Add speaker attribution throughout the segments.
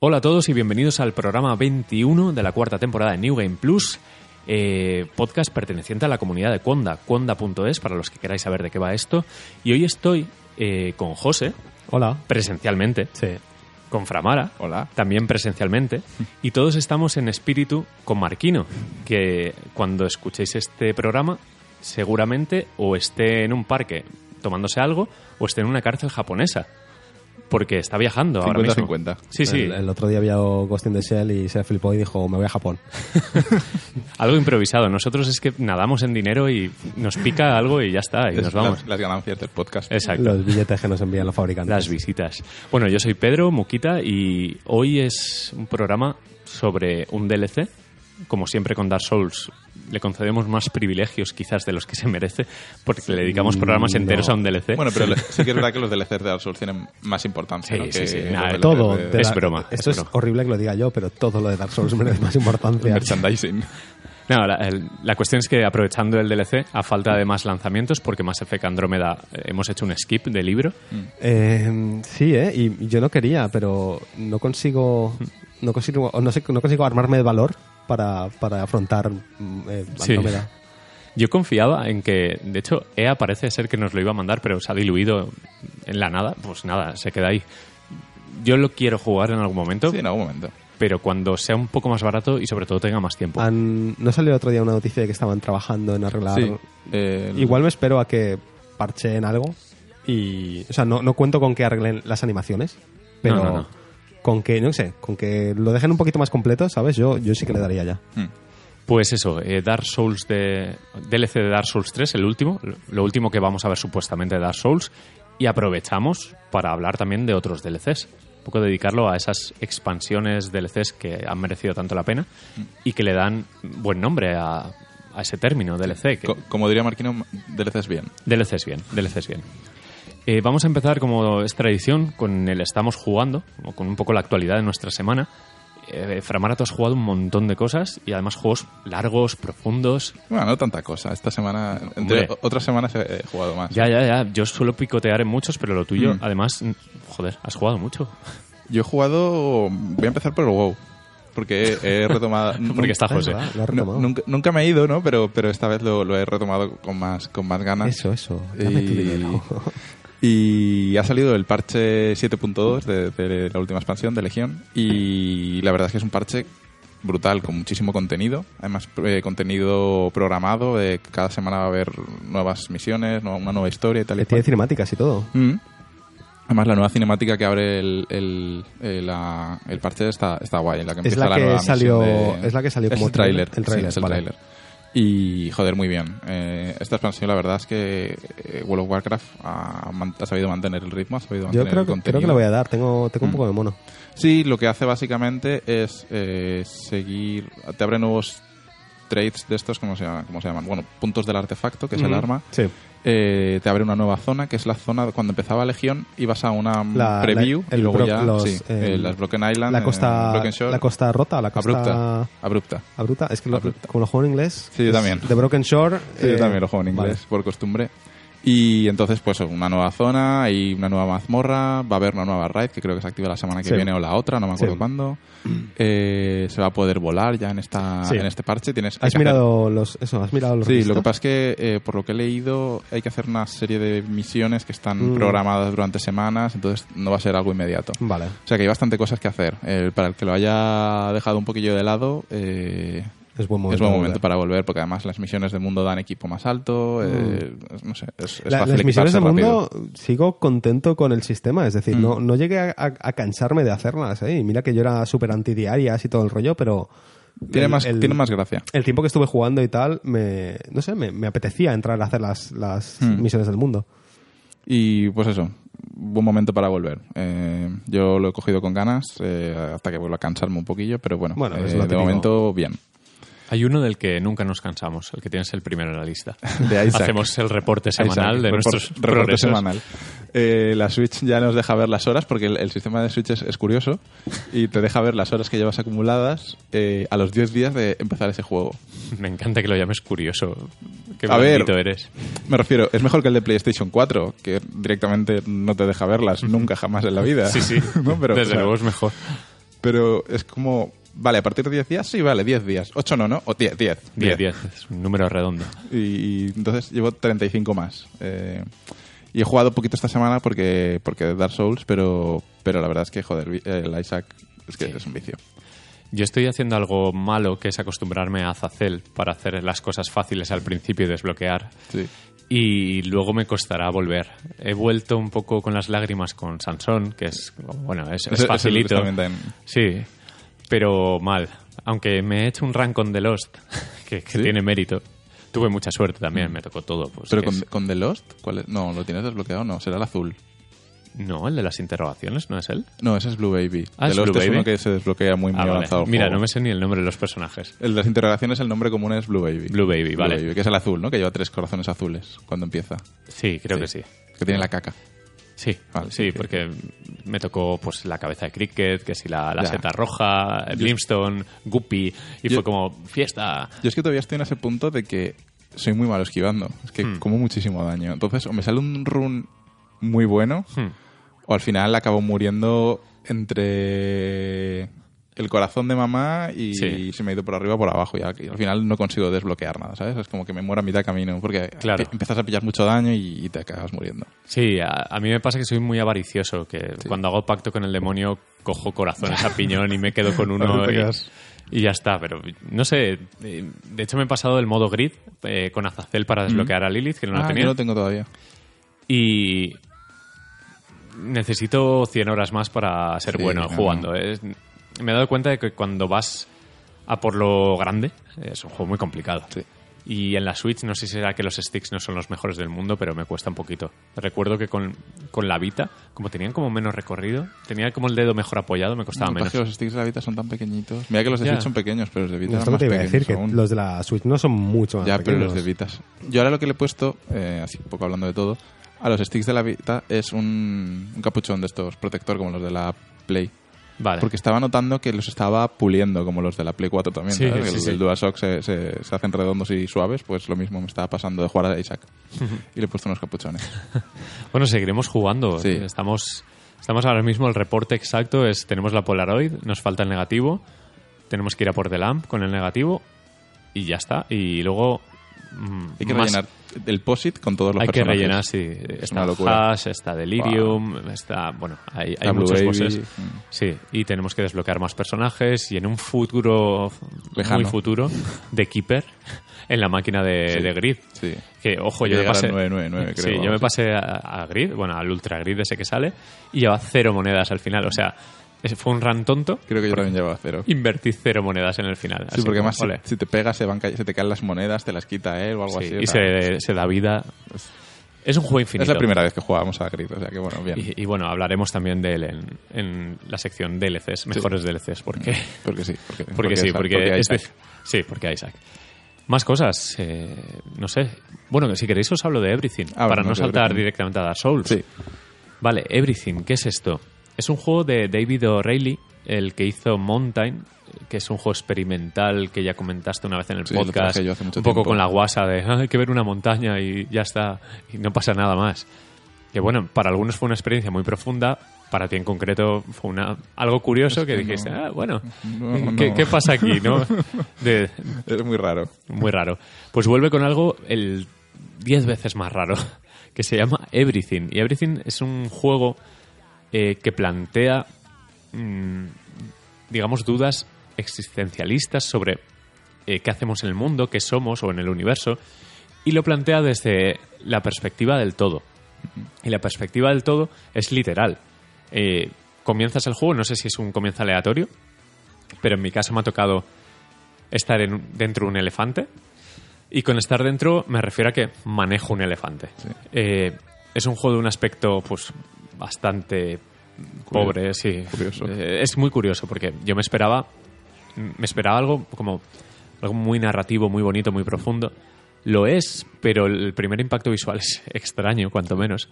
Speaker 1: Hola a todos y bienvenidos al programa 21 de la cuarta temporada de New Game Plus, eh, podcast perteneciente a la comunidad de Conda, conda.es, para los que queráis saber de qué va esto. Y hoy estoy eh, con José,
Speaker 2: Hola.
Speaker 1: presencialmente,
Speaker 2: Sí.
Speaker 1: con Framara,
Speaker 3: Hola.
Speaker 1: también presencialmente, y todos estamos en espíritu con Marquino, que cuando escuchéis este programa seguramente o esté en un parque tomándose algo o esté en una cárcel japonesa, porque está viajando ahora mismo.
Speaker 3: 50-50.
Speaker 1: Sí, sí,
Speaker 2: El, el otro día había Ghost in the Shell y se flipó y dijo, me voy a Japón.
Speaker 1: Algo improvisado. Nosotros es que nadamos en dinero y nos pica algo y ya está, y
Speaker 3: Es
Speaker 1: nos vamos.
Speaker 3: Las, las ganancias del podcast.
Speaker 1: Exacto.
Speaker 2: Los billetes que nos envían los fabricantes.
Speaker 1: Las visitas. Bueno, yo soy Pedro Muquita y hoy es un programa sobre un DLC. Como siempre con Dark Souls le concedemos más privilegios quizás de los que se merece porque le dedicamos programas
Speaker 2: Mm, no.
Speaker 1: enteros a un DLC.
Speaker 3: Bueno, pero le- sí que es verdad que los E DLCs de Dark Souls tienen más importancia.
Speaker 1: Sí,
Speaker 3: ¿no?
Speaker 1: sí,
Speaker 3: que
Speaker 1: sí.
Speaker 3: los
Speaker 1: Nada,
Speaker 3: DLCs
Speaker 2: Todo.
Speaker 3: de-
Speaker 2: de
Speaker 1: Es
Speaker 2: la-
Speaker 1: broma, es
Speaker 2: Eso es,
Speaker 1: broma.
Speaker 2: horrible que lo diga yo, pero todo lo de Dark Souls merece más importancia.
Speaker 3: merchandising.
Speaker 1: No, la, el- la cuestión es que aprovechando el DLC, a falta de más lanzamientos, porque Mass Effect Andrómeda eh, hemos hecho un skip de libro,
Speaker 2: Eh, sí, ¿eh? Y yo no quería, pero no consigo... No consigo, no sé- no consigo armarme de valor para, para afrontar mm, eh,
Speaker 1: Sí.
Speaker 2: Andrómeda.
Speaker 1: Yo confiaba en que, de hecho, EA parece ser que nos lo iba a mandar, pero se ha diluido en la nada. Pues nada, se queda ahí. Yo lo quiero jugar en algún momento,
Speaker 3: Sí, en algún momento.
Speaker 1: pero cuando sea un poco más barato y sobre todo tenga más
Speaker 3: Ah.
Speaker 1: tiempo.
Speaker 2: Han- ¿No salió otro día una noticia de que estaban trabajando en arreglar
Speaker 3: Sí, eh,
Speaker 2: Igual me espero a que parcheen algo y... O sea, no, no cuento con que arreglen las animaciones, pero
Speaker 1: No, no, no.
Speaker 2: con que, no sé, con que lo dejen un poquito más completo, ¿sabes? Yo, yo sí que le daría ya.
Speaker 3: Mm.
Speaker 1: Pues eso, eh, Dark Souls de. DLC de Dark Souls 3, el último, lo- lo último que vamos a ver supuestamente de Dark Souls. Y aprovechamos para hablar también de otros DLCs. Un poco dedicarlo a esas expansiones DLCs que han merecido tanto la pena
Speaker 3: Mm.
Speaker 1: y que le dan buen nombre a, a ese término, DLC. que- E
Speaker 3: Co- como diría Marquino, E DLCs bien.
Speaker 1: DLCs bien, DLCs bien. Eh, vamos a empezar, como es tradición, con el Estamos jugando, o con un poco la actualidad de nuestra semana. Eh, Framara, tú has jugado un montón de cosas y además juegos largos, profundos.
Speaker 3: Bueno, no tanta cosa. Esta semana,
Speaker 1: Hombre.
Speaker 3: entre o- otras semanas he he jugado más.
Speaker 1: Ya, ya, ya. Yo suelo picotear en muchos, pero lo tuyo,
Speaker 3: Mm.
Speaker 1: además, n- joder, has jugado mucho.
Speaker 3: Yo he jugado. Voy a empezar por el WoW. Porque he he retomado.
Speaker 1: Porque está
Speaker 2: Es
Speaker 1: José.
Speaker 2: verdad, lo ha
Speaker 3: Nu-
Speaker 2: retomado.
Speaker 3: nunca, nunca me he ido, ¿no? Pero, pero esta vez lo, lo he retomado con más, con más ganas.
Speaker 2: Eso, eso. Dame tu
Speaker 3: Y-
Speaker 2: dinero.
Speaker 3: Y ha salido el parche 7.2 de, de la última expansión de Legión. Y la verdad es que es un parche brutal, con muchísimo contenido. Además, eh, contenido programado. de que cada semana va a haber nuevas misiones, no- una nueva historia y tal. Y
Speaker 2: Que tiene
Speaker 3: cual.
Speaker 2: cinemáticas y todo.
Speaker 3: Mm. Además, la nueva cinemática que abre el, el, el, la- el parche está, está guay. La que
Speaker 2: Es
Speaker 3: empieza
Speaker 2: la que
Speaker 3: nueva misión
Speaker 2: salió-
Speaker 3: de-
Speaker 2: es la que salió como
Speaker 3: el tráiler.
Speaker 2: tráiler. El tráiler,
Speaker 3: sí, es el
Speaker 2: vale.
Speaker 3: tráiler. Y, joder, muy bien. Eh, esta expansión, la verdad es que eh, World of Warcraft ha, man- ha sabido mantener el ritmo, ha sabido
Speaker 2: Yo
Speaker 3: mantener
Speaker 2: creo
Speaker 3: el
Speaker 2: que,
Speaker 3: contenido.
Speaker 2: creo que lo voy a dar. Tengo, tengo un
Speaker 3: Mm.
Speaker 2: poco de mono.
Speaker 3: Sí, lo que hace básicamente es eh, seguir... Te abre nuevos trades de estos, ¿cómo se, llama- cómo se llaman? Bueno, puntos del artefacto, que es
Speaker 1: Mm.
Speaker 3: el
Speaker 2: Ujú.
Speaker 3: arma
Speaker 2: Sí.
Speaker 3: eh, te abre una nueva zona, que es la zona cuando empezaba Legión, ibas a una mm,
Speaker 2: La-
Speaker 3: preview
Speaker 2: la-
Speaker 3: y
Speaker 2: el
Speaker 3: luego
Speaker 2: bro-
Speaker 3: ya
Speaker 2: los,
Speaker 3: sí,
Speaker 2: eh,
Speaker 3: eh, las Broken Island,
Speaker 2: La
Speaker 3: eh,
Speaker 2: costa,
Speaker 3: Broken Shore,
Speaker 2: la costa rota, la costa...
Speaker 3: abrupta, abrupta.
Speaker 2: abrupta. Es que lo-
Speaker 3: Abrupta.
Speaker 2: como lo juego en inglés...
Speaker 3: Sí, yo
Speaker 2: es
Speaker 3: también.
Speaker 2: De Broken Shore...
Speaker 3: Sí, yo
Speaker 2: eh,
Speaker 3: también lo juego en inglés,
Speaker 2: vale.
Speaker 3: por costumbre. Y entonces, pues, una nueva zona y una nueva mazmorra. Va a haber una nueva raid que creo que se activa la semana que
Speaker 2: Sí.
Speaker 3: viene o la otra, no me acuerdo
Speaker 2: Sí.
Speaker 3: cuándo. Eh, se va a poder volar ya en esta
Speaker 2: Sí.
Speaker 3: en este parche. Tienes hay
Speaker 2: ¿Has
Speaker 3: que hacer-
Speaker 2: mirado los, eso, ¿Has mirado los
Speaker 3: Sí, lo
Speaker 2: registros?
Speaker 3: que pasa es que eh, por lo que he leído hay que hacer una serie de misiones que están
Speaker 2: Mm.
Speaker 3: programadas durante semanas, entonces no va a ser algo inmediato.
Speaker 2: Vale.
Speaker 3: O sea que hay bastante cosas que hacer. Eh, para el que lo haya dejado un poquillo de lado, eh,
Speaker 2: Es buen momento.
Speaker 3: es buen momento
Speaker 2: ¿verdad?
Speaker 3: para volver, porque además las misiones de mundo dan equipo más alto. eh, es- no sé, es, es
Speaker 2: Mm. La-
Speaker 3: fácil
Speaker 2: las misiones
Speaker 3: equiparse
Speaker 2: del
Speaker 3: rápido.
Speaker 2: mundo sigo contento con el sistema, es decir,
Speaker 3: Mm.
Speaker 2: no, no llegué a, a- a cansarme de hacerlas, ¿eh? Y mira que yo era súper antidiarias y todo el rollo, pero...
Speaker 3: Tiene,
Speaker 2: el-
Speaker 3: más,
Speaker 2: el-
Speaker 3: tiene más gracia.
Speaker 2: El tiempo que estuve jugando y tal, me, no sé, me, me apetecía entrar a hacer las, las
Speaker 3: Mm.
Speaker 2: misiones del mundo.
Speaker 3: Y pues eso, buen momento para volver. Eh, yo lo he cogido con ganas, eh, hasta que vuelva a cansarme un poquillo, pero bueno,
Speaker 2: Bueno, es
Speaker 3: eh,
Speaker 2: lo
Speaker 3: de
Speaker 2: típico.
Speaker 3: momento bien.
Speaker 1: Hay uno del que nunca nos cansamos, el que tienes el primero en la lista.
Speaker 3: De Isaac.
Speaker 1: Hacemos el reporte semanal
Speaker 3: Isaac,
Speaker 1: de
Speaker 3: report-
Speaker 1: nuestros
Speaker 3: reporte
Speaker 1: progresos.
Speaker 3: semanal. Eh, la Switch ya nos deja ver las horas porque el, el sistema de Switch es, es curioso y te deja ver las horas que llevas acumuladas eh, a los 10 días de empezar ese juego.
Speaker 1: Me encanta que lo llames curioso. Qué
Speaker 3: A ver.
Speaker 1: bonito eres.
Speaker 3: Me refiero, es mejor que el de PlayStation 4, que directamente no te deja verlas nunca jamás en la vida.
Speaker 1: Sí, sí.
Speaker 3: ¿No? Pero,
Speaker 1: Desde
Speaker 3: o sea,
Speaker 1: luego es mejor.
Speaker 3: Pero es como, vale, a partir de 10 días, sí, vale, 10 días. 8 no, ¿no? O 10, 10.
Speaker 1: 10, 10. Es un número redondo.
Speaker 3: Y, y entonces llevo 35 más. Eh, y he jugado poquito esta semana porque, porque Dark Souls, pero, pero la verdad es que, joder, vi- el Isaac es que es un vicio.
Speaker 1: Yo estoy haciendo algo malo, que es acostumbrarme a Azazel para hacer las cosas fáciles al principio y desbloquear.
Speaker 3: Sí.
Speaker 1: Y luego me costará volver. He vuelto un poco con las lágrimas con Sansón, que es, bueno, es, es
Speaker 3: Ese- ese
Speaker 1: facilito.
Speaker 3: también está en-
Speaker 1: Sí, pero mal. Aunque me he hecho un run con The Lost, que, que
Speaker 3: ¿Sí?
Speaker 1: tiene mérito. Tuve mucha suerte también, me tocó todo. pues,
Speaker 3: Pero
Speaker 1: que
Speaker 3: con,
Speaker 1: es-
Speaker 3: con The Lost, ¿cuál es? No, ¿lo tienes desbloqueado? No, será el azul.
Speaker 1: No, el de las interrogaciones, ¿no es él?
Speaker 3: No, ese es Blue Baby.
Speaker 1: Ah,
Speaker 3: The
Speaker 1: ¿es
Speaker 3: Lost
Speaker 1: Blue
Speaker 3: es
Speaker 1: Baby?
Speaker 3: uno que se desbloquea muy, muy
Speaker 1: Ah, vale.
Speaker 3: avanzado. el
Speaker 1: Mira,
Speaker 3: juego.
Speaker 1: no me sé ni el nombre de los personajes.
Speaker 3: El de las interrogaciones, el nombre común es Blue Baby.
Speaker 1: Blue Baby, vale.
Speaker 3: Baby, que es el azul, ¿no? Que lleva tres corazones azules cuando empieza.
Speaker 1: Sí, creo que sí.
Speaker 3: Que tiene la caca.
Speaker 1: Sí,
Speaker 3: Vale,
Speaker 1: sí,
Speaker 3: sí, sí.
Speaker 1: porque me tocó pues la cabeza de Cricket, que si la, la
Speaker 3: Ya.
Speaker 1: seta roja, el Brimstone, Guppy, y
Speaker 3: Yo-
Speaker 1: fue como fiesta.
Speaker 3: Yo es que todavía estoy en ese punto de que soy muy malo esquivando. Es que
Speaker 1: Hmm.
Speaker 3: como muchísimo daño. Entonces, o me sale un run muy bueno,
Speaker 1: Hmm.
Speaker 3: o al final acabo muriendo entre el corazón de mamá y
Speaker 1: Sí.
Speaker 3: se me ha ido por arriba o por abajo. Y al y al final no consigo desbloquear nada, ¿sabes? Es como que me muero a mitad camino, porque
Speaker 1: Claro.
Speaker 3: empe- empiezas a pillar mucho daño y, y te acabas muriendo.
Speaker 1: Sí, a, a mí me pasa que soy muy avaricioso, que cuando hago pacto con el demonio cojo corazones a piñón y me quedo con uno
Speaker 3: Ahora te
Speaker 1: y,
Speaker 3: quedas.
Speaker 1: y ya está, pero no sé, eh, de hecho me he pasado del modo grid eh, con Azazel para desbloquear a Lilith, que no
Speaker 3: Ah,
Speaker 1: la
Speaker 3: yo
Speaker 1: tenía,
Speaker 3: lo tengo todavía.
Speaker 1: y necesito 100 horas más para ser
Speaker 3: Sí,
Speaker 1: bueno
Speaker 3: no,
Speaker 1: jugando. ¿eh? Es- me he dado cuenta de que cuando vas a por lo grande es un juego muy complicado.
Speaker 3: Sí.
Speaker 1: Y en la Switch no sé si será que los sticks no son los mejores del mundo, pero me cuesta un poquito. Recuerdo que con, con la Vita, como tenían como menos recorrido, tenía como el dedo mejor apoyado, me costaba
Speaker 3: No, pasa
Speaker 1: menos.
Speaker 3: que los sticks de la Vita son tan pequeñitos. Mira que los de
Speaker 1: Ya.
Speaker 3: Switch son pequeños, pero los de Vita
Speaker 2: No,
Speaker 3: son
Speaker 2: esto
Speaker 3: más
Speaker 2: te iba a
Speaker 3: pequeños
Speaker 2: decir que
Speaker 3: aún.
Speaker 2: los de la Switch no son mucho más
Speaker 3: Ya, pero
Speaker 2: pequeños.
Speaker 3: los de Vitas. Yo ahora lo que le he puesto, eh, así un poco hablando de todo, a los sticks de la Vita es un, un capuchón de estos, protector como los de la Play.
Speaker 1: Vale.
Speaker 3: Porque estaba notando que los estaba puliendo, como los de la Play 4 también.
Speaker 1: Sí,
Speaker 3: ¿sabes?
Speaker 1: sí,
Speaker 3: Que los
Speaker 1: sí.
Speaker 3: del DualShock se, se- se hacen redondos y suaves, pues lo mismo me estaba pasando de jugar a Isaac. y le he puesto unos capuchones.
Speaker 1: Bueno, seguiremos jugando.
Speaker 3: Sí.
Speaker 1: Estamos, estamos ahora mismo, el reporte exacto es, tenemos la Polaroid, nos falta el negativo, tenemos que ir a por The Lamp con el negativo y ya está. Y luego... mm,
Speaker 3: Hay que
Speaker 1: más-
Speaker 3: rellenar el POSIT con todos los
Speaker 1: Hay que
Speaker 3: personajes.
Speaker 1: rellenar, sí. Está
Speaker 3: una locura.
Speaker 1: Hash, está Delirium, está... Bueno, hay, hay
Speaker 3: Está Blue
Speaker 1: muchos
Speaker 3: Baby.
Speaker 1: bosses.
Speaker 3: Mm.
Speaker 1: Sí, y tenemos que desbloquear más personajes y en un futuro,
Speaker 3: Lejano.
Speaker 1: muy futuro, de Keeper, en la máquina de,
Speaker 3: Sí.
Speaker 1: de Grid.
Speaker 3: Sí.
Speaker 1: Que, ojo,
Speaker 3: Hay
Speaker 1: yo me
Speaker 3: que llegar
Speaker 1: pasé.
Speaker 3: al 999, creo,
Speaker 1: Sí, yo
Speaker 3: vamos,
Speaker 1: me
Speaker 3: sí.
Speaker 1: pasé a, a Grid, bueno, al Ultra Grid ese que sale, y llevaba cero monedas al final. O sea, ese fue un run tonto.
Speaker 3: Creo que yo también llevaba cero.
Speaker 1: Invertí cero monedas en el final.
Speaker 3: Sí, porque
Speaker 1: más
Speaker 3: además si, si te pegas se, van ca- se te caen las monedas, te las quita él o algo así. o
Speaker 1: y
Speaker 3: sea,
Speaker 1: se, se da vida. Es un juego infinito.
Speaker 3: es la primera vez que jugábamos a Grid, o sea que bueno, bien.
Speaker 1: Y, y bueno, hablaremos también de él en, en la sección DLCs, mejores DLCs, porque,
Speaker 3: Porque sí, porque,
Speaker 1: porque, sí,
Speaker 3: esa-
Speaker 1: porque,
Speaker 3: hay
Speaker 1: es
Speaker 3: esa-
Speaker 1: de- sí, porque Isaac. Más cosas, eh, no sé. Bueno, si queréis os hablo de Everything,
Speaker 3: Ah,
Speaker 1: para
Speaker 3: bueno,
Speaker 1: no
Speaker 3: de
Speaker 1: saltar
Speaker 3: Everything.
Speaker 1: directamente a Dark Souls.
Speaker 3: Sí.
Speaker 1: Vale, Everything, ¿qué es esto? Es un juego de David O'Reilly, el que hizo Mountain, que es un juego experimental que ya comentaste una vez en el
Speaker 3: Sí, lo
Speaker 1: podcast.
Speaker 3: traje yo hace mucho
Speaker 1: un poco
Speaker 3: tiempo.
Speaker 1: con la guasa de "Ah, hay que ver una montaña y ya está, y no pasa nada más. Que bueno, para algunos fue una experiencia muy profunda, para ti en concreto fue una algo curioso que,
Speaker 3: que
Speaker 1: dijiste,
Speaker 3: no.
Speaker 1: ah, bueno,
Speaker 3: No,
Speaker 1: ¿qué,
Speaker 3: no.
Speaker 1: qué pasa aquí? ¿no? De-
Speaker 3: Es muy raro.
Speaker 1: muy raro. Pues vuelve con algo el 10 veces más raro, que se llama Everything. Y Everything es un juego eh, que plantea, mm, digamos, dudas existencialistas sobre eh, qué hacemos en el mundo, qué somos o en el universo, y lo plantea desde la perspectiva del todo. Y la perspectiva del todo es literal. Eh, comienzas el juego, no sé si es un comienzo aleatorio, pero en mi caso me ha tocado estar en, dentro de un elefante. Y con estar dentro me refiero a que manejo un elefante. Eh, es un juego de un aspecto pues bastante pobre, sí.
Speaker 3: curioso.
Speaker 1: Eh, es muy curioso porque yo me esperaba me esperaba algo como algo muy narrativo, muy bonito, muy profundo. Lo es, pero el primer impacto visual es extraño, cuanto menos.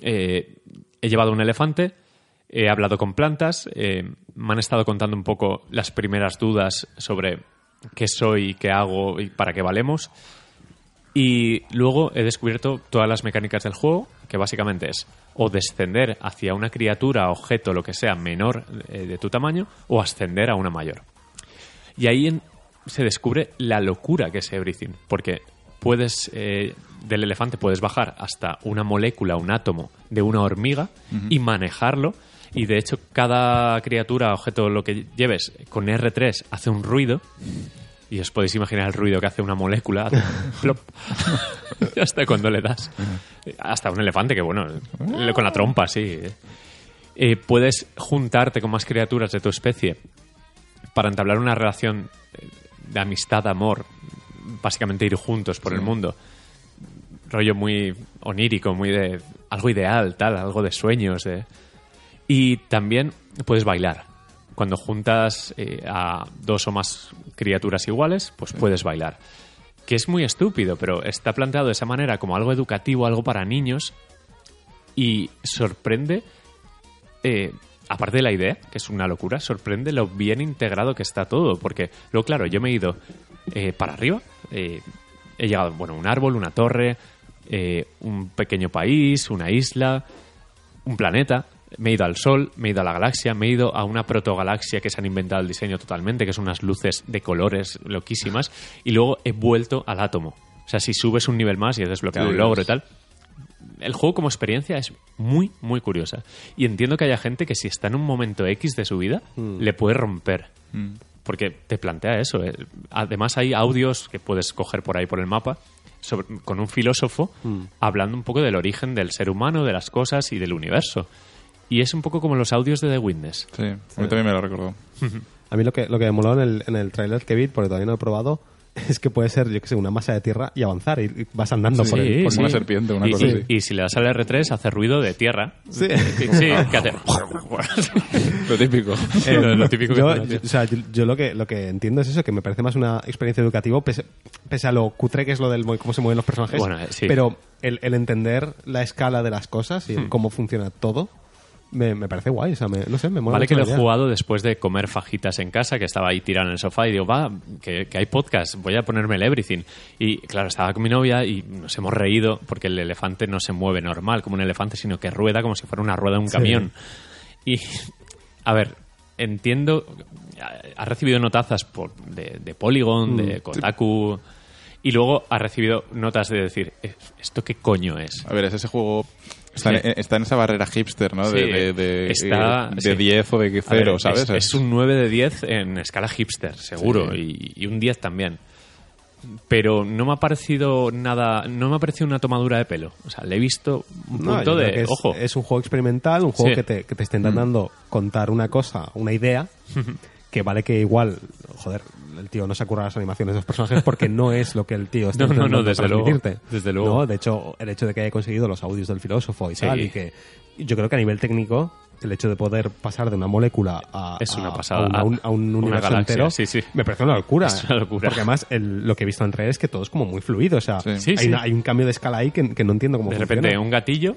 Speaker 1: Eh, he llevado un elefante, he hablado con plantas, eh, me han estado contando un poco las primeras dudas sobre qué soy, qué hago y para qué valemos. Y luego he descubierto todas las mecánicas del juego, que básicamente es o descender hacia una criatura, objeto, lo que sea, menor eh, de tu tamaño, o ascender a una mayor. Y ahí en- se descubre la locura que es Everything, porque puedes eh, del elefante puedes bajar hasta una molécula, un átomo de una hormiga y manejarlo. Y de hecho, cada criatura, objeto, lo que lleves con R3 hace un ruido. Y os podéis imaginar el ruido que hace una molécula. hace plop. hasta cuando le das. Hasta un elefante, que bueno, le- con la trompa, sí. Eh, puedes juntarte con más criaturas de tu especie para entablar una relación eh, de amistad, amor, básicamente ir juntos por el mundo. Rollo muy onírico, muy de algo ideal, tal, algo de sueños. de- Y también puedes bailar. Cuando juntas eh, a dos o más criaturas iguales, pues puedes bailar. Que es muy estúpido, pero está planteado de esa manera como algo educativo, algo para niños. Y sorprende eh, aparte de la idea, que es una locura, sorprende lo bien integrado que está todo. Porque luego, claro, yo me he ido eh, para arriba. eh, he llegado, bueno, un árbol, una torre, eh, un pequeño país, una isla, un planeta. Me he ido al Sol, me he ido a la galaxia, me he ido a una protogalaxia que se han inventado el diseño totalmente, que son unas luces de colores loquísimas, y luego he vuelto al átomo. O sea, si subes un nivel más y has desbloqueado
Speaker 3: Sí,
Speaker 1: un logro y
Speaker 3: es-
Speaker 1: tal, el juego como experiencia es muy, muy curiosa. Y entiendo que haya gente que si está en un momento X de su vida, le puede romper.
Speaker 3: Mm.
Speaker 1: Porque te plantea eso. eh. Además hay audios que puedes coger por ahí por el mapa sobre- con un filósofo hablando un poco del origen del ser humano, de las cosas y del universo. Y es un poco como los audios de The Witness.
Speaker 3: Sí, a mí también me lo recordó.
Speaker 2: A mí lo que, lo que me moló en el, en el trailer que vi, porque todavía no lo he probado, es que puede ser, yo que sé, una masa de tierra y avanzar, y, y vas andando
Speaker 3: Sí,
Speaker 2: por el...
Speaker 3: como una serpiente, una
Speaker 1: y,
Speaker 3: cosa
Speaker 1: y-
Speaker 3: así.
Speaker 1: y si le das al R3 hace ruido de tierra.
Speaker 2: Sí.
Speaker 1: Sí, que hace-
Speaker 3: Lo típico.
Speaker 1: Sí, lo- lo típico que
Speaker 2: yo,
Speaker 1: hace la
Speaker 2: yo- o sea, yo, yo lo, que, lo que entiendo es eso, que me parece más una experiencia educativa, pese, pese a lo cutre que es lo del mo- cómo se mueven los personajes,
Speaker 1: Bueno, eh, sí.
Speaker 2: pero el, el entender la escala de las cosas y
Speaker 1: Hmm.
Speaker 2: el cómo funciona todo, me, me parece guay, o sea, me- no sé, me mola
Speaker 1: Vale
Speaker 2: mucho
Speaker 1: que
Speaker 2: la
Speaker 1: lo he
Speaker 2: idea.
Speaker 1: jugado después de comer fajitas en casa, que estaba ahí tirado en el sofá y digo, va, que, que hay podcast, voy a ponerme el everything. Y claro, estaba con mi novia y nos hemos reído porque el elefante no se mueve normal como un elefante, sino que rueda como si fuera una rueda de un camión. Y, a ver, entiendo, ha- ha recibido notazas por- de, de Polygon,
Speaker 2: Mm,
Speaker 1: de Kotaku... Y luego ha recibido notas de decir, "Eh, ¿esto qué coño es?
Speaker 3: A ver, es ese juego. Está,
Speaker 1: Sí.
Speaker 3: en, está en esa barrera hipster, ¿no?
Speaker 1: Sí,
Speaker 3: de, de, de,
Speaker 1: está-
Speaker 3: eh, de
Speaker 1: sí.
Speaker 3: 10 o de
Speaker 1: A ver,
Speaker 3: 0,
Speaker 1: es-
Speaker 3: ¿sabes?
Speaker 1: Es, un 9 de 10 en escala hipster, seguro, y, y un 10 también. Pero no me ha parecido nada, no me ha parecido una tomadura de pelo. O sea, le he visto un
Speaker 2: No,
Speaker 1: punto
Speaker 2: yo creo
Speaker 1: de,
Speaker 2: que es,
Speaker 1: ojo,
Speaker 2: Es un juego experimental, un juego
Speaker 1: Sí. Mm.
Speaker 2: que, te, que te está intentando contar una cosa, una idea, que vale que igual, joder, el tío no se curra las animaciones de los personajes porque no es lo que el tío está
Speaker 1: No, no,
Speaker 2: intentando
Speaker 1: no, desde luego,
Speaker 2: transmitirte.
Speaker 1: desde luego.
Speaker 2: No, de hecho, el hecho de que haya conseguido los audios del filósofo y
Speaker 1: Sí.
Speaker 2: tal, y que yo creo que a nivel técnico, el hecho de poder pasar de una molécula a,
Speaker 1: Es una
Speaker 2: a-
Speaker 1: pasada.
Speaker 2: a un, a un- a un
Speaker 1: Una
Speaker 2: universo
Speaker 1: galaxia,
Speaker 2: entero,
Speaker 1: sí, sí.
Speaker 2: me parece una locura.
Speaker 1: Es una locura.
Speaker 2: Porque además, el- lo que he visto en redes es que todo es como muy fluido, o sea,
Speaker 3: Sí.
Speaker 1: Sí,
Speaker 2: hay,
Speaker 1: sí.
Speaker 2: una- hay un cambio de escala ahí que, que no entiendo cómo
Speaker 1: de
Speaker 2: funciona.
Speaker 1: repente un gatillo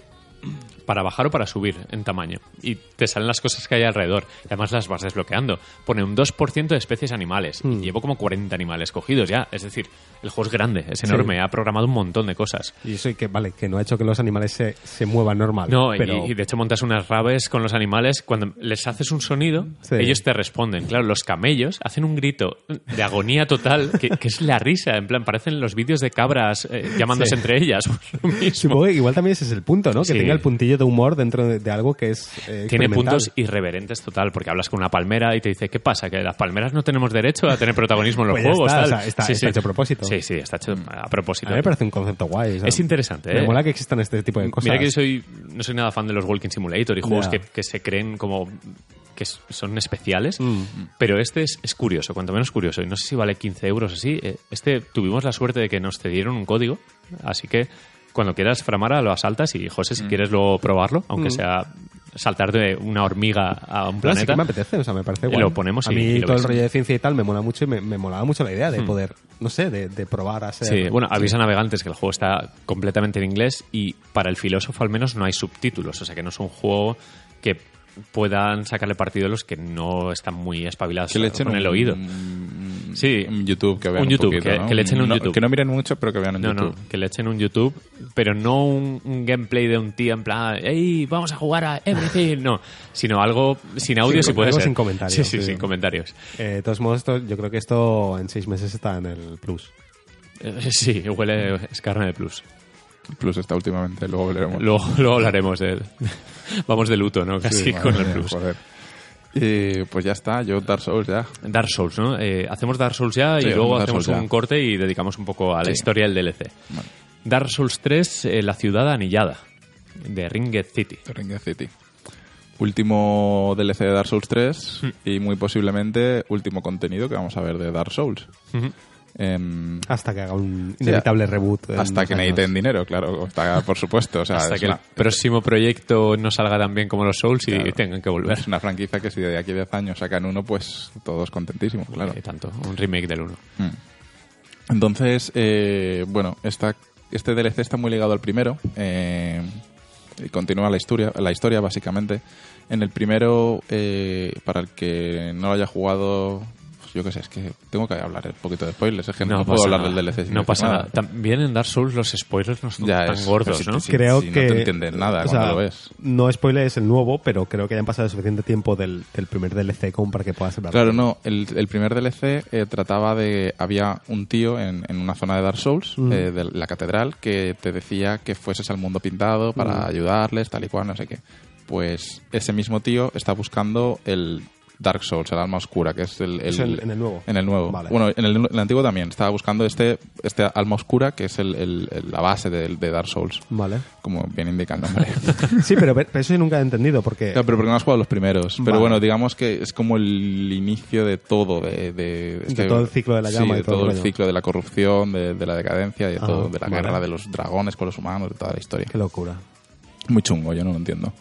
Speaker 1: para bajar o para subir en tamaño. Y te salen las cosas que hay alrededor. Y además las vas desbloqueando. Pone un 2% de especies animales.
Speaker 2: Hmm.
Speaker 1: Y llevo como 40 animales cogidos ya. Es decir, el juego es grande, es enorme. Ha programado un montón de cosas.
Speaker 2: Y eso y que, vale, que no ha hecho que los animales se, se muevan normal.
Speaker 1: No, y-
Speaker 2: pero
Speaker 1: y, de hecho montas unas rabes con los animales. Cuando les haces un sonido,
Speaker 2: Sí.
Speaker 1: ellos te responden. Claro, los camellos hacen un grito de agonía total, que, que es la risa. En plan, parecen los vídeos de cabras eh, llamándose
Speaker 2: Sí.
Speaker 1: entre ellas. Lo mismo.
Speaker 2: supongo que igual también ese es el punto, ¿no?
Speaker 1: Sí.
Speaker 2: Que tenga el puntillo de humor dentro de, de algo que es eh,
Speaker 1: Tiene
Speaker 2: experimental.
Speaker 1: puntos irreverentes total, porque hablas con una palmera y te dice, ¿qué pasa? Que las palmeras no tenemos derecho a tener protagonismo en los
Speaker 2: Pues ya
Speaker 1: juegos.
Speaker 2: está,
Speaker 1: tal".
Speaker 2: o sea, está- está hecho a propósito. Mm.
Speaker 1: Sí, sí, está hecho a
Speaker 2: A
Speaker 1: propósito.
Speaker 2: mí me parece un concepto guay. o sea,
Speaker 1: Es interesante,
Speaker 2: Me
Speaker 1: ¿eh?
Speaker 2: mola que existan este tipo de cosas.
Speaker 1: Mira que yo soy, no soy nada fan de los Walking Simulator y juegos
Speaker 2: Ya.
Speaker 1: que, que se creen como que s- son especiales,
Speaker 2: Mm.
Speaker 1: pero este es, es curioso, cuanto menos curioso. Y no sé si vale 15 euros o así. Eh, Este tuvimos la suerte de que nos cedieron un código, así que cuando quieras, Framara, lo asaltas y José, si quieres luego probarlo, aunque
Speaker 2: Mm.
Speaker 1: sea saltar de una hormiga a un
Speaker 2: No, sí
Speaker 1: planeta.
Speaker 2: que me apetece, o sea, me parece
Speaker 1: Y
Speaker 2: guay.
Speaker 1: lo ponemos
Speaker 2: a
Speaker 1: y-
Speaker 2: mí
Speaker 1: y lo
Speaker 2: todo
Speaker 1: ves. Hmm.
Speaker 2: el rollo de ciencia y tal me mola mucho y me, me molaba mucho la idea de poder, no sé, de, de probar a ser...
Speaker 1: Sí, bueno, avisa a navegantes que el juego está completamente en inglés y para el filósofo al menos no hay subtítulos, o sea que no es un juego que puedan sacarle partido los que no están muy espabilados
Speaker 3: que le echen
Speaker 1: con el
Speaker 3: un-
Speaker 1: oído.
Speaker 3: un- un,
Speaker 1: Sí.
Speaker 3: un YouTube que vean
Speaker 1: Un
Speaker 3: un,
Speaker 1: YouTube,
Speaker 3: poquito,
Speaker 1: que-
Speaker 3: ¿no?
Speaker 1: que le echen un
Speaker 3: No,
Speaker 1: YouTube.
Speaker 3: Que no miren mucho, pero que vean en
Speaker 1: No,
Speaker 3: YouTube.
Speaker 1: no, que le echen un YouTube, pero no un, un gameplay de un tío en plan, hey, vamos a jugar a Everything, no, sino algo sin audio
Speaker 2: Sin
Speaker 1: si
Speaker 2: com-
Speaker 1: puede
Speaker 2: algo
Speaker 1: ser.
Speaker 2: sin comentarios,
Speaker 1: Sí, sí,
Speaker 2: sí.
Speaker 1: sin comentarios.
Speaker 2: Eh, de todos modos, esto- yo creo que esto en seis meses está en el plus.
Speaker 1: Eh, Sí, huele, es carne de plus.
Speaker 3: Plus está últimamente, luego veremos.
Speaker 1: Luego, luego hablaremos de él. Vamos de luto, ¿no? Casi
Speaker 3: Sí, madre
Speaker 1: con el
Speaker 3: mía,
Speaker 1: plus.
Speaker 3: joder. Eh, pues ya está, yo Dark Souls ya.
Speaker 1: Dark Souls, ¿no? Eh, hacemos Dark Souls ya
Speaker 3: Sí,
Speaker 1: y luego
Speaker 3: Dark
Speaker 1: hacemos
Speaker 3: Souls ya.
Speaker 1: un corte y dedicamos un poco a la
Speaker 3: Sí.
Speaker 1: historia del DLC.
Speaker 3: Vale.
Speaker 1: Dark Souls 3, eh, La ciudad anillada, de Ringed City.
Speaker 3: The Ring of City. Último DLC de Dark Souls 3
Speaker 1: Mm.
Speaker 3: y muy posiblemente último contenido que vamos a ver de Dark Souls. Em,
Speaker 2: Hasta que haga un inevitable reboot. en
Speaker 3: hasta
Speaker 2: unos
Speaker 3: que
Speaker 2: años.
Speaker 3: necesiten dinero, claro, hasta- por supuesto. O sea,
Speaker 1: Hasta
Speaker 3: Ah, es
Speaker 1: que el
Speaker 3: una-
Speaker 1: próximo proyecto no salga tan bien como los Souls y
Speaker 3: Claro.
Speaker 1: tengan que volver.
Speaker 3: Es una franquicia que si de aquí a 10 años sacan uno, pues todos contentísimos, claro.
Speaker 1: Eh, tanto, un remake del 1.
Speaker 3: Mm. Entonces, eh, bueno, esta, este DLC está muy ligado al primero. eh, y continúa la historia, la historia básicamente. En el primero, eh, para el que no lo haya jugado, pues yo qué sé, es que tengo que hablar un poquito de spoilers. Es que no, puedo hablar del DLC. sin
Speaker 1: No
Speaker 3: decir
Speaker 1: pasa nada. También en Dark Souls los spoilers no son
Speaker 3: Ya
Speaker 1: tan
Speaker 3: es-
Speaker 1: gordos,
Speaker 3: sí,
Speaker 1: ¿no?
Speaker 3: sí.
Speaker 2: Creo
Speaker 3: si no
Speaker 2: que.
Speaker 3: te entiendes nada
Speaker 2: o
Speaker 3: cuando
Speaker 2: sea,
Speaker 3: lo ves.
Speaker 2: No spoiler es el nuevo, pero creo que ya han pasado suficiente tiempo del, del primer DLC como para que puedas hablar.
Speaker 3: Claro, no. El, el primer DLC eh, trataba de. Había un tío en, en una zona de Dark Souls, eh, de la catedral, que te decía que fueses al mundo pintado para ayudarles, tal y cual, no sé qué. Pues ese mismo tío está buscando el Dark Souls, el alma oscura, que es el. el-
Speaker 2: Es en- en el nuevo.
Speaker 3: En el nuevo.
Speaker 2: Vale.
Speaker 3: Bueno, en el, en el antiguo también. Estaba buscando este, este alma oscura, que es el- el- el- la base del- de, Dark Souls.
Speaker 2: Vale.
Speaker 3: Como bien indica el nombre.
Speaker 2: Sí, pero, pero eso yo nunca he entendido porque.
Speaker 3: Claro, pero porque no has jugado los primeros. Pero
Speaker 2: Vale.
Speaker 3: bueno, digamos que es como el inicio de todo, de, de, este-
Speaker 2: todo el ciclo de la
Speaker 3: Sí,
Speaker 2: llama y
Speaker 3: de
Speaker 2: todo
Speaker 3: todo,
Speaker 2: el
Speaker 3: el
Speaker 2: rollo.
Speaker 3: ciclo de la corrupción, de, de la decadencia, de
Speaker 2: Ajá,
Speaker 3: todo, de la
Speaker 2: vale.
Speaker 3: guerra de los dragones con los humanos, de toda la historia.
Speaker 2: Qué locura.
Speaker 3: Muy chungo, yo no lo entiendo.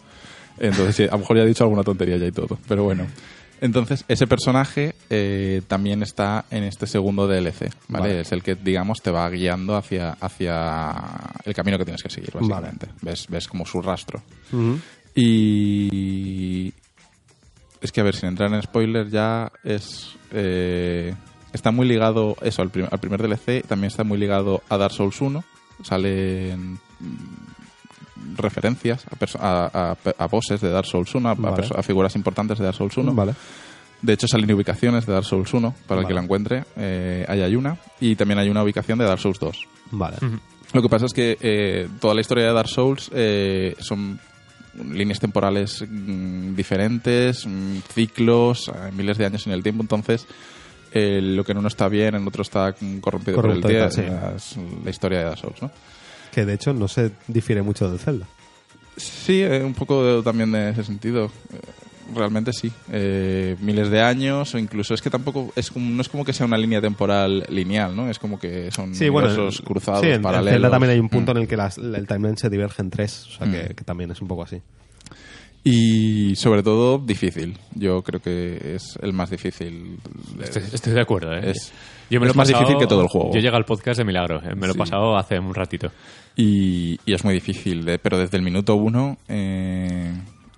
Speaker 3: Entonces, sí, a lo mejor ya he dicho alguna tontería ya y todo, pero bueno. Entonces, ese personaje eh, también está en este segundo DLC, ¿vale?
Speaker 2: Vale.
Speaker 3: Es el que, digamos, te va guiando hacia, hacia el camino que tienes que seguir,
Speaker 2: Vale.
Speaker 3: básicamente. Ves, ves como su rastro.
Speaker 2: Ujú.
Speaker 3: Y. Es que, a ver, sin entrar en spoiler, ya es. eh, está muy ligado eso al, prim- al primer DLC. También está muy ligado a Dark Souls 1. Salen mm, referencias a, perso- a, a pe- a bosses de Dark Souls 1, a, a
Speaker 2: Vale.
Speaker 3: perso- a figuras importantes de Dark Souls 1.
Speaker 2: Vale.
Speaker 3: De hecho, salen ubicaciones de Dark Souls 1, para el que
Speaker 2: Vale.
Speaker 3: la encuentre. eh, ahí hay una. Y también hay una ubicación de Dark Souls 2.
Speaker 2: Vale.
Speaker 3: Lo que pasa es que eh, toda la historia de Dark Souls eh, son líneas temporales mm, diferentes, mm, ciclos, eh, miles de años en el tiempo, entonces eh, lo que en uno está bien, en otro está mm, corrompido
Speaker 2: Corrupto
Speaker 3: por
Speaker 2: y
Speaker 3: el día,
Speaker 2: tal, sí.
Speaker 3: es la historia de Dark Souls, ¿no?
Speaker 2: Que de hecho no se difiere mucho del Zelda.
Speaker 3: Sí, eh, un poco de- también de ese sentido. Eh, Realmente sí. Eh, miles de años, o incluso es que tampoco es como, no es como que sea una línea temporal lineal, ¿no? Es como que son universos
Speaker 2: en-
Speaker 3: cruzados,
Speaker 2: sí, en- en
Speaker 3: paralelos.
Speaker 2: Zelda también hay un punto
Speaker 3: Mm.
Speaker 2: en el que las- el timeline se diverge en tres, o sea que,
Speaker 3: Mm.
Speaker 2: que también es un poco así.
Speaker 3: Y sobre todo difícil. Yo creo que es el más difícil.
Speaker 1: Estoy, estoy de acuerdo, ¿eh?
Speaker 3: Es-
Speaker 1: yo
Speaker 3: es
Speaker 1: me lo he
Speaker 3: más
Speaker 1: pasado-
Speaker 3: difícil que todo el juego.
Speaker 1: Yo llegué al podcast de Milagro, eh, me lo he
Speaker 3: Sí.
Speaker 1: pasado hace un ratito.
Speaker 3: Y, y es muy difícil, de- pero desde el minuto uno... eh,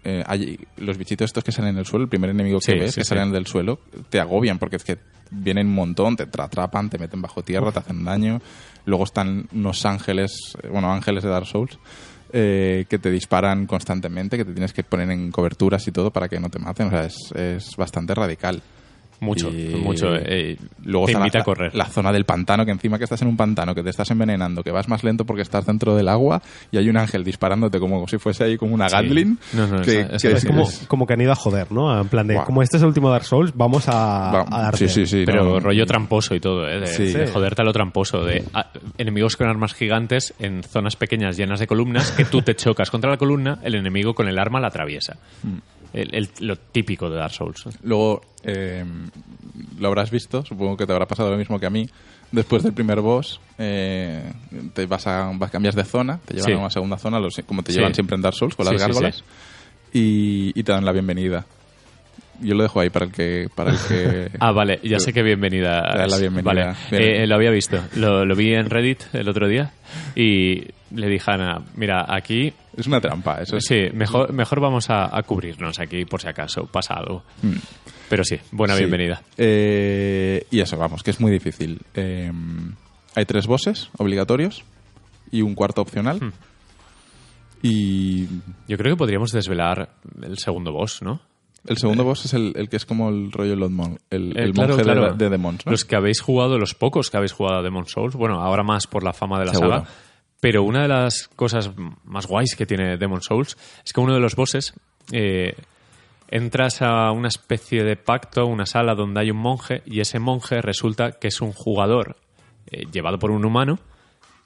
Speaker 3: eh, hay- los bichitos estos que salen del suelo, el primer enemigo que
Speaker 1: Sí,
Speaker 3: ves,
Speaker 1: sí,
Speaker 3: que
Speaker 1: sí.
Speaker 3: salen del suelo, te agobian porque es que vienen un montón, te tra- atrapan, te meten bajo tierra, te hacen daño. Luego están unos ángeles, eh, bueno, ángeles de Dark Souls, eh, que te disparan constantemente, que te tienes que poner en coberturas y todo para que no te maten. O sea, es, es bastante radical.
Speaker 1: Mucho,
Speaker 3: Y
Speaker 1: mucho. eh,
Speaker 3: luego
Speaker 1: te
Speaker 3: está la-
Speaker 1: invita
Speaker 3: la,
Speaker 1: a correr.
Speaker 3: La zona del pantano, que encima que estás en un pantano, que te estás envenenando, que vas más lento porque estás dentro del agua y hay un ángel disparándote como si fuese ahí como una
Speaker 1: Sí.
Speaker 3: Gatling.
Speaker 1: No, no,
Speaker 3: que,
Speaker 1: esa- esa
Speaker 3: que
Speaker 1: Sí,
Speaker 2: es
Speaker 1: sí,
Speaker 2: como,
Speaker 1: es-
Speaker 2: como que han ido a joder, ¿no? En plan de,
Speaker 3: Guau.
Speaker 2: como este es el último Dark Souls, vamos a,
Speaker 3: va-
Speaker 2: a darte.
Speaker 3: sí, sí, sí.
Speaker 1: Pero
Speaker 3: no.
Speaker 1: rollo tramposo y todo, ¿eh? De,
Speaker 3: Sí.
Speaker 1: de
Speaker 2: Sí.
Speaker 1: joderte a lo tramposo. De ah, enemigos con armas gigantes en zonas pequeñas llenas de columnas que tú te chocas contra la columna, el enemigo con el arma la atraviesa.
Speaker 3: Mm.
Speaker 1: El- el- lo típico de Dark Souls.
Speaker 3: Luego eh, lo habrás visto, supongo que te habrá pasado lo mismo que a mí. Después del primer boss, eh, te vas a, vas- cambias de zona, te llevan
Speaker 1: Sí.
Speaker 3: a una segunda zona, los- como te
Speaker 1: Sí.
Speaker 3: llevan siempre en Dark Souls, con
Speaker 1: Sí,
Speaker 3: las
Speaker 1: sí,
Speaker 3: gárgolas,
Speaker 1: sí.
Speaker 3: Y, y te dan la bienvenida. yo lo dejo ahí para el que... Para el que
Speaker 1: Ah, vale, ya sé que bienvenida.
Speaker 3: Dale la bienvenida.
Speaker 1: Vale,
Speaker 3: Bien.
Speaker 1: eh, eh, lo había visto, lo, lo vi en Reddit el otro día y le dije a Ana, mira, aquí,
Speaker 3: Es una trampa, eso es.
Speaker 1: sí, mejor, mejor vamos a, a cubrirnos aquí por si acaso pasa algo.
Speaker 3: Mm.
Speaker 1: Pero sí, buena
Speaker 3: Sí.
Speaker 1: bienvenida.
Speaker 3: Eh, y eso, vamos, que es muy difícil. Eh, hay tres bosses obligatorios y un cuarto opcional.
Speaker 1: Hmm.
Speaker 3: Y
Speaker 1: Yo creo que podríamos desvelar el segundo boss, ¿no?
Speaker 3: el segundo boss es el, el que es como el rollo Lord Mon- el,
Speaker 1: Eh,
Speaker 3: el
Speaker 1: claro,
Speaker 3: monje de-
Speaker 1: claro.
Speaker 3: de, Demons, ¿no?
Speaker 1: Los que habéis jugado, los pocos que habéis jugado a Demon Souls, bueno, ahora más por la fama de la
Speaker 3: Seguro.
Speaker 1: saga, pero una de las cosas más guays que tiene Demon Souls es que uno de los bosses eh, entras a una especie de pacto, una sala donde hay un monje y ese monje resulta que es un jugador eh, llevado por un humano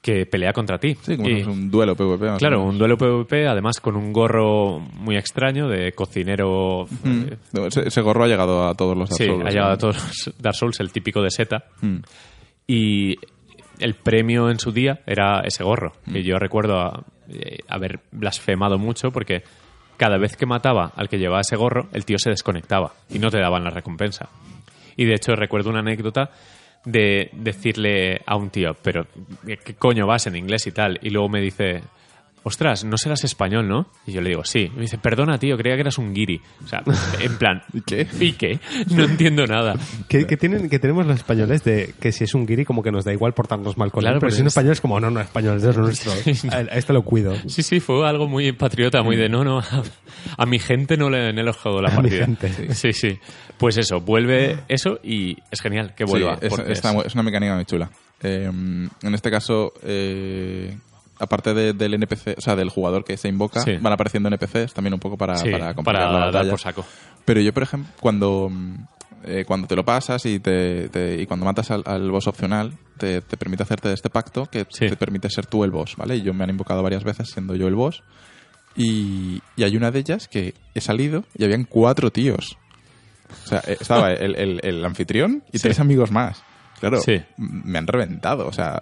Speaker 1: que pelea contra ti.
Speaker 3: Sí, como
Speaker 1: Y-
Speaker 3: si fuese un duelo PvP. más o
Speaker 1: Claro,
Speaker 3: menos.
Speaker 1: un duelo PvP, además con un gorro muy extraño de cocinero eh,
Speaker 3: Mm. Ese, ese gorro ha llegado a todos los Dark
Speaker 1: Sí,
Speaker 3: Souls,
Speaker 1: ha llegado
Speaker 3: ¿no?
Speaker 1: a todos los Dark Souls, el típico de seta.
Speaker 3: Mm.
Speaker 1: Y el premio en su día era ese gorro.
Speaker 3: Hmm.
Speaker 1: Que yo recuerdo a- eh, haber blasfemado mucho porque cada vez que mataba al que llevaba ese gorro, el tío se desconectaba y no te daban la recompensa. Y de hecho recuerdo una anécdota de decirle a un tío, pero eh, ¿qué coño vas en inglés y tal? Y luego me dice, ostras, no serás español, ¿no? Y yo le digo, sí. Y me dice, perdona, tío, creía que eras un guiri. O sea, en plan,
Speaker 3: ¿Y qué?
Speaker 1: ¿y qué? No entiendo nada.
Speaker 2: Que, que tienen, que tenemos los españoles de que si es un guiri como que nos da igual portarnos mal con
Speaker 1: Claro,
Speaker 2: él, pero
Speaker 1: porque
Speaker 2: si es un
Speaker 1: es-
Speaker 2: español es como, no, no, español, es nuestro, a, a este lo cuido.
Speaker 1: Sí, sí, fue algo muy patriota, muy de no, no, a, a mi gente no le han elogado la
Speaker 2: A mi
Speaker 1: partida.
Speaker 2: gente.
Speaker 1: Sí, sí. Pues eso, vuelve eso y es genial que
Speaker 3: Sí,
Speaker 1: vuelva.
Speaker 3: es,
Speaker 1: porque
Speaker 3: está
Speaker 1: es-
Speaker 3: mu- es una mecánica muy chula. Eh, en este caso, eh, aparte de- del NPC, o sea, del jugador que se invoca,
Speaker 1: Sí.
Speaker 3: van apareciendo NPCs también un poco para,
Speaker 1: sí,
Speaker 3: para complicar
Speaker 1: para
Speaker 3: la
Speaker 1: dar
Speaker 3: batalla.
Speaker 1: por saco.
Speaker 3: Pero yo, por ejemplo, cuando, mm, eh, cuando te lo pasas y, te, te- y cuando matas al, al boss opcional, te, te permite hacerte este pacto que
Speaker 1: Sí.
Speaker 3: te permite ser tú el boss, ¿vale? Y yo me han invocado varias veces siendo yo el boss. Y, y hay una de ellas que he salido y habían cuatro tíos. O sea, eh, estaba el, el- el anfitrión y tres amigos más. Claro,
Speaker 1: Sí.
Speaker 3: m- me han reventado. O sea,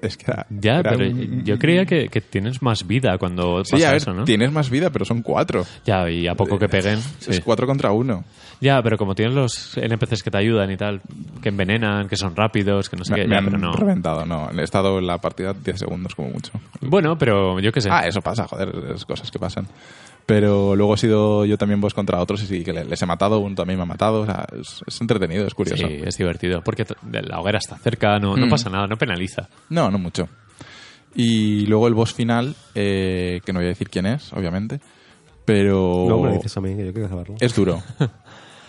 Speaker 3: es que era-
Speaker 1: Ya,
Speaker 3: era
Speaker 1: pero
Speaker 3: un-
Speaker 1: yo creía que, que tienes más vida cuando
Speaker 3: Sí,
Speaker 1: pasa
Speaker 3: a ver,
Speaker 1: eso, ¿no?
Speaker 3: tienes más vida, pero son cuatro.
Speaker 1: Ya, y a poco que peguen. sí.
Speaker 3: Es cuatro contra uno.
Speaker 1: Ya, pero como tienes los NPCs que te ayudan y tal, que envenenan, que son rápidos, que no sé
Speaker 3: me,
Speaker 1: qué,
Speaker 3: me
Speaker 1: ya,
Speaker 3: han
Speaker 1: pero no.
Speaker 3: reventado, no. He estado en la partida 10 segundos como mucho.
Speaker 1: Bueno, pero yo qué sé.
Speaker 3: Ah, eso pasa, joder, es cosas que pasan. Pero luego he sido yo también vos contra otros y sí que le- les he matado, uno también me ha matado. O sea, es, es entretenido, es curioso.
Speaker 1: sí, eh. es divertido. Porque t- la hoguera está cerca, no, no
Speaker 3: Mm.
Speaker 1: pasa nada, no penaliza.
Speaker 3: No, no mucho. Y luego el boss final, eh, que no voy a decir quién es, obviamente, pero
Speaker 2: No me lo dices a mí, que yo quiero saberlo.
Speaker 3: es duro.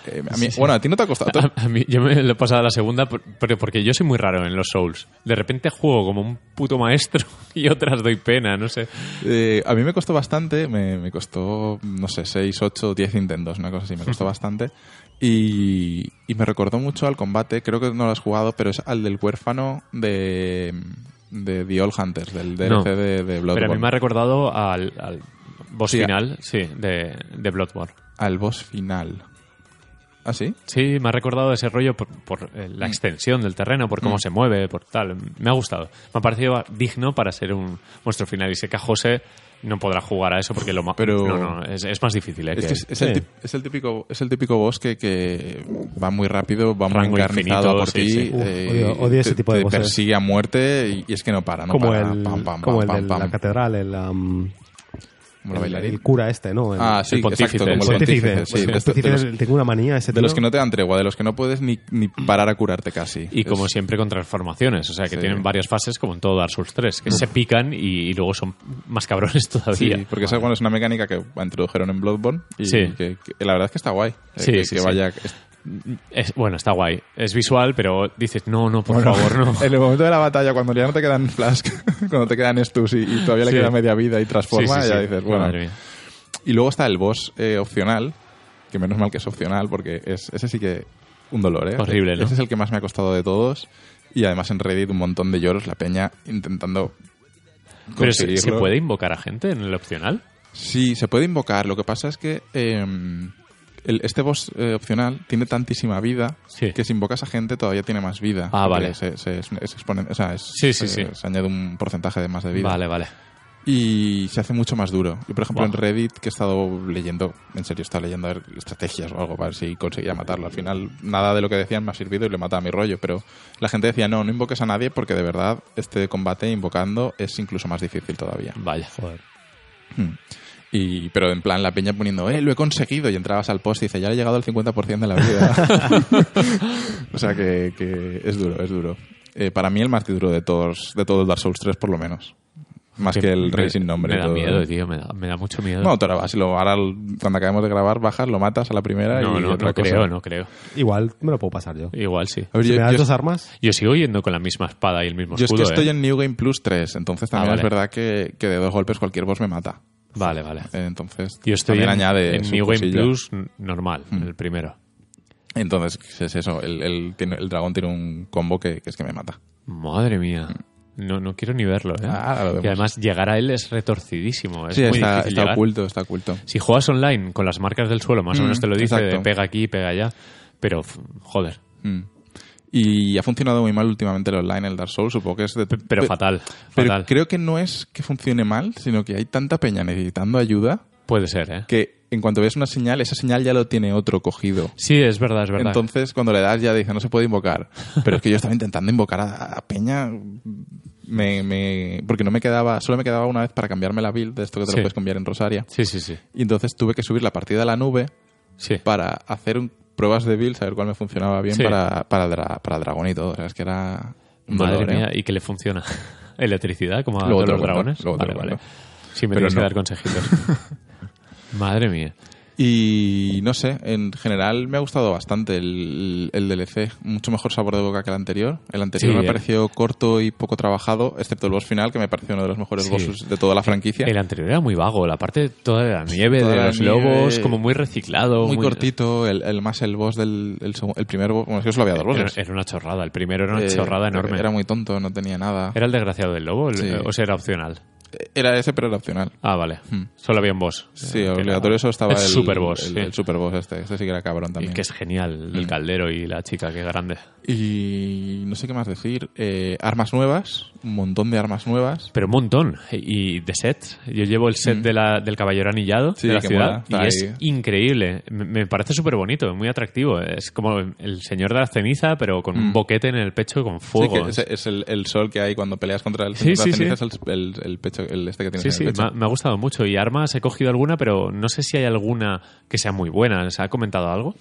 Speaker 3: Eh, a mí- Bueno, a ti no te ha costado.
Speaker 1: A- A, mí, yo me lo he pasado a la segunda, por- pero porque yo soy muy raro en los Souls. De repente juego como un puto maestro y otras doy pena, no sé.
Speaker 3: Eh, a mí me costó bastante, me, me costó, no sé, 6, 8, 10 intentos, una cosa así, me costó bastante. Y, y me recordó mucho al combate, creo que no lo has jugado, pero es al del huérfano de, de The All Hunters, del DLC
Speaker 1: No.
Speaker 3: de, de
Speaker 1: Pero a mí
Speaker 3: Bloodborne.
Speaker 1: me ha recordado al, al boss
Speaker 3: Sí, a-
Speaker 1: final, sí, de, de Bloodborne.
Speaker 3: Al boss final. ¿Ah, sí?
Speaker 1: Sí, me ha recordado ese rollo por, por, eh, la
Speaker 3: Mm.
Speaker 1: extensión del terreno, por cómo se mueve, por tal. Me ha gustado. Me ha parecido digno para ser un monstruo final. Y sé que a José no podrá jugar a eso porque lo ma-
Speaker 3: Pero-
Speaker 1: No, no, es, es más difícil. eh,
Speaker 3: Es,
Speaker 1: que-
Speaker 3: que es, es el
Speaker 2: Sí.
Speaker 3: tip- es el típico, es el típico boss que, que va muy rápido, va muy
Speaker 1: Rango
Speaker 3: encarnizado
Speaker 1: infinito,
Speaker 3: a por
Speaker 1: sí,
Speaker 3: ti.
Speaker 1: sí.
Speaker 2: Uf,
Speaker 3: eh,
Speaker 2: odio- odio ese
Speaker 3: te-
Speaker 2: tipo de
Speaker 3: te
Speaker 2: bosses.
Speaker 3: persigue a muerte y, y es que no para, no
Speaker 2: como
Speaker 3: para.
Speaker 2: el,
Speaker 3: Pam, pam,
Speaker 2: como
Speaker 3: pam,
Speaker 2: el de
Speaker 3: pam,
Speaker 2: la
Speaker 3: pam.
Speaker 2: catedral, el, um,
Speaker 3: Como la
Speaker 2: el-
Speaker 3: bailarina.
Speaker 2: el cura este, ¿no? El-
Speaker 3: Ah, sí,
Speaker 1: el pontífice, pues,
Speaker 3: exacto, como
Speaker 1: el
Speaker 3: el pontífice.
Speaker 2: pontífice.
Speaker 3: sí,
Speaker 2: El
Speaker 3: de, estos- de
Speaker 2: pontífice,
Speaker 3: los,
Speaker 2: tengo una manía ese
Speaker 3: de los
Speaker 2: tío.
Speaker 3: que no te dan tregua, de los que no puedes ni, ni parar a curarte casi.
Speaker 1: Y como
Speaker 3: Es-
Speaker 1: siempre con transformaciones, o sea que
Speaker 3: Sí. Mm.
Speaker 1: tienen varias fases como en todo Dark Souls 3, que se pican y, y luego son más cabrones todavía.
Speaker 3: Sí, porque esa bueno, es una mecánica que introdujeron en Bloodborne y
Speaker 1: Sí.
Speaker 3: que, que la verdad es que está guay. eh,
Speaker 1: Sí,
Speaker 3: que,
Speaker 1: sí,
Speaker 3: que
Speaker 1: sí.
Speaker 3: vaya,
Speaker 1: Es- bueno, está guay. Es visual, pero dices, no, no, por favor, no.
Speaker 3: En el momento de la batalla, cuando ya no te quedan flash, cuando te quedan estus y, y todavía
Speaker 1: Sí.
Speaker 3: le queda media vida y
Speaker 1: Sí,
Speaker 3: transforma,
Speaker 1: sí,
Speaker 3: ya
Speaker 1: sí.
Speaker 3: dices, bueno.
Speaker 1: Madre mía.
Speaker 3: Y luego está el boss eh, opcional, que menos mal que es opcional, porque es, ese sí que un dolor, ¿eh?
Speaker 1: Horrible, ¿no?
Speaker 3: Ese es el que más me ha costado de todos. Y además en Reddit un montón de lloros, la peña intentando
Speaker 1: Pero ¿se, se
Speaker 3: conseguirlo.
Speaker 1: puede invocar a gente en el opcional?
Speaker 3: Sí, se puede invocar. Lo que pasa es que eh, el- este boss eh, opcional tiene tantísima vida
Speaker 1: Sí.
Speaker 3: que si invocas a gente todavía tiene más vida.
Speaker 1: Ah,
Speaker 3: Porque
Speaker 1: vale.
Speaker 3: Se, se- es- es exponen- o sea, es-
Speaker 1: Sí, sí,
Speaker 3: se-
Speaker 1: sí.
Speaker 3: se añade un porcentaje de más de vida.
Speaker 1: Vale, vale.
Speaker 3: y se hace mucho más duro. Yo, por ejemplo,
Speaker 1: Guau.
Speaker 3: en Reddit, que he estado leyendo, en serio, he estado leyendo a ver estrategias o algo para ver si conseguía matarlo. Al final, nada de lo que decían me ha servido y le mataba a mi rollo, pero la gente decía, no, no invoques a nadie porque de verdad este combate invocando es incluso más difícil todavía.
Speaker 1: Vaya.
Speaker 2: Joder.
Speaker 3: Hmm. Y, pero en plan, la peña poniendo, eh, lo he conseguido. Y entrabas al post y dice, ya le he llegado al 50% de la vida. o sea que, que es duro, es duro. Eh, para mí el más duro de todos, de todos Dark Souls 3 por lo menos. Más que, el
Speaker 1: me-
Speaker 3: Rey sin nombre. y
Speaker 1: Me da
Speaker 3: todo. ¿eh?
Speaker 1: miedo, tío. Me da, me da mucho miedo.
Speaker 3: Bueno, tú ahora vas y lo, ahora l- cuando acabemos de grabar, bajas, lo matas a la primera
Speaker 1: no,
Speaker 3: y
Speaker 1: no,
Speaker 3: otra
Speaker 1: no
Speaker 3: cosa.
Speaker 1: creo, no creo.
Speaker 2: Igual me lo puedo pasar yo.
Speaker 1: Igual sí.
Speaker 3: A ver,
Speaker 2: Si
Speaker 3: yo,
Speaker 2: me das
Speaker 3: yo-
Speaker 2: dos armas,
Speaker 1: Yo sigo yendo con la misma espada y el mismo
Speaker 3: yo es
Speaker 1: escudo.
Speaker 3: que estoy
Speaker 1: ¿eh?
Speaker 3: en New Game Plus 3, entonces también
Speaker 1: Ah, vale.
Speaker 3: es verdad que, que de dos golpes cualquier boss me mata.
Speaker 1: Vale, vale.
Speaker 3: Eh, Entonces,
Speaker 1: Yo estoy en,
Speaker 3: también añade Mm.
Speaker 1: en
Speaker 3: su
Speaker 1: New Game
Speaker 3: cosillo.
Speaker 1: Plus n- normal, el primero.
Speaker 3: Entonces, es eso. El, el, tiene- el dragón tiene un combo que, que es que me mata.
Speaker 1: Madre mía. No, no quiero ni verlo, ¿eh?
Speaker 3: Mm. Ah, ahora lo vemos.
Speaker 1: y además llegar a él es retorcidísimo. Es
Speaker 3: sí,
Speaker 1: muy
Speaker 3: está,
Speaker 1: difícil
Speaker 3: está
Speaker 1: llegar.
Speaker 3: oculto, está oculto.
Speaker 1: Si juegas online con las marcas del suelo, más o
Speaker 3: Mm,
Speaker 1: menos te lo dice,
Speaker 3: exacto.
Speaker 1: de pega aquí, pega allá. Pero, f- joder,
Speaker 3: Mm. Y ha funcionado muy mal últimamente el online, el Dark Souls, supongo que es de...
Speaker 1: P- pero
Speaker 3: pe-
Speaker 1: fatal,
Speaker 3: Pero
Speaker 1: fatal.
Speaker 3: creo que no es que funcione mal, sino que hay tanta peña necesitando ayuda
Speaker 1: Puede ser, ¿eh?
Speaker 3: que en cuanto ves una señal, esa señal ya lo tiene otro cogido.
Speaker 1: Sí, es verdad, es verdad.
Speaker 3: Entonces, cuando le das, ya dice, no se puede invocar. Pero es que yo estaba intentando invocar a, a Peña. Me, me- porque no me quedaba, solo me quedaba una vez para cambiarme la build de esto que te
Speaker 1: Sí.
Speaker 3: lo puedes cambiar en Rosaria.
Speaker 1: sí, sí, sí.
Speaker 3: Y entonces tuve que subir la partida a la nube
Speaker 1: sí.
Speaker 3: para hacer un- pruebas de build, saber cuál me funcionaba bien
Speaker 1: Sí.
Speaker 3: para, para, dra- para dragón y todo. O sea, es que era. un
Speaker 1: Madre
Speaker 3: dolor, ¿eh?
Speaker 1: mía, ¿y qué le funciona? ¿Electricidad como a
Speaker 3: Luego
Speaker 1: todos
Speaker 3: te lo
Speaker 1: los
Speaker 3: cuento,
Speaker 1: dragones?
Speaker 3: luego te
Speaker 1: vale,
Speaker 3: lo
Speaker 1: vale.
Speaker 3: cuento.
Speaker 1: Sí, me
Speaker 3: Pero
Speaker 1: tienes que
Speaker 3: no.
Speaker 1: dar consejitos. Madre mía.
Speaker 3: Y no sé, en general me ha gustado bastante el, el DLC. Mucho mejor sabor de boca que el anterior. El anterior
Speaker 1: Sí,
Speaker 3: me
Speaker 1: eh.
Speaker 3: pareció corto y poco trabajado, excepto el boss final, que me pareció uno de los mejores
Speaker 1: Sí.
Speaker 3: bosses de toda la franquicia.
Speaker 1: El anterior era muy vago, la parte toda de la nieve,
Speaker 3: Toda
Speaker 1: de
Speaker 3: la
Speaker 1: los
Speaker 3: nieve.
Speaker 1: lobos, como muy reciclado.
Speaker 3: muy, cortito, el, el más el boss del el, segu- el primer boss. Bueno, es que solo había dos
Speaker 1: Eh, Era,
Speaker 3: bosses.
Speaker 1: era una chorrada, el primero era una
Speaker 3: Eh,
Speaker 1: chorrada enorme.
Speaker 3: Era muy tonto, no tenía nada.
Speaker 1: ¿Era el desgraciado del lobo? el-
Speaker 3: Sí.
Speaker 1: ¿O sea, era opcional?
Speaker 3: Era ese, pero era opcional.
Speaker 1: Ah, vale.
Speaker 3: Hmm.
Speaker 1: Solo había un boss.
Speaker 3: Sí,
Speaker 1: Eh, que era-
Speaker 3: obligatorio eso estaba
Speaker 1: el,
Speaker 3: el,
Speaker 1: superboss.
Speaker 3: El,
Speaker 1: sí.
Speaker 3: el superboss este. Este sí que era cabrón
Speaker 1: Y
Speaker 3: también.
Speaker 1: que es genial, el
Speaker 3: Mm.
Speaker 1: caldero y la chica, qué grande.
Speaker 3: Y no sé qué más decir. Eh, armas nuevas, un montón de armas nuevas.
Speaker 1: Pero un montón. Y de sets. Yo llevo el set
Speaker 3: Mm.
Speaker 1: de la, del caballero anillado
Speaker 3: Sí,
Speaker 1: de la
Speaker 3: que
Speaker 1: ciudad
Speaker 3: mola.
Speaker 1: y
Speaker 3: Ahí.
Speaker 1: es increíble. Me, me parece súper bonito, muy atractivo. Es como el señor de la ceniza, pero con un
Speaker 3: Mm.
Speaker 1: boquete en el pecho con fuego. ¿eh?
Speaker 3: Sí, que es, es el, el sol que hay cuando peleas contra el
Speaker 1: Sí,
Speaker 3: contra
Speaker 1: sí,
Speaker 3: la ceniza,
Speaker 1: sí.
Speaker 3: es el, el- el pecho, el este que tienes
Speaker 1: Sí,
Speaker 3: en
Speaker 1: sí,
Speaker 3: el
Speaker 1: me, ha-
Speaker 3: pecho.
Speaker 1: me ha gustado mucho. Y armas, he cogido alguna, pero no sé si hay alguna que sea muy buena. ¿Se ha comentado algo?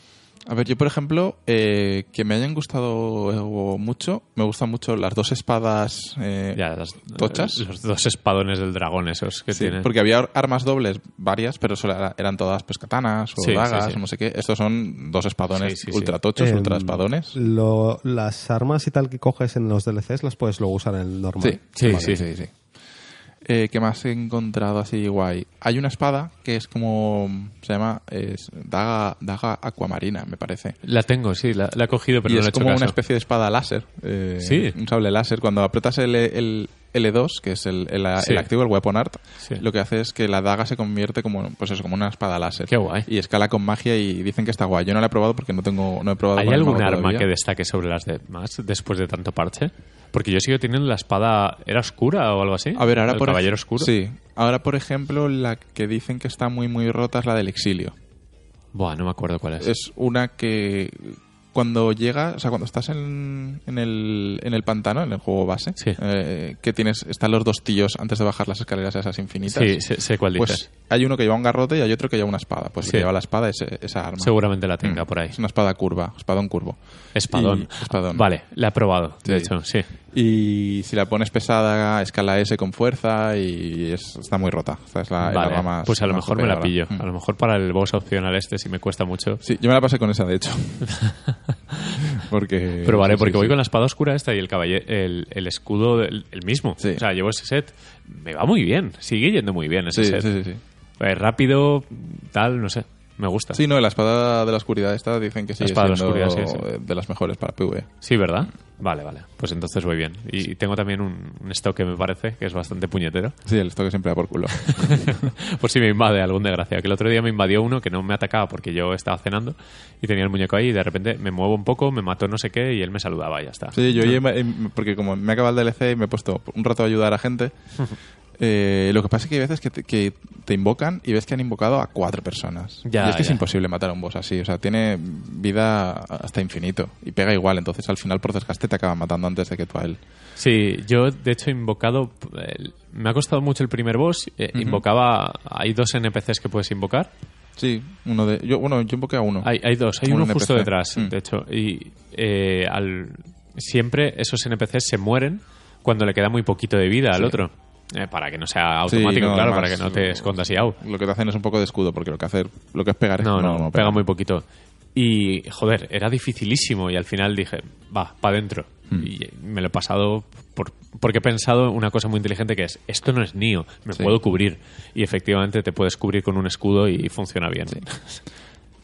Speaker 3: A ver, yo por ejemplo, eh, que me hayan gustado eh, mucho, me gustan mucho las dos espadas. eh,
Speaker 1: Ya, las,
Speaker 3: ¿Tochas?
Speaker 1: Los dos espadones del dragón esos que
Speaker 3: sí,
Speaker 1: tiene.
Speaker 3: porque había armas dobles varias, pero solo era- eran todas pues, katanas o
Speaker 1: Sí, sí, sí.
Speaker 3: dagas o no sé qué. Estos son dos espadones
Speaker 1: Sí, sí, sí.
Speaker 3: ultra tochos,
Speaker 2: em,
Speaker 3: ultra espadones.
Speaker 2: lo- las armas y tal que coges en los DLCs las puedes luego usar en el normal.
Speaker 1: Sí, sí.
Speaker 3: Vale, sí. Eh, ¿Qué más he encontrado así guay? Hay una espada que es como. Se llama. es daga, daga acuamarina, me parece.
Speaker 1: La tengo, sí, la, la he cogido, pero
Speaker 3: y
Speaker 1: no le
Speaker 3: es
Speaker 1: he hecho
Speaker 3: como
Speaker 1: caso.
Speaker 3: una especie de espada láser. eh,
Speaker 1: Sí.
Speaker 3: Un sable láser. Cuando apretas el, el L2, que es el, el, el
Speaker 1: Sí.
Speaker 3: activo, el weapon art,
Speaker 1: Sí.
Speaker 3: lo que hace es que la daga se convierte como, pues eso, como una espada láser.
Speaker 1: Qué guay.
Speaker 3: Y escala con magia y dicen que está guay. Yo no la he probado porque no tengo no he probado
Speaker 1: ¿Hay
Speaker 3: con el mago
Speaker 1: algún arma
Speaker 3: todavía.
Speaker 1: que destaque sobre las demás después de tanto parche? Porque yo sigo teniendo la espada. ¿Era oscura o algo así?
Speaker 3: A ver, ahora
Speaker 1: El
Speaker 3: por ej-
Speaker 1: Caballero Oscuro.
Speaker 3: Sí. Ahora, por ejemplo, la que dicen que está muy, muy rota es la del exilio.
Speaker 1: Buah, no me acuerdo cuál es.
Speaker 3: es una que cuando llega, o sea, cuando estás en, en el, en el pantano, en el juego base,
Speaker 1: Sí.
Speaker 3: eh, que tienes, están los dos tíos antes de bajar las escaleras esas infinitas.
Speaker 1: sí, sé, sé cuál
Speaker 3: pues
Speaker 1: dices.
Speaker 3: hay uno que lleva un garrote y hay otro que lleva una espada. Pues el
Speaker 1: Sí.
Speaker 3: que lleva la espada es eh, esa arma.
Speaker 1: Seguramente la tenga
Speaker 3: Mm.
Speaker 1: por ahí.
Speaker 3: Es una espada curva, espadón curvo.
Speaker 1: Espadón.
Speaker 3: Y- espadón.
Speaker 1: Vale, la he probado, de
Speaker 3: Sí.
Speaker 1: hecho, sí.
Speaker 3: Y si la pones pesada, escala S con fuerza y es- está muy rota. O sea, es la, es la
Speaker 1: Vale,
Speaker 3: arma Ah, más-
Speaker 1: pues a lo
Speaker 3: más
Speaker 1: mejor me la pillo.
Speaker 3: rompedora. Mm.
Speaker 1: A lo mejor para el boss opcional este, si me cuesta mucho.
Speaker 3: Sí, yo me la pasé con esa, de hecho. porque...
Speaker 1: Probaré,
Speaker 3: sí, sí,
Speaker 1: porque voy
Speaker 3: sí.
Speaker 1: con la espada oscura esta y el caballe- el, el escudo, del- el, mismo.
Speaker 3: Sí.
Speaker 1: O sea, llevo ese set. Me va muy bien, sigue yendo muy bien ese
Speaker 3: Sí,
Speaker 1: set.
Speaker 3: sí, sí, sí.
Speaker 1: Eh, rápido, tal, no sé. Me gusta.
Speaker 3: Sí, no, la espada de la oscuridad esta dicen que sigue
Speaker 1: espada de la
Speaker 3: siendo
Speaker 1: oscuridad, sí, sí.
Speaker 3: eh, de las mejores para PvE.
Speaker 1: Sí, ¿verdad? Vale, vale. Pues entonces voy bien. Y tengo también un, un stock que me parece que es bastante puñetero.
Speaker 3: Sí, el esto que siempre da por culo.
Speaker 1: Por si me invade algún desgracia. Que el otro día me invadió uno que no me atacaba porque yo estaba cenando y tenía el muñeco ahí y de repente me muevo un poco, me mató no sé qué y él me saludaba y ya está.
Speaker 3: em, Sí, yo hoy, he- porque como me acaba el DLC y me he puesto un rato a ayudar a gente, Eh, lo que pasa es que hay veces que te, que te invocan y ves que han invocado a cuatro personas.
Speaker 1: Ya,
Speaker 3: y es que es
Speaker 1: ya.
Speaker 3: imposible matar a un boss así. O sea, tiene vida hasta infinito. Y pega igual. Entonces, al final, por desgaste, te acaban matando antes de que tú a él.
Speaker 1: Sí, yo de hecho he invocado. el- me ha costado mucho el primer boss. eh, Invocaba. Hay dos NPCs que puedes invocar.
Speaker 3: Sí, uno de. Yo, bueno, yo invoqué a uno.
Speaker 1: Hay, hay dos, hay
Speaker 3: Un
Speaker 1: uno justo
Speaker 3: NPC.
Speaker 1: detrás,
Speaker 3: Mm.
Speaker 1: de hecho. Y eh, al, siempre esos NPCs se mueren cuando le queda muy poquito de vida al otro. Eh, para que no sea
Speaker 3: Sí,
Speaker 1: automático,
Speaker 3: no,
Speaker 1: claro,
Speaker 3: además,
Speaker 1: para que no te escondas y au.
Speaker 3: Lo que te hacen es un poco de escudo, porque lo que hacer, lo que es pegar es
Speaker 1: No,
Speaker 3: que
Speaker 1: no, pega muy poquito. Y, joder, era dificilísimo y al final dije, va, para adentro.
Speaker 3: Mm.
Speaker 1: Y me lo he pasado por- porque he pensado una cosa muy inteligente que es, esto no es mío, me
Speaker 3: Sí.
Speaker 1: puedo cubrir. Y efectivamente te puedes cubrir con un escudo y funciona bien.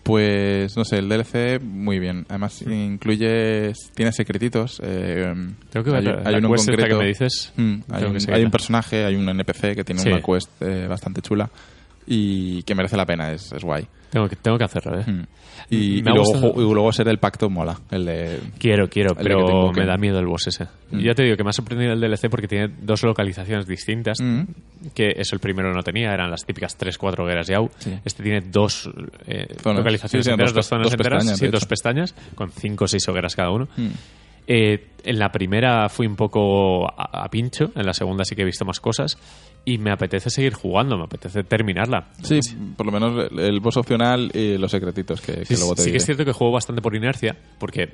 Speaker 3: Pues no sé, el DLC muy bien. Además incluye, tiene secretitos. eh,
Speaker 1: Tengo que ver
Speaker 3: hay,
Speaker 1: la-
Speaker 3: hay
Speaker 1: la
Speaker 3: uno en
Speaker 1: quest esta
Speaker 3: concreto.
Speaker 1: que me dices.
Speaker 3: Mm, hay,
Speaker 1: Tengo que
Speaker 3: un,
Speaker 1: seguirla.
Speaker 3: hay un personaje, hay un NPC que tiene
Speaker 1: Sí.
Speaker 3: una quest eh, bastante chula y que merece la pena, es, es guay.
Speaker 1: Tengo que, tengo que hacerlo, ¿eh?
Speaker 3: Mm. Y, y
Speaker 1: Me ha
Speaker 3: luego,
Speaker 1: gustado-
Speaker 3: ju- y luego ser el pacto mola. El de,
Speaker 1: Quiero, quiero,
Speaker 3: El de que te
Speaker 1: pero
Speaker 3: invoquen.
Speaker 1: me da miedo el boss ese.
Speaker 3: Mm.
Speaker 1: Ya te digo que me ha sorprendido el DLC porque tiene dos localizaciones distintas.
Speaker 3: Mm.
Speaker 1: Que eso el primero no tenía, eran las típicas 3-4 hogueras de AU.
Speaker 3: Sí.
Speaker 1: Este tiene dos eh,
Speaker 3: Zonas.
Speaker 1: localizaciones
Speaker 3: Sí, sí,
Speaker 1: enteras,
Speaker 3: dos-
Speaker 1: dos zonas
Speaker 3: dos
Speaker 1: enteras,
Speaker 3: pestañas,
Speaker 1: sí,
Speaker 3: de
Speaker 1: dos
Speaker 3: hecho.
Speaker 1: pestañas, con 5 o 6 hogueras cada uno.
Speaker 3: Mm.
Speaker 1: Eh, en la primera fui un poco a, a pincho, en la segunda sí que he visto más cosas. Y me apetece seguir jugando, me apetece terminarla.
Speaker 3: Sí, por lo menos el, el boss opcional y los secretitos que, que
Speaker 1: Sí,
Speaker 3: luego te
Speaker 1: sí que es
Speaker 3: diré.
Speaker 1: cierto que juego bastante por inercia, porque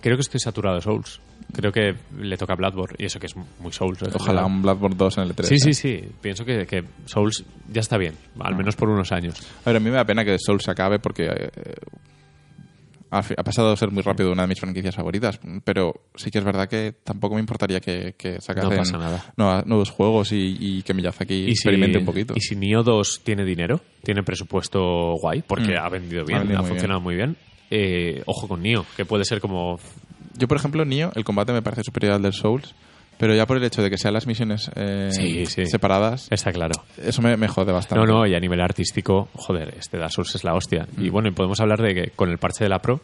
Speaker 1: creo que estoy saturado de Souls. Creo que le toca a Bloodborne, y eso que es muy Souls. en
Speaker 3: Ojalá
Speaker 1: general.
Speaker 3: ¿eh? un Bloodborne 2 en el E 3.
Speaker 1: Sí, sí, sí. Pienso que, que Souls ya está bien, al menos por unos años.
Speaker 3: A ver, a mí me da pena que Souls se acabe porque eh, ha, fi- ha pasado a ser muy rápido una de mis franquicias favoritas, pero sí que es verdad que tampoco me importaría que, que sacasen
Speaker 1: No pasa nada.
Speaker 3: nueva- nuevos juegos y, y que Miyazaki
Speaker 1: Y si,
Speaker 3: experimente un poquito.
Speaker 1: y si Nioh 2 tiene dinero, tiene presupuesto guay, porque
Speaker 3: Mm.
Speaker 1: ha vendido bien, ha,
Speaker 3: vendido muy
Speaker 1: funcionado muy bien. eh, ojo con Nioh, que puede ser como.
Speaker 3: Yo, por ejemplo, Nioh, el combate me parece superior al del Souls, pero ya por el hecho de que sean las misiones eh,
Speaker 1: Sí, sí.
Speaker 3: separadas,
Speaker 1: Está claro.
Speaker 3: eso me, me jode
Speaker 1: No,
Speaker 3: bastante.
Speaker 1: no, y a nivel artístico, joder, este Dark Souls es la hostia. Y bueno, y podemos hablar de que con el parche de la Pro,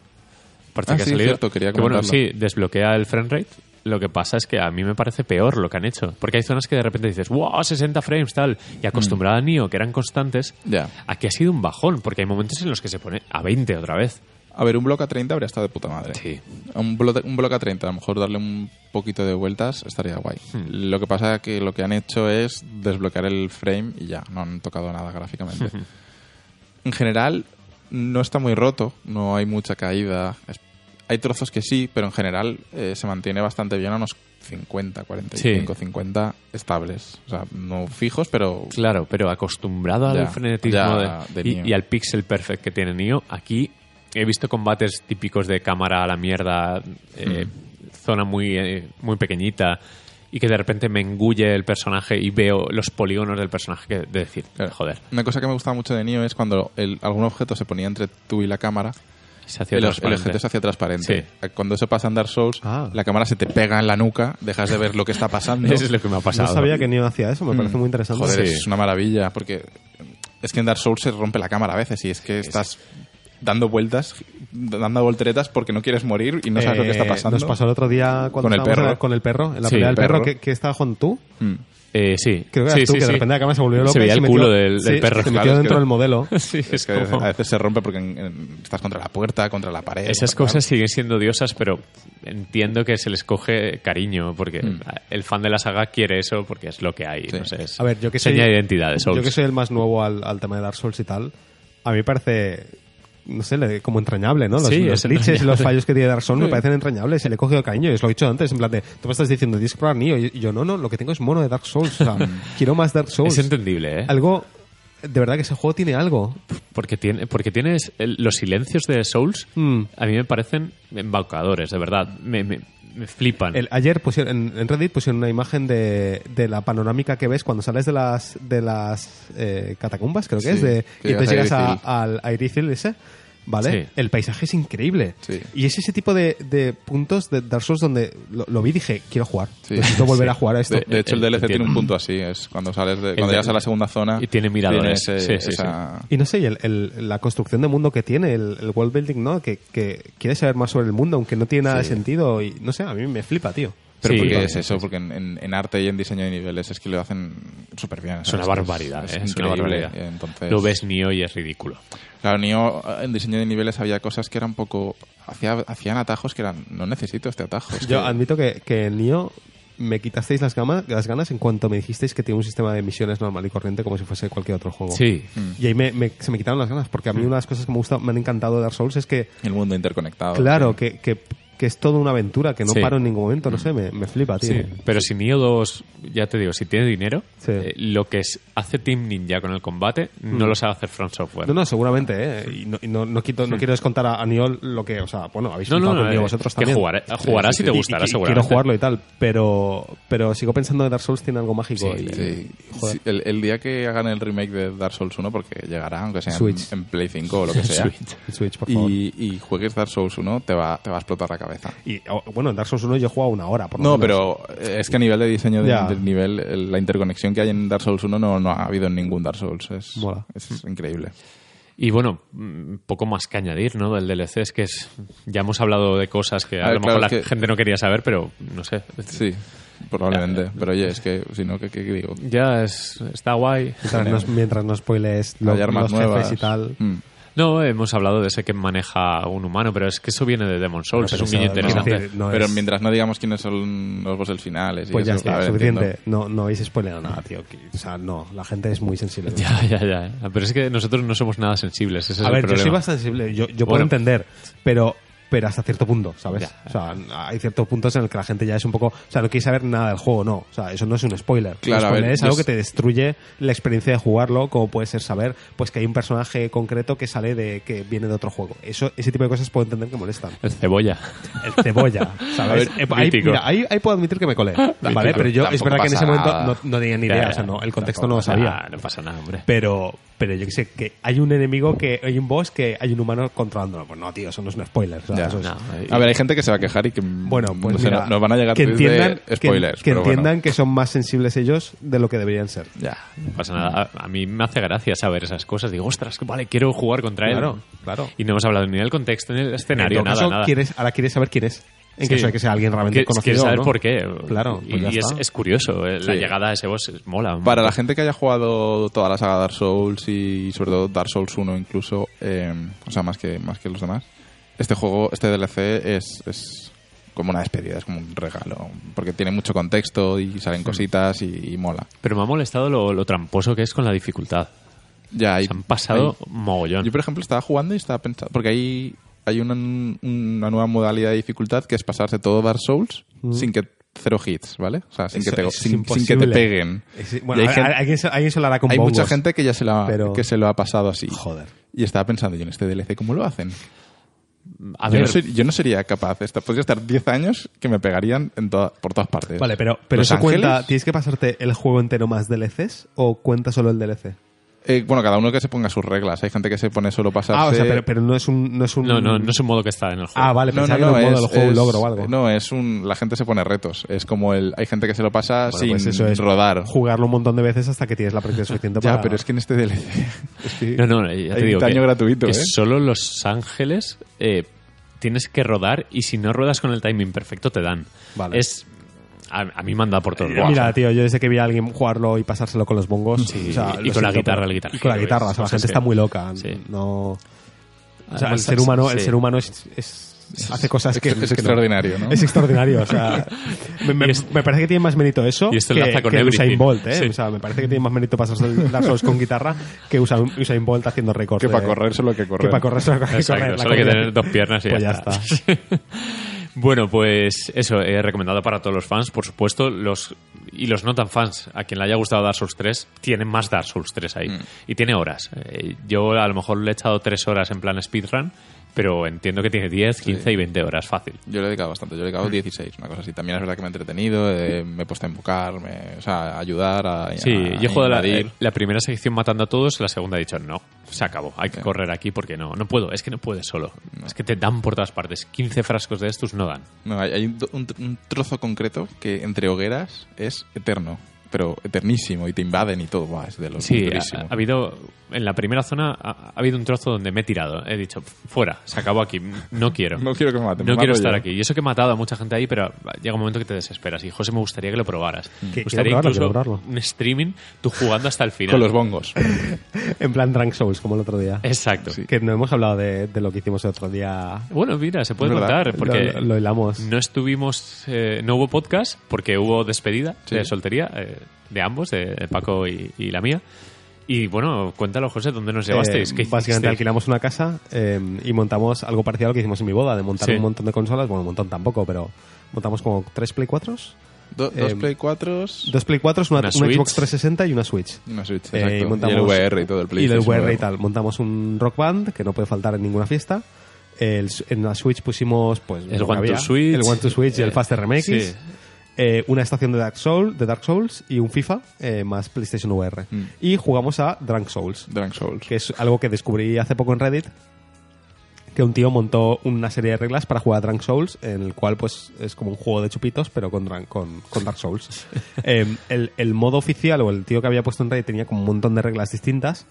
Speaker 1: parche
Speaker 3: Mm. Ah,
Speaker 1: que
Speaker 3: sí,
Speaker 1: ha salido,
Speaker 3: cierto, quería
Speaker 1: que bueno, sí,
Speaker 3: comentarlo.
Speaker 1: desbloquea el frame rate. Lo que pasa es que a mí me parece peor lo que han hecho. Porque hay zonas que de repente dices, wow, 60 frames, tal. Y acostumbrada a Nio, que eran constantes,
Speaker 3: Mm. Ya.
Speaker 1: aquí ha sido un bajón, porque hay momentos en los que se pone a 20 otra vez.
Speaker 3: A ver, un bloque a 30 habría estado de puta madre.
Speaker 1: Sí.
Speaker 3: Un, blo- un bloque a 30, a lo mejor darle un poquito de vueltas estaría guay. Lo que pasa es que lo que han hecho es desbloquear el frame y ya, no han tocado nada gráficamente. en general, no está muy roto, no hay mucha caída. Es- hay trozos que sí, pero en general eh, se mantiene bastante bien a unos 50, 45, 50 estables. O sea, no fijos, pero
Speaker 1: Claro, pero acostumbrada
Speaker 3: Ya,
Speaker 1: al frenetismo
Speaker 3: ya,
Speaker 1: de-
Speaker 3: de
Speaker 1: y,
Speaker 3: Nioh.
Speaker 1: y al pixel perfect que tiene Nio, aquí he visto combates típicos de cámara a la mierda, eh,
Speaker 3: Hmm.
Speaker 1: zona muy, eh, muy pequeñita, y que de repente me engulle el personaje y veo los polígonos del personaje que, de decir,
Speaker 3: Claro.
Speaker 1: joder,
Speaker 3: Una cosa que me gustaba mucho de Nioh es cuando el- algún objeto se ponía entre tú y la cámara
Speaker 1: se hacía
Speaker 3: el, el
Speaker 1: transparente.
Speaker 3: objeto se hacía transparente. Eh, Cuando eso pasa en Dark Souls,
Speaker 2: Ah.
Speaker 3: la cámara se te pega en la nuca, dejas de ver lo que está pasando.
Speaker 1: Eso es lo que me ha
Speaker 2: No
Speaker 1: pasado.
Speaker 2: sabía que Neo hacía eso, me parece muy interesante.
Speaker 3: Hmm. Joder,
Speaker 1: Sí.
Speaker 3: es una maravilla, porque eh, es que en Dark Souls se rompe la cámara a veces y es que estás dando vueltas, dando volteretas porque no quieres morir y no sabes lo que está
Speaker 2: Eh,
Speaker 3: pasando.
Speaker 2: Nos pasó el otro día cuando
Speaker 3: Con el
Speaker 2: estábamos
Speaker 3: perro.
Speaker 2: en- con el perro, en la
Speaker 1: Sí,
Speaker 2: pelea del
Speaker 3: el
Speaker 2: perro,
Speaker 3: perro.
Speaker 2: que, que estaba con tú.
Speaker 3: Mm.
Speaker 1: Eh, sí,
Speaker 2: Creo que
Speaker 1: sí,
Speaker 2: eras tú,
Speaker 1: sí,
Speaker 2: que
Speaker 1: sí.
Speaker 2: de repente la cámara se volvió loca.
Speaker 1: Se
Speaker 2: y
Speaker 1: veía el
Speaker 2: metió-
Speaker 1: culo del, del
Speaker 2: sí,
Speaker 1: perro.
Speaker 2: Se
Speaker 3: Claro,
Speaker 2: metió
Speaker 3: es que-
Speaker 2: dentro del modelo.
Speaker 1: Sí,
Speaker 3: Es, que
Speaker 1: como-
Speaker 3: a veces se rompe porque en- en- estás contra la puerta, contra la pared.
Speaker 1: Esas
Speaker 3: contra-
Speaker 1: cosas siguen siendo odiosas, pero entiendo que se les coge cariño, porque el fan de la saga quiere eso porque es lo que hay.
Speaker 3: Sí.
Speaker 1: no sé, es
Speaker 2: A ver, yo que soy,
Speaker 1: seña de identidad de Souls.
Speaker 2: Yo que soy el más nuevo al, al tema de Dark Souls y tal, a mí me parece, no sé, le- como entrañable, ¿no? Los,
Speaker 1: Sí,
Speaker 2: los
Speaker 1: es
Speaker 2: glitches y
Speaker 1: entrañable.
Speaker 2: los fallos que tiene Dark Souls me
Speaker 3: Sí.
Speaker 2: parecen entrañables. Y le he cogido cariño, y os lo he dicho antes, en plan de, tú me estás diciendo, tienes que probar Nioh", Y yo, no, no, lo que tengo es mono de Dark Souls. O sea, quiero más Dark Souls.
Speaker 1: Es entendible, ¿eh?
Speaker 2: Algo, de verdad que ese juego tiene algo.
Speaker 1: Porque, tiene, porque tienes el- los silencios de Souls,
Speaker 2: Mm.
Speaker 1: a mí me parecen embaucadores, de verdad. Me, me- me flipan.
Speaker 2: El- ayer pusieron, en, en Reddit pusieron una imagen de, de la panorámica que ves cuando sales de las de las eh, catacumbas, creo que
Speaker 3: Sí,
Speaker 2: es, de,
Speaker 3: que
Speaker 2: y entonces
Speaker 3: llegas
Speaker 2: llegas
Speaker 3: a
Speaker 2: a- al
Speaker 3: Irizil.
Speaker 2: a Irizil ese, ¿vale?
Speaker 1: Sí.
Speaker 2: El paisaje es increíble.
Speaker 3: Sí.
Speaker 2: Y es ese tipo de, de puntos de Dark Souls donde lo, lo vi y dije, quiero jugar,
Speaker 3: Sí.
Speaker 2: necesito volver a jugar a esto.
Speaker 3: De, de hecho, el,
Speaker 1: Eh,
Speaker 3: DLC tiene
Speaker 1: entiendo.
Speaker 3: un punto así. Es cuando sales de- cuando llegas a la segunda zona.
Speaker 1: Y tiene miradores.
Speaker 3: tienes, eh,
Speaker 1: Sí, sí,
Speaker 3: esa-
Speaker 2: Y no sé, y el- el- la construcción de mundo que tiene, el, el world building, ¿no? Que, que quieres saber más sobre el mundo, aunque no tiene nada de sentido. Y no sé, a mí me flipa, tío.
Speaker 3: Pero
Speaker 1: Sí.
Speaker 3: porque es eso, porque en, en- en arte y en diseño de niveles es que lo hacen súper bien.
Speaker 1: Es una barbaridad, ¿eh? es, una barbaridad.
Speaker 3: Entonces,
Speaker 1: Lo ves Neo y es ridículo.
Speaker 3: Claro, Neo, en diseño de niveles había cosas que eran un poco... hacía- hacían atajos que eran, no necesito este atajo. es
Speaker 2: Yo
Speaker 3: que-
Speaker 2: admito que, que en Nioh me quitasteis las, gama- las ganas en cuanto me dijisteis que tiene un sistema de misiones normal y corriente como si fuese cualquier otro juego.
Speaker 1: Sí. Mm.
Speaker 2: Y ahí me- me- se me quitaron las ganas, porque a mí una de las cosas que me, gusta, me han encantado de Dark Souls es que,
Speaker 3: el mundo interconectado.
Speaker 2: claro, que, que, que es toda una aventura, que no
Speaker 1: Sí. Mm.
Speaker 2: paro en ningún momento, no sé, me, me flipa, tío.
Speaker 1: Sí, pero si Neo 2, ya te digo, si tiene dinero,
Speaker 2: Sí. Mm.
Speaker 1: eh, lo que es- hace Team Ninja con el combate no lo sabe hacer Front Software.
Speaker 2: No, no, seguramente, ¿eh? Y no, y no, no quito, no quiero descontar a, a Nioh lo que, o sea, bueno, habéis
Speaker 1: No, no,
Speaker 2: flipado
Speaker 1: no,
Speaker 2: conmigo
Speaker 1: eh,
Speaker 2: vosotros
Speaker 1: que
Speaker 2: también.
Speaker 1: jugaré- jugarás y te gustará,
Speaker 2: y- y
Speaker 1: seguramente.
Speaker 2: Quiero jugarlo y tal, pero, pero sigo pensando que Dark Souls tiene algo mágico.
Speaker 3: Sí,
Speaker 2: y-
Speaker 3: sí.
Speaker 2: joder.
Speaker 3: Sí, el, el día que hagan el remake de Dark Souls 1, porque llegará, aunque sea en-
Speaker 2: Switch.
Speaker 3: En, Play 5 o lo que sea,
Speaker 1: Switch.
Speaker 2: El Switch, por favor.
Speaker 3: y, y juegues Dark Souls 1, te va, te va a explotar la cabeza.
Speaker 2: Y o- bueno, en Dark Souls 1 yo he jugado una hora, por lo
Speaker 3: No,
Speaker 2: menos.
Speaker 3: pero eh, es que a nivel de diseño de-
Speaker 2: Ya.
Speaker 3: del nivel, el- la interconexión que hay en Dark Souls 1 no, no ha habido en ningún Dark Souls. Es,
Speaker 2: Mola.
Speaker 3: es increíble.
Speaker 1: Y bueno, mm, poco más que añadir, ¿no? Del DLC es que es, ya hemos hablado de cosas que a,
Speaker 3: A ver,
Speaker 1: lo
Speaker 3: Ah, claro,
Speaker 1: mejor la
Speaker 3: es que-
Speaker 1: gente no quería saber, pero no sé.
Speaker 3: Sí, probablemente. Pero oye, es que si no, ¿qué, qué digo?
Speaker 1: Ya es- está guay.
Speaker 2: Mientras no, mientras no spoilees lo-
Speaker 3: Hay armas
Speaker 2: los
Speaker 3: nuevas.
Speaker 2: jefes y tal.
Speaker 3: Mm.
Speaker 1: No, hemos hablado de ese que maneja un humano, pero es que eso viene de Demon Souls,
Speaker 2: Pero
Speaker 1: es un guiño
Speaker 2: eso, quiero
Speaker 1: interesante.
Speaker 2: decir, no
Speaker 3: Pero
Speaker 2: es-
Speaker 3: mientras no digamos quiénes son los bosses finales. y
Speaker 2: Pues ya
Speaker 3: eso, a
Speaker 2: está,
Speaker 3: ver,
Speaker 2: suficiente.
Speaker 3: entiendo.
Speaker 2: No, no habéis spoileado nada, tío. que- O sea, no, la gente es muy sensible.
Speaker 1: Ya, ya, ya. eh. Pero es que nosotros no somos nada sensibles, ese es
Speaker 2: A
Speaker 1: el
Speaker 2: ver, yo
Speaker 1: problema.
Speaker 2: soy bastante sensible, yo, yo puedo
Speaker 1: Bueno.
Speaker 2: entender, pero pero hasta cierto punto, ¿sabes?
Speaker 1: Ya.
Speaker 2: O sea, hay ciertos puntos en el que la gente ya es un poco, o sea, no quiere saber nada del juego, no, o sea, eso no es un spoiler.
Speaker 3: Claro,
Speaker 2: Un
Speaker 3: a ver,
Speaker 2: spoiler es
Speaker 3: yo
Speaker 2: algo
Speaker 3: s-
Speaker 2: que te destruye la experiencia de jugarlo, como puede ser saber pues que hay un personaje concreto que sale de que viene de otro juego. Eso ese tipo de cosas puedo entender que molestan.
Speaker 1: El cebolla.
Speaker 2: el cebolla, ¿sabes?
Speaker 1: A ver,
Speaker 2: Eh, ahí,
Speaker 1: mítico.
Speaker 2: mira, ahí, ahí puedo admitir que me colé, Ah, ¿vale? Pero yo, es
Speaker 3: Tampoco
Speaker 2: verdad que en ese
Speaker 3: pasa
Speaker 2: momento
Speaker 3: nada.
Speaker 2: no, no tenía ni idea, o sea, no, el contexto no lo sabía.
Speaker 1: Ah, no pasa nada, hombre.
Speaker 2: Pero, pero yo que sé, que hay un enemigo que, hay un boss que hay un humano controlándolo. Pues no, tío, eso no es un spoiler. o sea,
Speaker 3: Ya.
Speaker 2: eso es-
Speaker 1: No, eh,
Speaker 3: A ver, hay gente que se va a quejar y que mm,
Speaker 2: Bueno, pues
Speaker 3: no sé,
Speaker 2: mira,
Speaker 3: no- nos van a llegar
Speaker 2: que
Speaker 3: tweets de
Speaker 2: entiendan, que-
Speaker 3: spoilers.
Speaker 2: que,
Speaker 3: pero bueno.
Speaker 2: entiendan que son más sensibles ellos de lo que deberían ser.
Speaker 3: Ya.
Speaker 1: no pasa nada. A, a mí me hace gracia saber esas cosas. Digo, ostras, vale, quiero jugar contra él.
Speaker 2: Claro, claro.
Speaker 1: Y no hemos hablado ni del contexto ni del escenario,
Speaker 2: en todo
Speaker 1: nada,
Speaker 2: caso,
Speaker 1: nada.
Speaker 2: Quieres, ahora quieres saber quién es. En
Speaker 1: Sí.
Speaker 2: caso de que sea alguien realmente
Speaker 1: Que-
Speaker 2: conocido.
Speaker 1: Quieres saber
Speaker 2: ¿no?
Speaker 1: por qué.
Speaker 2: Claro,
Speaker 1: Y,
Speaker 2: pues ya
Speaker 1: y es,
Speaker 2: está.
Speaker 1: es curioso. eh, La
Speaker 3: Sí.
Speaker 1: llegada de ese boss es- mola.
Speaker 3: Para la gente que haya jugado toda la saga Dark Souls y sobre todo Dark Souls 1 incluso, eh, o sea, más que, más que los demás, este juego, este DLC es, es como una despedida, es como un regalo, porque tiene mucho contexto y salen cositas y, y mola.
Speaker 1: Pero me ha molestado lo, lo tramposo que es con la dificultad.
Speaker 3: Ya, hay-
Speaker 1: Se han pasado
Speaker 3: hay-
Speaker 1: mogollón.
Speaker 3: Yo, por ejemplo, estaba jugando y estaba pensando, porque hay, hay una, una nueva modalidad de dificultad que es pasarse todo Dark Souls sin que cero hits, ¿ale? O sea, sin,
Speaker 2: Eso
Speaker 3: que te,
Speaker 2: es
Speaker 3: sin, sin que te
Speaker 2: imposible.
Speaker 3: peguen.
Speaker 2: Es-
Speaker 3: Y
Speaker 2: bueno,
Speaker 3: hay
Speaker 2: a- a-
Speaker 3: gente-
Speaker 2: alguien, se- alguien se lo hará con
Speaker 3: hay
Speaker 2: bongos.
Speaker 3: mucha gente que ya se, la,
Speaker 2: Pero-
Speaker 3: que se lo ha pasado así.
Speaker 2: Joder.
Speaker 3: Y estaba pensando, yo en este DLC, ¿cómo lo hacen?
Speaker 1: A
Speaker 3: yo,
Speaker 1: ver,
Speaker 3: no ser- yo no sería capaz. Esta, podría estar 10 años que me pegarían en toda- por todas partes.
Speaker 2: Vale, pero, pero
Speaker 3: Los
Speaker 2: eso cuenta,
Speaker 3: Ángeles,
Speaker 2: ¿tienes que pasarte el juego entero más DLCs o cuenta solo el DLC?
Speaker 3: eh, bueno, cada uno que se ponga sus reglas. Hay gente que se pone solo pasarse...
Speaker 2: Ah, o sea, pero, pero no es un... No es un
Speaker 1: no, no, no es un modo que está en el juego.
Speaker 2: Ah, vale,
Speaker 3: No,
Speaker 2: pensaba
Speaker 3: no,
Speaker 2: que era
Speaker 3: no,
Speaker 2: un modo
Speaker 3: es-
Speaker 2: del juego, un
Speaker 3: es-
Speaker 2: logro o algo.
Speaker 3: No, es un. La gente se pone retos. Es como el. Hay gente que se lo pasa
Speaker 2: Bueno,
Speaker 3: sin
Speaker 2: pues eso es
Speaker 3: rodar.
Speaker 2: Jugarlo un montón de veces hasta que tienes la práctica suficiente
Speaker 3: Ya,
Speaker 2: para...
Speaker 3: pero es que en este DLC. es que
Speaker 1: No, no, ya
Speaker 3: hay
Speaker 1: te digo.
Speaker 3: daño
Speaker 1: que,
Speaker 3: gratuito,
Speaker 1: que
Speaker 3: ¿eh?
Speaker 1: solo Los Ángeles eh, tienes que rodar y si no rodas con el timing perfecto te dan.
Speaker 2: Vale.
Speaker 1: Es. A, a mí me han dado por todo el
Speaker 2: Eh, Mira, tío, yo desde que vi a alguien jugarlo y pasárselo con los bongos.
Speaker 1: Sí,
Speaker 2: o sea,
Speaker 1: y
Speaker 2: lo
Speaker 1: con la
Speaker 2: siento,
Speaker 1: guitarra,
Speaker 2: pero-
Speaker 1: la guitarra.
Speaker 2: Y con la
Speaker 1: Pero
Speaker 2: guitarra,
Speaker 1: es-
Speaker 2: o sea, la
Speaker 1: cosas
Speaker 2: gente
Speaker 1: que-
Speaker 2: está muy loca.
Speaker 1: Sí.
Speaker 2: No. O sea,
Speaker 1: Además,
Speaker 2: el ser humano, el
Speaker 1: sí.
Speaker 2: ser humano es, es- hace cosas que
Speaker 3: es
Speaker 2: que no.
Speaker 3: extraordinario, ¿no?
Speaker 2: Es extraordinario, o sea, me, me-
Speaker 1: Y es-
Speaker 2: me parece que tiene más mérito eso
Speaker 1: y esto
Speaker 2: que,
Speaker 1: enlaza con
Speaker 2: que
Speaker 1: Everything.
Speaker 2: Usain Bolt, ¿eh?
Speaker 1: Sí.
Speaker 2: O sea, me parece que tiene más mérito pasarse el Dark Souls con guitarra que usa- Usain Bolt haciendo récords.
Speaker 3: que para
Speaker 2: de-
Speaker 3: correr solo hay que
Speaker 2: Que
Speaker 3: correr.
Speaker 2: para correr solo, hay que
Speaker 1: Exacto,
Speaker 2: correr, la
Speaker 1: solo hay que
Speaker 2: corrida.
Speaker 1: tener dos piernas y
Speaker 2: Pues
Speaker 1: ya,
Speaker 2: ya
Speaker 1: está.
Speaker 2: está.
Speaker 1: bueno, pues eso, he recomendado para todos los fans, por supuesto, los y los no tan fans, a quien le haya gustado Dark Souls 3, tienen más Dark Souls 3 ahí.
Speaker 3: Mm.
Speaker 1: Y tiene horas. Eh, yo a lo mejor le he echado 3 horas en plan speedrun, pero entiendo que tiene 10, 15 y 20 horas fácil.
Speaker 3: Yo le he dedicado bastante. Yo le he dedicado 16, una cosa así. También es verdad que me he entretenido. eh, me he puesto a invocar, me- o sea, a ayudar, a.
Speaker 1: Sí,
Speaker 3: a-
Speaker 1: yo he jugado la, eh,
Speaker 3: invadir.
Speaker 1: la primera sección matando a todos, la segunda he dicho, no, se acabó, hay que correr aquí porque no, no puedo, es que no puedes solo, es que te dan por todas partes, 15 frascos de estos no dan.
Speaker 3: No, hay, hay un, un- un trozo concreto que entre hogueras es eterno. pero eternísimo y te invaden y todo. Buah, es de los
Speaker 1: Sí, ha,
Speaker 3: durísimo.
Speaker 1: ha habido. En la primera zona ha, ha habido un trozo donde me he tirado. He dicho, fuera, se acabó aquí, no quiero.
Speaker 3: No quiero que me maten, me
Speaker 1: No quiero
Speaker 3: mato
Speaker 1: estar
Speaker 3: yo.
Speaker 1: aquí. Y eso que he matado a mucha gente ahí, pero llega un momento que te desesperas. Y José, me gustaría que lo probaras. Me
Speaker 3: Mm.
Speaker 2: quiero
Speaker 1: gustaría
Speaker 2: probarlo,
Speaker 1: incluso
Speaker 2: quiero probarlo.
Speaker 1: un streaming, tú jugando hasta el final.
Speaker 3: Con los bongos.
Speaker 2: En plan Drunk Souls, como el otro día.
Speaker 1: Exacto.
Speaker 3: Sí.
Speaker 2: Que no hemos hablado de, de lo que hicimos el otro día.
Speaker 1: Bueno, mira, se puede
Speaker 3: Es verdad.
Speaker 1: contar, porque
Speaker 2: Lo- lo hilamos.
Speaker 1: no estuvimos, eh, no hubo podcast, porque hubo despedida
Speaker 3: Sí.
Speaker 1: de soltería eh, de ambos, de, de Paco y, y la mía. Y bueno, cuéntalo, José, ¿dónde nos llevasteis?
Speaker 2: Eh,
Speaker 1: ¿Qué
Speaker 2: básicamente
Speaker 1: hicisteis?
Speaker 2: alquilamos una casa eh, y montamos algo parecido a lo que hicimos en mi boda, de montar
Speaker 1: Sí.
Speaker 2: un montón de consolas. Bueno, un montón tampoco, pero montamos como tres Play 4
Speaker 3: Do- dos
Speaker 2: Eh,
Speaker 3: Play 4
Speaker 2: Dos Play 4 una,
Speaker 1: Una
Speaker 2: una
Speaker 1: Switch.
Speaker 2: Xbox 360 y una Switch.
Speaker 3: una Switch,
Speaker 2: Eh,
Speaker 3: exacto. y el VR y todo el Play.
Speaker 2: Y el VR y tal. Montamos un rock band que no puede faltar en ninguna fiesta. El- en la Switch pusimos pues
Speaker 1: El
Speaker 2: lo que
Speaker 1: One to
Speaker 2: había,
Speaker 1: Switch.
Speaker 2: el One to Switch y
Speaker 1: Eh,
Speaker 2: el Faster RMX.
Speaker 1: sí.
Speaker 2: Eh, una estación de Dark, Soul, de Dark Souls y un FIFA eh, más PlayStation VR.
Speaker 3: Mm.
Speaker 2: Y jugamos a Drunk Souls,
Speaker 3: Drunk Souls.
Speaker 2: que es algo que descubrí hace poco en Reddit, que un tío montó una serie de reglas para jugar a Drunk Souls, en el cual pues es como un juego de chupitos, pero con, Drunk- con, con Dark Souls. Eh, el, el modo oficial o el tío que había puesto en Reddit tenía como un montón de reglas distintas.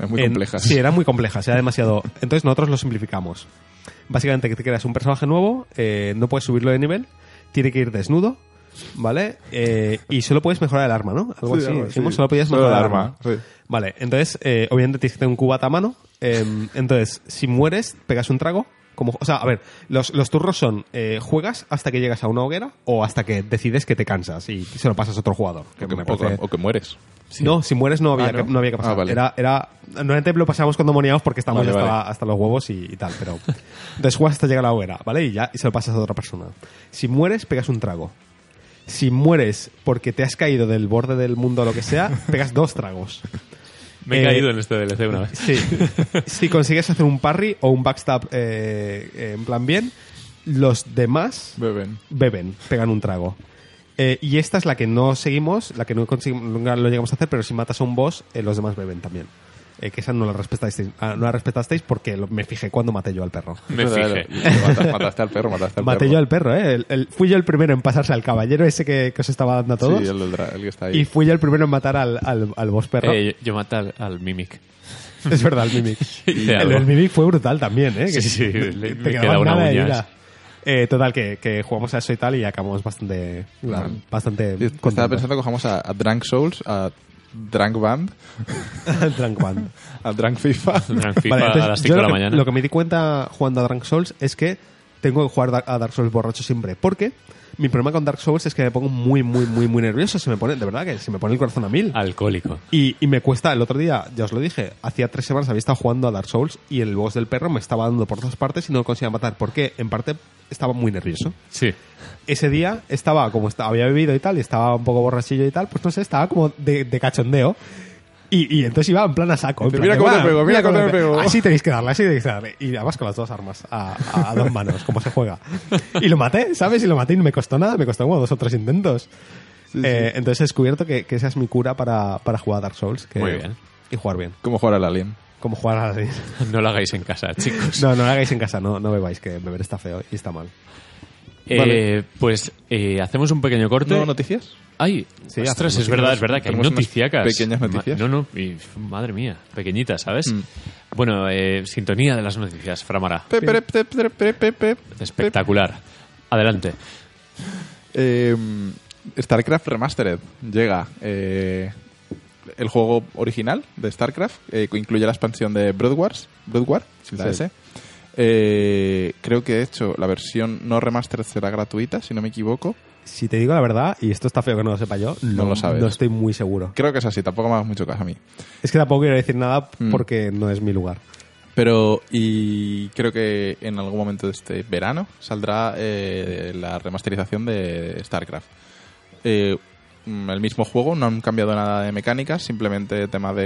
Speaker 3: Es muy
Speaker 2: En-
Speaker 3: complejas.
Speaker 2: Sí, eran muy complejas, era demasiado. Entonces nosotros lo simplificamos. Básicamente que te creas un personaje nuevo, eh, no puedes subirlo de nivel, tiene que ir desnudo, ¿vale? Eh, y solo puedes mejorar el arma, ¿no? Algo
Speaker 3: Sí,
Speaker 2: así.
Speaker 3: algo
Speaker 2: dijimos,
Speaker 3: así.
Speaker 2: solo podías
Speaker 3: Solo
Speaker 2: mejorar
Speaker 3: el
Speaker 2: el arma.
Speaker 3: arma, sí.
Speaker 2: Vale, entonces, eh, obviamente tienes que tener un cubata a mano. eh, entonces, si mueres, pegas un trago. Como, o sea, a ver, los, los turros son eh, juegas hasta que llegas a una hoguera o hasta que decides que te cansas y se lo pasas a otro jugador.
Speaker 3: o,
Speaker 2: que
Speaker 3: que,
Speaker 2: me
Speaker 3: o que-
Speaker 2: parece-
Speaker 3: o que mueres.
Speaker 2: no, si mueres no había,
Speaker 3: Ah, no.
Speaker 2: Que, no había que pasar.
Speaker 3: Ah, vale.
Speaker 2: era, era, normalmente lo pasábamos cuando moríamos porque estábamos
Speaker 3: Vale,
Speaker 2: hasta,
Speaker 3: vale.
Speaker 2: hasta los huevos y, y tal, pero entonces juegas hasta llegar a la hoguera, ¿vale? Y ya y se lo pasas a otra persona. Si mueres, pegas un trago. Si mueres porque te has caído del borde del mundo o lo que sea, pegas dos tragos.
Speaker 1: Me he
Speaker 2: Eh,
Speaker 1: caído en este DLC una vez.
Speaker 2: Sí. si consigues hacer un parry o un backstab eh, eh, en plan bien, los demás
Speaker 3: Beben.
Speaker 2: beben, pegan un trago. Eh, y esta es la que no seguimos, la que no conseguimos, nunca lo llegamos a hacer, pero si matas a un boss, eh, los demás beben también. Eh, que esa no la respetasteis, ah, no la respetasteis porque lo- me fijé cuando maté yo al perro.
Speaker 1: Me
Speaker 3: Claro,
Speaker 1: fijé.
Speaker 3: Mataste, mataste al perro, mataste al
Speaker 2: Maté yo
Speaker 3: perro.
Speaker 2: al perro, ¿eh? El- el- fui yo el primero en pasarse al caballero ese que, que os estaba dando a todos.
Speaker 3: Sí, el, del dra- el que está ahí.
Speaker 2: y fui yo el primero en matar al, al, al boss perro.
Speaker 1: Eh, yo, yo maté al, al Mimic.
Speaker 2: Es verdad, el Mimic.
Speaker 1: Hice
Speaker 2: el,
Speaker 1: algo.
Speaker 2: el Mimic fue brutal también, ¿eh?
Speaker 1: Sí, sí,
Speaker 2: te-
Speaker 1: le-
Speaker 2: te
Speaker 1: me
Speaker 2: quedaba
Speaker 1: queda una
Speaker 2: nada de
Speaker 1: uña.
Speaker 2: vida. Eh, total, que, que jugamos a eso y tal y acabamos bastante...
Speaker 3: Vale.
Speaker 2: bastante
Speaker 3: Sí, Estaba
Speaker 2: contentos.
Speaker 3: pensando que cojamos a, a Drunk Souls, a Drunk Band,
Speaker 2: Drunk One.
Speaker 3: a Drunk FIFA.
Speaker 1: Gran FIFA
Speaker 2: Vale, entonces,
Speaker 1: a las
Speaker 2: yo
Speaker 1: 5 de
Speaker 2: lo
Speaker 1: la
Speaker 2: que-
Speaker 1: mañana.
Speaker 2: Lo que me di cuenta jugando a Dark Souls es que tengo que jugar da- a Dark Souls borracho siempre. Porque mi problema con Dark Souls es que me pongo muy, muy, muy, muy nervioso. Se me pone, de verdad que se me pone el corazón a mil.
Speaker 1: Ah. Alcohólico.
Speaker 2: Y, y me cuesta, el otro día, ya os lo dije, hacía tres semanas había estado jugando a Dark Souls y el boss del perro me estaba dando por todas partes y no lo conseguía matar. Porque, en parte, estaba muy nervioso.
Speaker 1: Sí.
Speaker 2: Ese día estaba, como esta- había bebido y tal, y estaba un poco borrachillo y tal, pues no sé, estaba como de, de cachondeo. Y, y entonces iba en plan a saco. en
Speaker 3: Dice,
Speaker 2: plan
Speaker 3: "Mira
Speaker 2: de,
Speaker 3: cómo te
Speaker 2: "Va,
Speaker 3: pego, mira cómo
Speaker 2: cómo
Speaker 3: te
Speaker 2: pe-
Speaker 3: pego".
Speaker 2: Así tenéis que darle, así tenéis que darle. Y además con las dos armas, a, a- a dos manos, como se juega. Y lo maté, ¿sabes? Y lo maté y no me costó nada, me costó como dos o tres intentos. Eh, Entonces he descubierto que, que esa es mi cura para, para jugar a Dark Souls. que-
Speaker 1: Muy bien.
Speaker 2: Y jugar bien.
Speaker 3: ¿Cómo jugar al Alien?
Speaker 2: Como jugar a
Speaker 1: No lo hagáis en casa, chicos.
Speaker 2: No, no lo hagáis en casa, no, no bebáis, que beber está feo y está mal.
Speaker 1: Eh,
Speaker 3: Vale.
Speaker 1: pues eh, hacemos un pequeño corte.
Speaker 3: ¿No noticias?
Speaker 1: Ay,
Speaker 2: Sí,
Speaker 1: ostras,
Speaker 2: hacemos
Speaker 1: es verdad,
Speaker 2: unas-
Speaker 1: es verdad que hay
Speaker 3: hacemos unas
Speaker 1: noticiacas.
Speaker 3: pequeñas noticias. Mm.
Speaker 1: Ma- no, no, y, madre mía, pequeñitas, ¿sabes? Bueno, eh, sintonía de las noticias, Framara.
Speaker 3: Pe, pere, pe, pere, pe, pe, pe, pe.
Speaker 1: Espectacular. Adelante.
Speaker 3: Eh, StarCraft Remastered llega. eh, el juego original de StarCraft eh, que incluye la expansión de Brood Wars, Brood War, sin
Speaker 2: La de-
Speaker 3: CS. Eh, creo que de hecho la versión no remastered será gratuita, si no me equivoco.
Speaker 2: Si te digo la verdad, y esto está feo que no lo sepa yo, no,
Speaker 3: lo sabes.
Speaker 2: no estoy muy seguro.
Speaker 3: Creo que es así, tampoco me hagas mucho caso a mí.
Speaker 2: Es que tampoco quiero decir nada
Speaker 3: Mm.
Speaker 2: porque no es mi lugar.
Speaker 3: Pero, y creo que en algún momento de este verano saldrá eh, la remasterización de StarCraft. Eh, mm, el mismo juego, no han cambiado nada de mecánicas, simplemente tema de.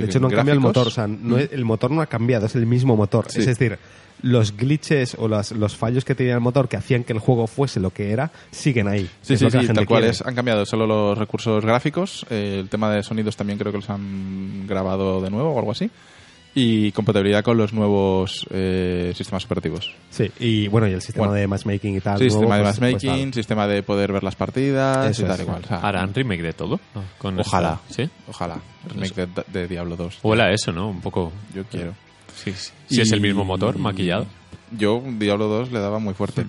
Speaker 2: De hecho, no han cambiado el
Speaker 3: gráficos.
Speaker 2: motor. O sea, no es- el motor no ha cambiado, es el mismo motor.
Speaker 3: Sí.
Speaker 2: Es decir, los glitches o las- los fallos que tenía el motor que hacían que el juego fuese lo que era, siguen ahí.
Speaker 3: Sí,
Speaker 2: Es
Speaker 3: sí,
Speaker 2: lo que la
Speaker 3: sí,
Speaker 2: gente
Speaker 3: tal cual
Speaker 2: quiere.
Speaker 3: es. Han cambiado solo los recursos gráficos. eh, el tema de sonidos también creo que los han grabado de nuevo o algo así. Y compatibilidad con los nuevos eh, sistemas operativos.
Speaker 2: Sí, y bueno, y el sistema
Speaker 3: Bueno.
Speaker 2: de matchmaking y tal.
Speaker 3: Sí, sistema de
Speaker 2: nuevo, pues- pues
Speaker 3: matchmaking,
Speaker 2: nada.
Speaker 3: sistema de poder ver las partidas
Speaker 2: Eso
Speaker 3: y tal
Speaker 2: es.
Speaker 3: y cual. O sea,
Speaker 1: ¿Harán remake de todo? ¿No? Con
Speaker 3: Ah. Ojalá.
Speaker 1: esta- ¿Sí?
Speaker 3: Ojalá. Remake de, de Diablo 2.
Speaker 1: Huele a eso, ¿no? Un poco.
Speaker 3: Yo quiero.
Speaker 1: Sí, sí. Si es el mismo motor, maquillado.
Speaker 3: Yo Diablo 2 le daba muy fuerte.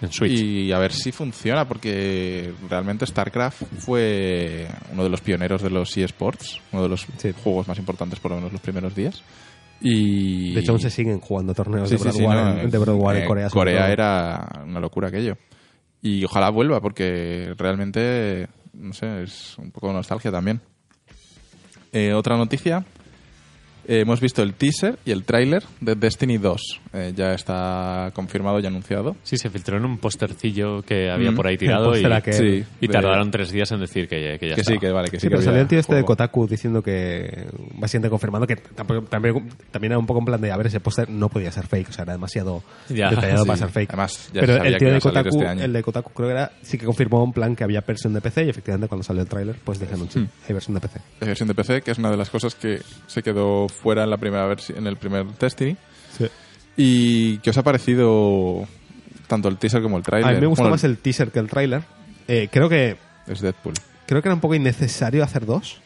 Speaker 1: En Switch.
Speaker 3: Y a ver si funciona, porque realmente StarCraft fue uno de los pioneros de los eSports, uno de los
Speaker 2: Sí.
Speaker 3: juegos más importantes, por lo menos los primeros días. Y...
Speaker 2: De hecho, aún se siguen jugando torneos
Speaker 3: Sí,
Speaker 2: de
Speaker 3: sí,
Speaker 2: Broad
Speaker 3: sí,
Speaker 2: War
Speaker 3: no,
Speaker 2: en, de Broad War en
Speaker 3: eh,
Speaker 2: Corea. sobre
Speaker 3: Corea
Speaker 2: todo.
Speaker 3: era una locura aquello. Y ojalá vuelva, porque realmente, no sé, es un poco nostalgia también. Eh, otra noticia. Eh, hemos visto el teaser y el tráiler de Destiny 2. Eh, ya está confirmado y anunciado.
Speaker 1: Sí, se filtró en un postercillo que había
Speaker 3: Mm.
Speaker 1: por ahí tirado
Speaker 2: Pues
Speaker 1: y,
Speaker 2: será que-
Speaker 3: Sí.
Speaker 1: y
Speaker 3: de-
Speaker 1: tardaron tres días en decir que ya, que ya
Speaker 3: que sí,
Speaker 1: estaba.
Speaker 3: que vale, que
Speaker 2: Sí,
Speaker 3: sí.
Speaker 2: pero
Speaker 3: que
Speaker 2: salió
Speaker 3: había
Speaker 2: el tío este de
Speaker 3: juego.
Speaker 2: Kotaku diciendo que. Básicamente confirmando que tampoco- también, también era un poco en plan de. A ver, ese póster no podía ser fake, o sea, era demasiado
Speaker 1: Ya,
Speaker 2: detallado
Speaker 1: sí.
Speaker 2: para ser fake.
Speaker 3: Además, ya
Speaker 2: pero
Speaker 3: se sabía
Speaker 2: el tío
Speaker 3: que
Speaker 2: de
Speaker 3: iba a salir
Speaker 2: Kotaku,
Speaker 3: este año.
Speaker 2: el de Kotaku creo que era. Sí que confirmó en plan que había versión de PC y efectivamente cuando salió el tráiler, pues dijeron,
Speaker 3: Hmm.
Speaker 2: sí, hay versión de PC.
Speaker 3: La versión Eh, de PC, que es una de las cosas que se quedó fuera en, la primera versi- en el primer Destiny.
Speaker 2: Sí.
Speaker 3: ¿Y qué os ha parecido tanto el teaser como el tráiler?
Speaker 2: A mí me gusta
Speaker 3: Eh, Bueno,
Speaker 2: más el teaser que el tráiler. Eh, creo que
Speaker 3: Es Deadpool.
Speaker 2: creo que era un poco innecesario hacer dos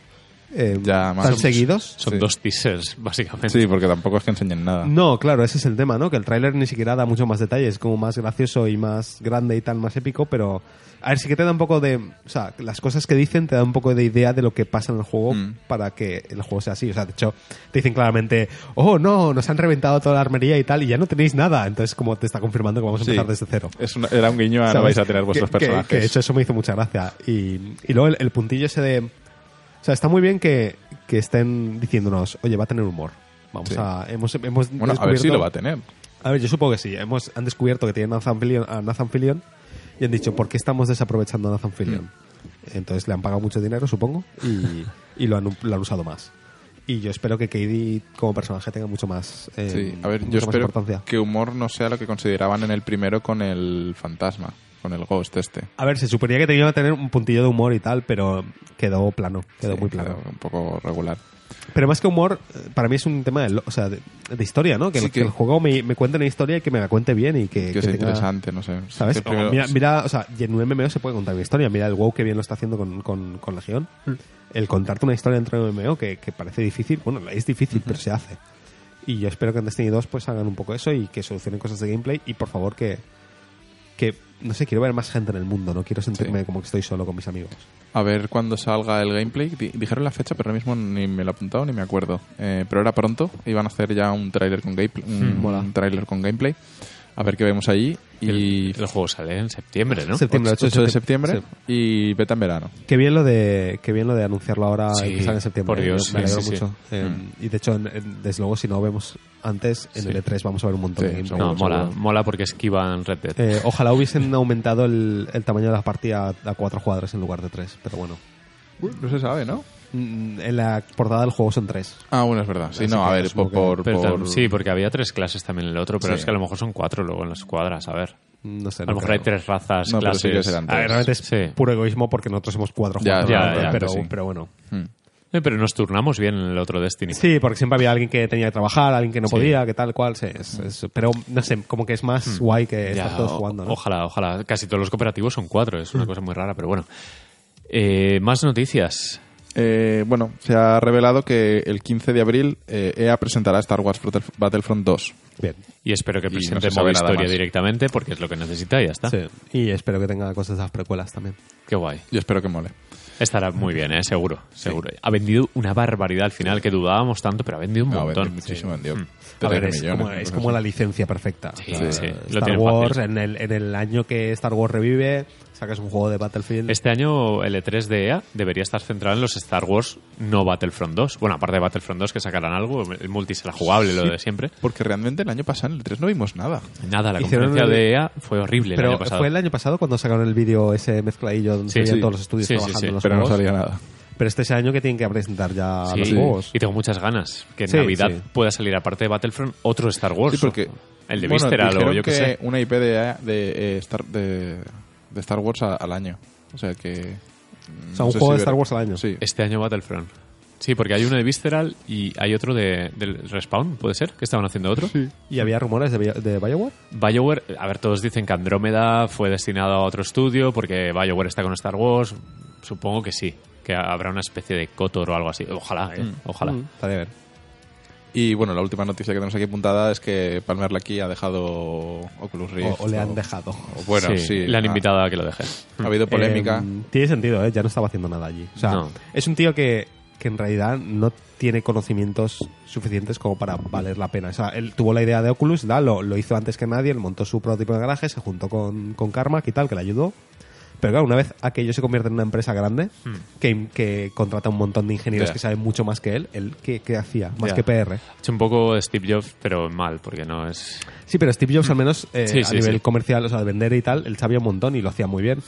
Speaker 2: eh,
Speaker 3: Ya, más
Speaker 2: tan
Speaker 3: o menos.
Speaker 2: seguidos.
Speaker 1: Son
Speaker 3: Sí.
Speaker 1: dos teasers, básicamente.
Speaker 3: Sí, porque tampoco es que enseñen nada.
Speaker 2: No, claro, ese es el tema, ¿no? Que el tráiler ni siquiera da mucho más detalles, como más gracioso y más grande y tal, más épico, pero a ver, sí que te da un poco de, o sea, las cosas que dicen te da un poco de idea de lo que pasa en el juego
Speaker 3: Mm.
Speaker 2: para que el juego sea así, o sea, de hecho te dicen claramente, "Oh, no, nos han reventado toda la armería y tal y ya no tenéis nada", entonces como te está confirmando que vamos a
Speaker 3: Sí.
Speaker 2: empezar desde cero.
Speaker 3: Es una- era un guiño a no
Speaker 2: ¿Sabes?
Speaker 3: vais a tener vuestros
Speaker 2: Que- que-
Speaker 3: personajes.
Speaker 2: Que, de hecho eso me hizo mucha gracia. Y, y luego el, el puntillo ese de... O sea, está muy bien que, que estén diciéndonos, oye, va a tener humor. Vamos
Speaker 3: Sí.
Speaker 2: a... Hemos, hemos
Speaker 3: bueno, a ver si
Speaker 2: descubierto-
Speaker 3: lo va a tener.
Speaker 2: A ver, yo supongo que sí. Hemos, han descubierto que tienen Nathan Fillion- a Nathan Fillion y han dicho, ¿por qué estamos desaprovechando a Nathan Fillion?
Speaker 3: Mm.
Speaker 2: Entonces le han pagado mucho dinero, supongo, y, y lo, han, lo han usado más. Y yo espero que Katie como personaje tenga mucho más, eh,
Speaker 3: Sí, a ver,
Speaker 2: mucha
Speaker 3: yo
Speaker 2: más
Speaker 3: espero
Speaker 2: importancia.
Speaker 3: que humor no sea lo que consideraban en el primero con el fantasma, con el ghost este.
Speaker 2: A ver, se suponía que tenía que tener un puntillo de humor y tal, pero quedó plano, quedó
Speaker 3: Sí,
Speaker 2: muy plano.
Speaker 3: quedó Un poco regular.
Speaker 2: Pero más que humor, eh, para mí es un tema de, lo- o sea, de, de historia, ¿no? Que,
Speaker 3: Sí,
Speaker 2: el, que
Speaker 3: que-
Speaker 2: el juego me, me cuente una historia y que me la cuente bien y que,
Speaker 3: Que,
Speaker 2: que
Speaker 3: sea
Speaker 2: tenga-
Speaker 3: interesante, no sé.
Speaker 2: ¿Sabes?
Speaker 3: Que primero-
Speaker 2: O mira, mira, o sea, y en un MMO se puede contar una historia. Mira el WoW que bien lo está haciendo con, con, con Legión.
Speaker 1: Mm.
Speaker 2: El contarte una historia dentro de un MMO que, que parece difícil, bueno, es difícil, pero se hace. Y yo espero que en Destiny 2 pues hagan un poco eso y que solucionen cosas de gameplay y por favor que, que no sé, quiero ver más gente en el mundo, no quiero sentirme
Speaker 3: Sí.
Speaker 2: como que estoy solo con mis amigos.
Speaker 3: A ver cuándo salga el gameplay. Di- Dijeron la fecha, pero ahora mismo ni me lo he apuntado ni me acuerdo. Eh, pero era pronto. Iban a hacer ya un tráiler con gameplay. Un,
Speaker 2: Hmm. mola.
Speaker 3: un tráiler con gameplay. A ver qué vemos allí. Y
Speaker 1: El, el juego sale en septiembre, ¿no?
Speaker 2: Septiembre.
Speaker 3: 8, de
Speaker 2: septi-
Speaker 3: septiembre. Y beta en verano.
Speaker 2: Qué bien lo de qué bien lo de anunciarlo ahora
Speaker 1: Sí,
Speaker 2: y que sale en septiembre.
Speaker 1: por Dios,
Speaker 2: me
Speaker 1: sí,
Speaker 2: alegro
Speaker 1: sí, Mm.
Speaker 2: mucho. Eh, Y de hecho, en- en- desde luego, si no vemos antes, en
Speaker 1: Sí.
Speaker 2: el E3 vamos a ver un montón
Speaker 3: Sí,
Speaker 2: de gameplay.
Speaker 1: No,
Speaker 3: seguro,
Speaker 1: mola,
Speaker 3: seguro.
Speaker 1: mola porque esquivan Red Dead.
Speaker 2: Eh, ojalá hubiesen aumentado el, el tamaño de la partida a cuatro jugadores en lugar de tres, pero bueno.
Speaker 3: No se sabe, ¿no?
Speaker 2: Mm, En la portada del juego son tres.
Speaker 3: Ah, bueno, es verdad. Sí,
Speaker 2: Así
Speaker 3: no, a
Speaker 2: que
Speaker 3: ver,
Speaker 2: supongo
Speaker 3: por,
Speaker 2: que-
Speaker 1: Pero
Speaker 3: por,
Speaker 1: tam-
Speaker 3: por-
Speaker 1: Sí, porque había tres clases también en el otro, pero
Speaker 3: Sí.
Speaker 1: es que a lo mejor son cuatro luego en las cuadras, a ver.
Speaker 2: No sé.
Speaker 1: A lo
Speaker 2: no
Speaker 1: mejor hay
Speaker 2: creo.
Speaker 1: tres razas,
Speaker 3: No, pero sí
Speaker 1: clases.
Speaker 3: que serán
Speaker 2: A ver, realmente es
Speaker 1: Sí.
Speaker 2: puro egoísmo porque nosotros somos cuatro
Speaker 3: Ya,
Speaker 2: jugadores,
Speaker 1: ya,
Speaker 2: realmente,
Speaker 1: ya,
Speaker 2: pero,
Speaker 3: sí.
Speaker 2: pero bueno.
Speaker 3: Hmm.
Speaker 1: Eh, pero nos turnamos bien en el otro Destiny.
Speaker 2: Sí, porque siempre había alguien que tenía que trabajar, alguien que no
Speaker 1: Sí.
Speaker 2: podía, que tal cual. sí, es- es- pero no sé, como que es más guay que
Speaker 1: Hmm. Ya,
Speaker 2: estar todos
Speaker 1: o-
Speaker 2: jugando, ¿no? Mm.
Speaker 1: Ojalá, ojalá. Casi todos los cooperativos son cuatro, es una cosa muy rara, pero bueno. Eh, más noticias.
Speaker 3: Eh, bueno, se ha revelado que el 15 de abril eh, EA presentará Star Wars Battlef- Battlefront 2.
Speaker 2: Bien.
Speaker 1: Y espero que
Speaker 3: Y no se
Speaker 1: presente modo
Speaker 3: sabe nada
Speaker 1: historia
Speaker 3: más.
Speaker 1: directamente porque es lo que necesita y ya está.
Speaker 2: Sí. Y espero que tenga cosas de las precuelas también.
Speaker 1: Qué guay.
Speaker 3: Yo espero que mole.
Speaker 1: Estará muy bien, ¿eh? seguro, seguro. Ha vendido una barbaridad al final que dudábamos tanto, pero ha vendido un
Speaker 3: No,
Speaker 1: montón.
Speaker 3: vendió muchísimo, vendió
Speaker 2: A
Speaker 3: 3
Speaker 2: ver, es
Speaker 3: millones,
Speaker 2: como,
Speaker 3: una
Speaker 2: es
Speaker 3: cosa
Speaker 2: como
Speaker 3: así.
Speaker 2: la licencia perfecta.
Speaker 1: Sí,
Speaker 2: O sea,
Speaker 1: sí, lo
Speaker 2: Star
Speaker 1: tienen
Speaker 2: Wars,
Speaker 1: fácil.
Speaker 2: en el, en el año que Star Wars revive, sacas un juego de Battlefield.
Speaker 1: Este año el E3 de EA debería estar centrado en los Star Wars, no Battlefront 2. Bueno, aparte de Battlefront 2 que sacarán algo, el multi será jugable, lo
Speaker 3: Sí.
Speaker 1: de siempre.
Speaker 3: Porque realmente el año pasado en el 3 no vimos nada.
Speaker 1: Nada, la
Speaker 2: Hicieron
Speaker 1: conferencia
Speaker 2: el-
Speaker 1: de EA fue horrible el
Speaker 2: pero
Speaker 1: año pasado.
Speaker 2: fue el año pasado cuando sacaron el vídeo ese mezcladillo donde
Speaker 1: Sí,
Speaker 2: salían
Speaker 1: sí.
Speaker 2: todos los estudios
Speaker 1: Sí, sí,
Speaker 2: trabajando
Speaker 1: sí,
Speaker 2: en los
Speaker 3: Pero no
Speaker 2: juegos.
Speaker 3: salía nada.
Speaker 2: Pero este es el año que tienen que presentar ya
Speaker 1: Sí,
Speaker 2: los juegos.
Speaker 1: Y tengo muchas ganas que en
Speaker 2: Sí,
Speaker 1: Navidad
Speaker 2: sí.
Speaker 1: pueda salir, aparte de Battlefront, otro Star Wars.
Speaker 3: Sí, porque.
Speaker 1: El de
Speaker 3: bueno,
Speaker 1: Vístera,
Speaker 3: dijeron
Speaker 1: yo qué
Speaker 3: que
Speaker 1: sé.
Speaker 3: Una IP de, de, eh, Star, de, de Star Wars a- al año. O sea que.
Speaker 2: O sea,
Speaker 3: no
Speaker 2: un
Speaker 3: sé
Speaker 2: juego
Speaker 3: si
Speaker 2: de Star
Speaker 3: ver-
Speaker 2: Wars al año.
Speaker 3: Sí.
Speaker 1: Este año Battlefront. Sí, porque hay uno de Visceral y hay otro de, del Respawn, ¿puede ser? Que estaban haciendo otro.
Speaker 2: ¿Y había rumores de, Bio- de Bioware?
Speaker 1: BioWare, a ver, todos dicen que Andrómeda fue destinado a otro estudio porque BioWare está con Star Wars. Supongo que sí, que habrá una especie de Cotor o algo así. Ojalá, eh,
Speaker 2: Mm.
Speaker 1: ojalá.
Speaker 3: Estaría bien. Y bueno, la última noticia que tenemos aquí apuntada es que Palmer Lucky ha dejado Oculus
Speaker 2: O,
Speaker 3: Rift.
Speaker 2: o le han dejado.
Speaker 3: o- bueno, sí. Ah.
Speaker 1: Le han
Speaker 3: ha-
Speaker 1: invitado a que lo deje.
Speaker 3: Ha, habido polémica.
Speaker 2: Eh, tiene sentido, ¿eh? ya no estaba haciendo nada allí. O sea,
Speaker 1: No.
Speaker 2: es un tío que, que en realidad no tiene conocimientos suficientes como para valer la pena. O sea, él tuvo la idea de Oculus, ¿verdad? lo, lo hizo antes que nadie, él montó su prototipo de garaje, se juntó con, con Carmack y tal, que le ayudó. Pero claro, una vez aquello se convierte en una empresa grande
Speaker 1: Hmm.
Speaker 2: que, que contrata un montón de ingenieros
Speaker 3: Ya.
Speaker 2: que saben mucho más que él, él ¿qué, qué hacía? Más
Speaker 1: Ya.
Speaker 2: que PR.
Speaker 1: Ha hecho un poco Steve Jobs, pero mal, porque no es...
Speaker 2: Sí, pero Steve Jobs al menos eh,
Speaker 1: Sí,
Speaker 2: a
Speaker 1: sí,
Speaker 2: nivel
Speaker 1: sí. Hmm.
Speaker 2: comercial, o sea, de vender y tal, él sabía un montón y lo hacía muy bien.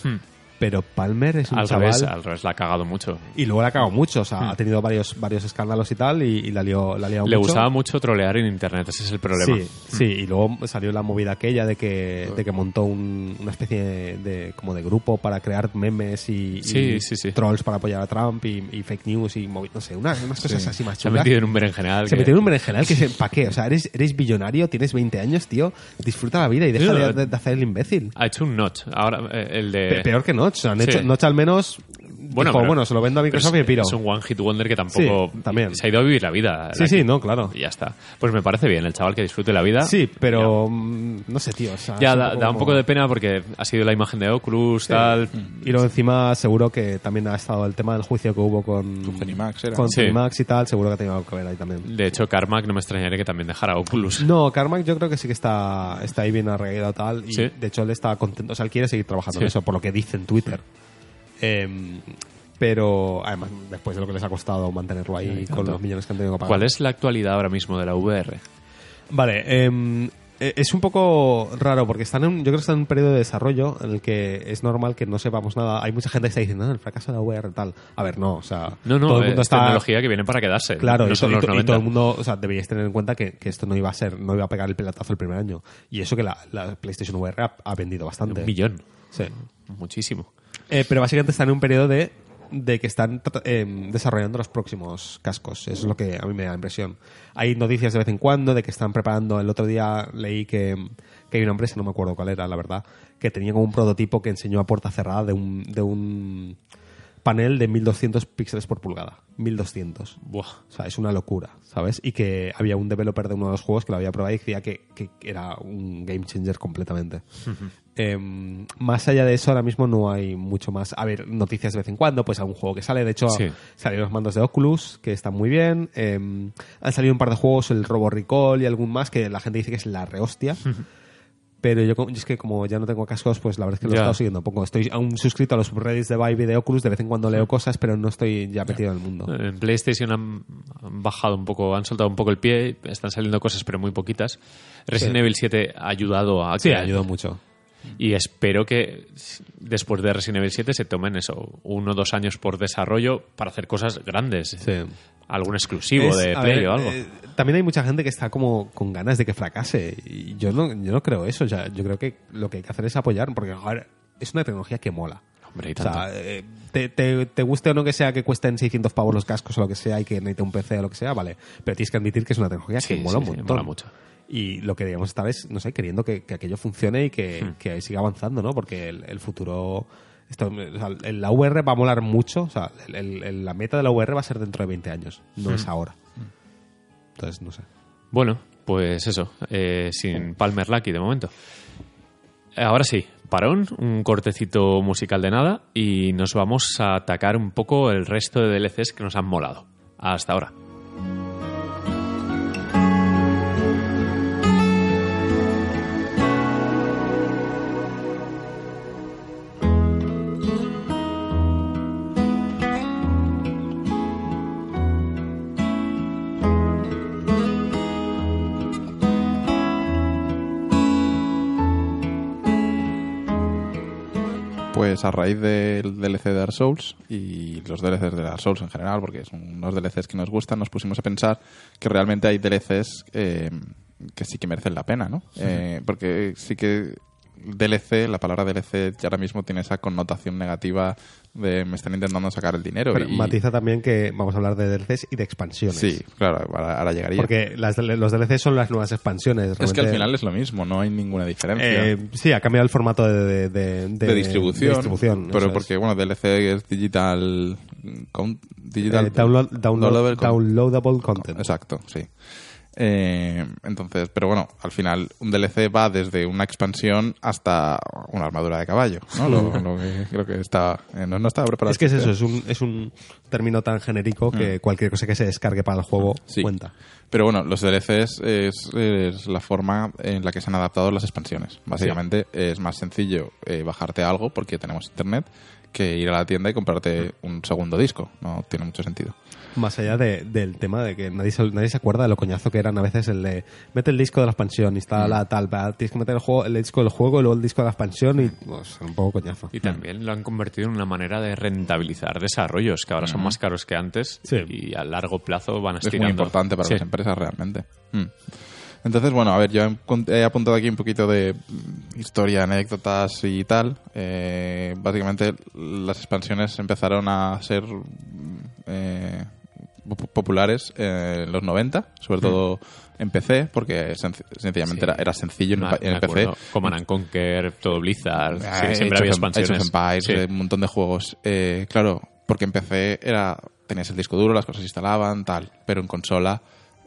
Speaker 2: Pero Palmer es Hmm. un
Speaker 1: Al
Speaker 2: chaval...
Speaker 1: revés, al revés, la ha cagado mucho.
Speaker 2: Y luego la ha cagado mucho, o sea, ha tenido varios, varios escándalos y tal, y, y la lió, la ha liado
Speaker 1: Hmm. Le
Speaker 2: mucho.
Speaker 1: gustaba mucho trolear en internet, ese es el problema. Hmm.
Speaker 2: Sí, sí, y luego salió la movida aquella de que, de que montó un- una especie de, como de grupo para crear memes y, y
Speaker 1: Sí, sí, sí.
Speaker 2: trolls para apoyar a Trump y, y fake news y movi- no sé, una- unas cosas así más
Speaker 1: Se ha
Speaker 2: chulas.
Speaker 1: metido en un berenjenal.
Speaker 2: Se
Speaker 1: que-
Speaker 2: metió en un berenjenal que se ¿pa' qué? O sea, eres, eres billonario, tienes 20 años, tío, disfruta la vida y deja
Speaker 1: Sí,
Speaker 2: de,
Speaker 1: lo-
Speaker 2: de hacer el imbécil.
Speaker 1: Ha hecho un notch. Ahora, eh, el de...
Speaker 2: Pe- Peor que Notch, o sea, han
Speaker 1: sí.
Speaker 2: hecho- Notch al menos bueno,
Speaker 1: pero-
Speaker 2: bueno, se lo vendo a
Speaker 1: pero
Speaker 2: Microsoft y
Speaker 1: es-
Speaker 2: piro.
Speaker 1: Es un one hit wonder que tampoco...
Speaker 2: Sí, también.
Speaker 1: Se ha ido a vivir la vida.
Speaker 2: Sí,
Speaker 1: la-
Speaker 2: sí, no, claro.
Speaker 1: Y ya está. Pues me parece bien, el chaval que disfrute la vida.
Speaker 2: Sí, pero mm, no sé, tío. o sea,
Speaker 1: Ya
Speaker 2: es
Speaker 1: da, da un poco
Speaker 2: como- Mm.
Speaker 1: de pena porque ha sido la imagen de Oculus, tal.
Speaker 2: Y luego encima seguro que también ha estado el tema del juicio que hubo con...
Speaker 3: Con Zenimax era.
Speaker 2: Con
Speaker 1: Sí.
Speaker 2: Zenimax y tal, seguro que ha tenido algo que ver ahí también.
Speaker 1: De hecho, Carmack no me extrañaría que también dejara Oculus.
Speaker 2: No, Carmack yo creo que sí que está, está ahí bien arreglado tal. Y
Speaker 1: Sí.
Speaker 2: de hecho él está contento. O sea, él quiere seguir trabajando
Speaker 1: Sí.
Speaker 2: en eso, por lo que dice en Twitter. Em, pero además, después de lo que les ha costado mantenerlo ahí
Speaker 1: y
Speaker 2: con
Speaker 1: tanto.
Speaker 2: los millones que han tenido que pagar.
Speaker 1: ¿Cuál es la actualidad ahora mismo de la VR?
Speaker 2: Vale, em, eh, es un poco raro porque están en, un- yo creo que están en un periodo de desarrollo en el que es normal que no sepamos nada. Hay mucha gente que está diciendo, "Ah, el fracaso de la VR tal. A ver, no, o sea,
Speaker 1: No, no,
Speaker 2: todo el
Speaker 1: es
Speaker 2: mundo está...
Speaker 1: tecnología que viene para quedarse.
Speaker 2: Claro,
Speaker 1: no
Speaker 2: y, to-
Speaker 1: son
Speaker 2: y
Speaker 1: los
Speaker 2: to- y
Speaker 1: 90.
Speaker 2: todo el mundo, o sea, deberíais tener en cuenta que, que esto no iba a ser, no iba a pegar el pelotazo el primer año. Y eso que la, la PlayStation VR ha, ha vendido bastante.
Speaker 1: Un millón.
Speaker 2: Sí.
Speaker 1: Muchísimo.
Speaker 2: Eh, pero básicamente están en un periodo de, de que están tra- em, desarrollando los próximos cascos. Eso es lo que a mí me da la impresión. Hay noticias de vez en cuando de que están preparando. El otro día leí que, que hay una empresa, no me acuerdo cuál era, la verdad, que tenía como un prototipo que enseñó a puerta cerrada de un, de un panel de 1200 píxeles por pulgada. 1200.
Speaker 1: Buah.
Speaker 2: O sea, es una locura, ¿sabes? Y que había un developer de uno de los juegos que lo había probado y decía que, que era un game changer completamente. Em, más allá de eso, ahora mismo no hay mucho más. A ver, noticias de vez en cuando, pues algún juego que sale. De hecho,
Speaker 1: Sí.
Speaker 2: salieron los mandos de Oculus, que están muy bien. Em, han salido un par de juegos, el Robo Recall y algún más, que la gente dice que es la rehostia. Pero yo, co- yo es que como ya no tengo cascos, pues la verdad es que lo he
Speaker 1: Ya.
Speaker 2: estado siguiendo poco. Estoy aún suscrito a los subreddits de Vibe y de Oculus, de vez en cuando leo cosas, pero no estoy ya metido en el mundo.
Speaker 1: En PlayStation han, han bajado un poco, han soltado un poco el pie, están saliendo cosas, pero muy poquitas. Resident Evil 7 ha ayudado a
Speaker 2: Sí,
Speaker 1: que-
Speaker 2: ayudó mucho.
Speaker 1: Y espero que s- después de Resident Evil 7 se tomen eso, uno o dos años por desarrollo para hacer cosas grandes.
Speaker 2: Sí.
Speaker 1: Algún exclusivo
Speaker 2: Es-
Speaker 1: de
Speaker 2: a
Speaker 1: Play
Speaker 2: ver,
Speaker 1: o algo.
Speaker 2: eh, también hay mucha gente que está como con ganas de que fracase. Y yo no, yo no creo eso. ya yo creo que lo que hay que hacer es apoyar, porque joder, es una tecnología que mola.
Speaker 1: Hombre, y
Speaker 2: O
Speaker 1: tanto.
Speaker 2: sea, eh, te, te- te guste o no que sea que cuesten 600 pavos los cascos o lo que sea y que necesite un PC o lo que sea, vale. Pero tienes que admitir que es una tecnología
Speaker 1: Sí,
Speaker 2: que mola
Speaker 1: sí, sí,
Speaker 2: un montón.
Speaker 1: mola mucho.
Speaker 2: Y lo que deberíamos estar es, no sé, queriendo que, que aquello funcione y que, que siga avanzando, ¿no? Porque el, el futuro... Esto, o sea, el- la VR va a molar mucho. O sea, el- el- el- la meta de la VR va a ser dentro de 20 años, no es ahora. Entonces, no sé.
Speaker 1: Bueno, pues eso, eh, sin Palmer Lucky de momento. Ahora sí, parón, un cortecito musical de nada y nos vamos a atacar un poco el resto de DLCs que nos han molado. Hasta ahora.
Speaker 3: Pues a raíz del DLC de Dark Souls y los DLCs de Dark Souls en general, porque son unos DLCs que nos gustan, nos pusimos a pensar que realmente em, hay DLCs eh, que sí que merecen la pena, ¿no? Eh, porque sí que DLC, la palabra DLC ya ahora mismo tiene esa connotación negativa de me están intentando sacar el dinero.
Speaker 2: Pero
Speaker 3: y-
Speaker 2: matiza también que vamos a hablar de DLCs y de expansiones.
Speaker 3: Sí, claro, ahora, ahora llegaría.
Speaker 2: Porque las, los DLCs son las nuevas expansiones.
Speaker 3: es que al
Speaker 2: realmente.
Speaker 3: final es lo mismo, no hay ninguna diferencia.
Speaker 2: Eh, sí, ha cambiado el formato de, de- de- de-
Speaker 3: de distribución,
Speaker 2: de distribución,
Speaker 3: pero
Speaker 2: eso es.
Speaker 3: porque bueno DLC es digital con-
Speaker 2: Eh,
Speaker 3: digital
Speaker 2: download- download-
Speaker 3: downloadable con-
Speaker 2: downloadable content.
Speaker 3: Exacto, sí. Eh, entonces, pero bueno, al final un DLC va desde una expansión hasta una armadura de caballo, ¿no? Lo, lo que creo que está, eh, no, no estaba preparado.
Speaker 2: Es que es eso, es un, es un término tan genérico que cualquier cosa que se descargue para el juego
Speaker 3: Mm. Sí.
Speaker 2: cuenta.
Speaker 3: Pero bueno, los DLCs es, es la forma en la que se han adaptado las expansiones. Básicamente es más sencillo eh, bajarte algo porque tenemos internet que ir a la tienda y comprarte un segundo disco. No tiene mucho sentido.
Speaker 2: Más allá de- del tema de que nadie se, nadie se acuerda de lo coñazo que eran a veces el de mete el disco de la expansión,
Speaker 3: Mm.
Speaker 2: instala tal, va, tienes que meter el, juego, el disco del juego y luego el disco de la expansión y pues, un poco coñazo.
Speaker 1: Y también lo han convertido en una manera de rentabilizar desarrollos que ahora son más caros que antes
Speaker 2: Hmm. Sí.
Speaker 1: y a largo plazo van
Speaker 3: es
Speaker 1: estirando.
Speaker 3: muy importante para
Speaker 1: Sí.
Speaker 3: las empresas realmente. Mm. Entonces, bueno, a ver, yo he encon- he apuntado aquí un poquito de mm, historia, anécdotas y tal. Eh, básicamente, las expansiones empezaron a ser mm, eh, pop- populares eh, en los 90, sobre todo en PC, porque senc- sencillamente
Speaker 1: Hmm. Sí.
Speaker 3: era, era sencillo en,
Speaker 1: Me-
Speaker 3: pa- en
Speaker 1: me
Speaker 3: el PC.
Speaker 1: acuerdo. Command and Conquer, todo Blizzard,
Speaker 3: Ah,
Speaker 1: sí,
Speaker 3: Age
Speaker 1: siempre
Speaker 3: of
Speaker 1: había
Speaker 3: Em-
Speaker 1: expansiones.
Speaker 3: Age of Empires,
Speaker 1: Sí.
Speaker 3: eh, un montón de juegos. Eh, claro, porque en PC era, tenías el disco duro, las cosas se instalaban, tal, pero en consola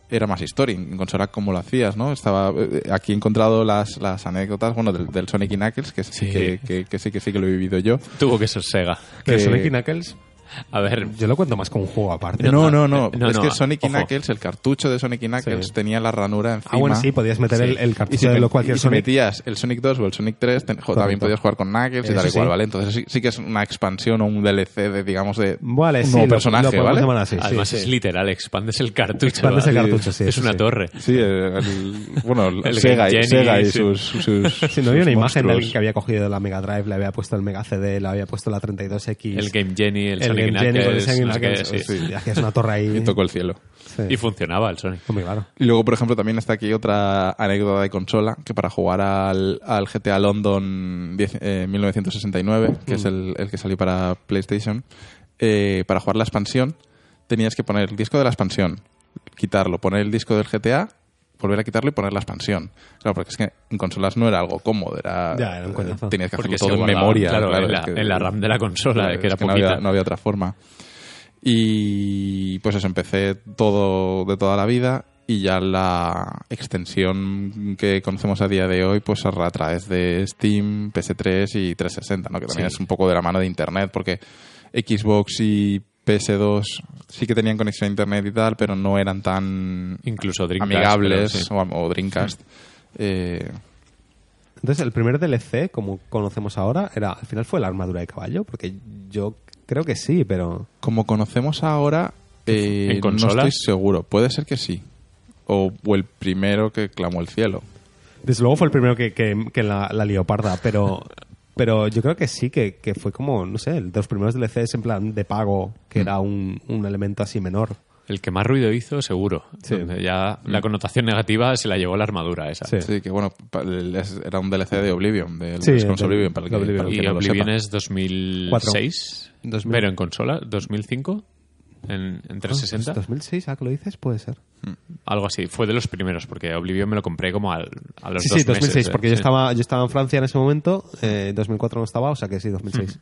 Speaker 3: era más historia. En consola, ¿cómo lo hacías, no? Estaba, eh, aquí he encontrado las, las anécdotas, bueno, del, del Sonic y Knuckles, que, sí.
Speaker 1: Sí.
Speaker 3: Que, que- que sí que sí que lo he vivido yo.
Speaker 1: Tuvo que ser Sega.
Speaker 2: Pero
Speaker 3: que-
Speaker 2: Sonic y Knuckles,
Speaker 1: A ver,
Speaker 2: yo lo cuento más como un juego aparte.
Speaker 3: No, no, no.
Speaker 1: no,
Speaker 3: es
Speaker 1: no,
Speaker 3: que
Speaker 1: ah,
Speaker 3: Sonic y
Speaker 1: ojo.
Speaker 3: Knuckles, el cartucho de Sonic y Knuckles,
Speaker 2: Sí.
Speaker 3: tenía la ranura encima.
Speaker 2: Ah, bueno, sí, podías meter el, el
Speaker 3: Y
Speaker 2: cartucho
Speaker 3: si,
Speaker 2: de lo
Speaker 3: met-
Speaker 2: cualquier
Speaker 3: y si
Speaker 2: Sonic.
Speaker 3: metías el Sonic 2 o el Sonic 3, ten- jo, también
Speaker 2: Correcto.
Speaker 3: podías jugar con Knuckles
Speaker 2: Eso
Speaker 3: y tal y cual,
Speaker 2: sí.
Speaker 3: ¿vale? Entonces sí, sí que es una expansión o un DLC de, digamos, de
Speaker 2: Vale,
Speaker 3: un
Speaker 2: sí,
Speaker 3: nuevo
Speaker 2: lo- lo
Speaker 3: personaje,
Speaker 2: podemos
Speaker 3: ¿vale?
Speaker 2: llamar así, sí,
Speaker 1: además
Speaker 2: sí.
Speaker 1: es literal, expandes el cartucho.
Speaker 2: Expandes el
Speaker 1: ¿vale?
Speaker 2: cartucho, sí,
Speaker 1: Es
Speaker 2: sí,
Speaker 1: una
Speaker 2: sí.
Speaker 1: torre.
Speaker 3: Sí, el- el- bueno, el
Speaker 1: El
Speaker 3: Sega, y,
Speaker 1: Game
Speaker 3: Sega
Speaker 1: Genie,
Speaker 3: y
Speaker 1: sí.
Speaker 3: sus, sus-
Speaker 2: Si no había
Speaker 3: sus
Speaker 2: una imagen de
Speaker 3: monstruos.
Speaker 2: alguien que había cogido la Mega Drive, le había puesto el Mega CD, le había puesto la 32X.
Speaker 1: El Game Genie, el, Sonic
Speaker 2: Game Genie con el
Speaker 1: Knuckles,
Speaker 2: Sonic
Speaker 1: no sé qué,
Speaker 2: Knuckles,
Speaker 1: sí.
Speaker 2: sí, Hacías una torre ahí.
Speaker 3: Y tocó el cielo.
Speaker 2: Sí.
Speaker 1: Y funcionaba el Sonic.
Speaker 2: Hombre, claro.
Speaker 3: Y luego, por ejemplo, también está aquí otra anécdota de consola, que para jugar al, al GTA London 10, eh, 1969, que
Speaker 2: Mm.
Speaker 3: es el, el que salió para PlayStation, eh, para jugar la expansión tenías que poner el disco de la expansión, quitarlo, poner el disco del GTA, volver a quitarlo y poner la expansión. Claro, porque es que en consolas no era algo cómodo, era,
Speaker 2: Ya, era un coñazo.
Speaker 3: tenías que
Speaker 1: Porque
Speaker 3: hacerlo
Speaker 1: se
Speaker 3: todo en
Speaker 1: guardaba,
Speaker 3: memoria.
Speaker 1: claro, en,
Speaker 3: es
Speaker 1: la,
Speaker 3: que-
Speaker 1: en la RAM de la consola,
Speaker 3: Claro,
Speaker 1: que era
Speaker 3: es que no
Speaker 1: poquita.
Speaker 3: había, no había otra forma. Y pues eso, empecé todo de toda la vida y ya la extensión que conocemos a día de hoy pues a través de Steam, PS3 y 360, ¿no? que también
Speaker 1: Sí.
Speaker 3: es un poco de la mano de Internet porque Xbox y PS2 sí que tenían conexión a Internet y tal, pero no eran tan
Speaker 1: Incluso Dreamcast.
Speaker 3: amigables
Speaker 1: pero sí.
Speaker 3: o, am- o Dreamcast. Eh,
Speaker 2: Entonces, el primer DLC, como conocemos ahora, era al final fue la armadura de caballo, porque yo creo que sí, pero
Speaker 3: Como conocemos ahora, eh,
Speaker 1: ¿En consolas?
Speaker 3: no estoy seguro. Puede ser que sí. O, o el primero que clamó el cielo.
Speaker 2: desde luego fue el primero que, que- que la, la leoparda, pero pero yo creo que sí, que, que fue como, no sé, el de los primeros DLCs en plan de pago, que
Speaker 1: Mm.
Speaker 2: era un, un elemento así menor.
Speaker 1: El que más ruido hizo, seguro.
Speaker 2: Sí.
Speaker 1: Donde ya la connotación negativa se la llevó la armadura esa.
Speaker 2: Sí.
Speaker 3: Mm. Sí, que bueno, pa- el- es- era un DLC de Oblivion, del
Speaker 2: Sí,
Speaker 3: Response
Speaker 2: del-
Speaker 3: Oblivion, para el que,
Speaker 2: de Oblivion.
Speaker 3: para el que
Speaker 1: Y
Speaker 3: no lo
Speaker 1: Oblivion
Speaker 3: sepa.
Speaker 1: es 2006,
Speaker 2: 2000.
Speaker 1: pero en consola, 2005, en, en 360,
Speaker 2: Ah, pues 2006, ah, que lo dices, puede ser.
Speaker 1: algo así. Fue de los primeros, porque Oblivion me lo compré como al, a los
Speaker 2: Sí,
Speaker 1: dos
Speaker 2: sí, 2006,
Speaker 1: meses, ¿eh?
Speaker 2: porque yo
Speaker 1: Sí.
Speaker 2: estaba yo estaba en Francia en ese momento, eh, 2004 no estaba, o sea que sí, 2006.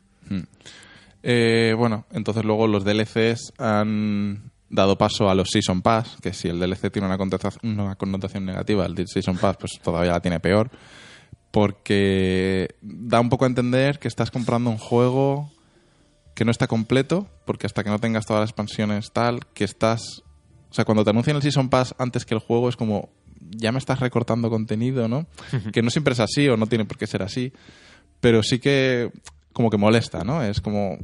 Speaker 3: Eh, bueno, entonces luego los DLCs han dado paso a los Season Pass, que si el DLC tiene una connotación, una connotación negativa, el Season Pass pues todavía la tiene peor, porque da un poco a entender que estás comprando un juego que no está completo, porque hasta que no tengas todas las expansiones tal, que estás... O sea, cuando te anuncian el Season Pass antes que el juego es como, ya me estás recortando contenido, ¿no? que no siempre es así o no tiene por qué ser así, pero sí que como que molesta, ¿no? Es como,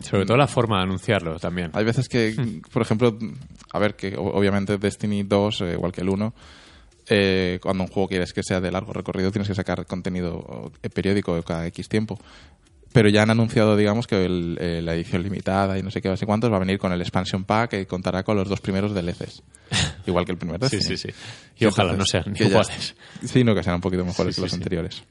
Speaker 1: Sobre todo la forma de anunciarlo también. Hmm.
Speaker 3: hay veces que, por ejemplo, a ver, que o- obviamente Destiny 2, eh, igual que el 1, eh, cuando un juego quieres que sea de largo recorrido, tienes que sacar contenido eh, periódico cada X tiempo. Pero ya han anunciado, digamos, que el- eh, la edición limitada y no sé qué, así cuántos va a venir con el expansion pack que contará con los dos primeros DLCs. Igual que el primer
Speaker 1: Sí,
Speaker 3: Destiny.
Speaker 1: sí, sí. Y ojalá no
Speaker 3: Entonces,
Speaker 1: sean
Speaker 3: que ya-
Speaker 1: iguales.
Speaker 3: Sí, no, que sean un poquito mejores
Speaker 1: Sí,
Speaker 3: que los
Speaker 1: sí, sí.
Speaker 3: anteriores.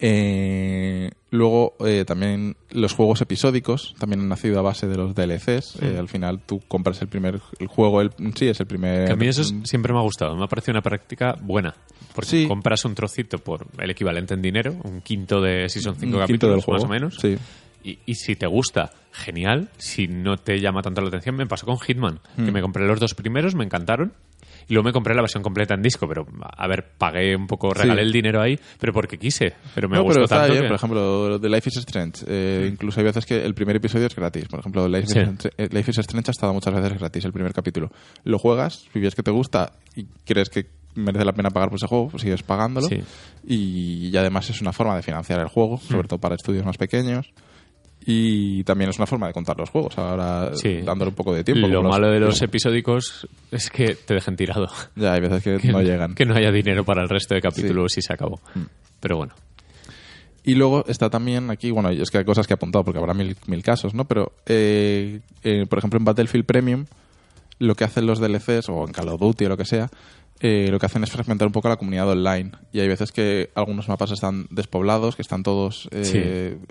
Speaker 3: Eh, luego eh, también los juegos episódicos también han nacido a base de los DLCs. Eh, al final tú compras el primer el juego, el, sí, es el primer... mm,
Speaker 1: Que a mí eso es- siempre me ha gustado, me ha parecido una práctica buena. Porque
Speaker 3: Sí.
Speaker 1: compras un trocito por el equivalente en dinero, un quinto de si son
Speaker 3: un
Speaker 1: cinco
Speaker 3: quinto
Speaker 1: capítulos
Speaker 3: del juego.
Speaker 1: más o menos.
Speaker 3: Sí.
Speaker 1: Y, y si te gusta, genial. Si no te llama tanto la atención, me pasó con Hitman, que
Speaker 3: Hmm.
Speaker 1: me compré los dos primeros, me encantaron. Y luego me compré la versión completa en disco, pero a ver, pagué un poco, regalé
Speaker 3: Sí.
Speaker 1: el dinero ahí, pero porque quise. Pero me
Speaker 3: no,
Speaker 1: gustó
Speaker 3: pero está
Speaker 1: tanto.
Speaker 3: bien,
Speaker 1: que-
Speaker 3: por ejemplo, The Life is Strange. Eh, Incluso hay veces que el primer episodio es gratis. Por ejemplo, Life,
Speaker 1: Sí.
Speaker 3: is, Strange- eh, Life is Strange ha estado muchas veces gratis el primer capítulo. Lo juegas, si ves que te gusta y crees que merece la pena pagar por ese juego, pues sigues pagándolo.
Speaker 1: Sí. Mm.
Speaker 3: Y, y además es una forma de financiar el juego, sobre todo para estudios más pequeños. Y también es una forma de contar los juegos, ahora
Speaker 1: Sí.
Speaker 3: dándole un poco de tiempo.
Speaker 1: Lo
Speaker 3: como
Speaker 1: malo de los episódicos es que te dejan tirado.
Speaker 3: Ya, hay veces que,
Speaker 1: Que
Speaker 3: no llegan. Hmm.
Speaker 1: Que no haya dinero para el resto de capítulos y se acabó. Pero bueno.
Speaker 3: Y luego está también aquí, bueno, es que hay cosas que he apuntado porque habrá mil, mil casos, ¿no? Pero, eh, eh, por ejemplo, en Battlefield Premium, lo que hacen los DLCs o en Call of Duty o lo que sea, eh, lo que hacen es fragmentar un poco la comunidad online. Y hay veces que algunos mapas están despoblados, que están todos eh,
Speaker 1: Sí.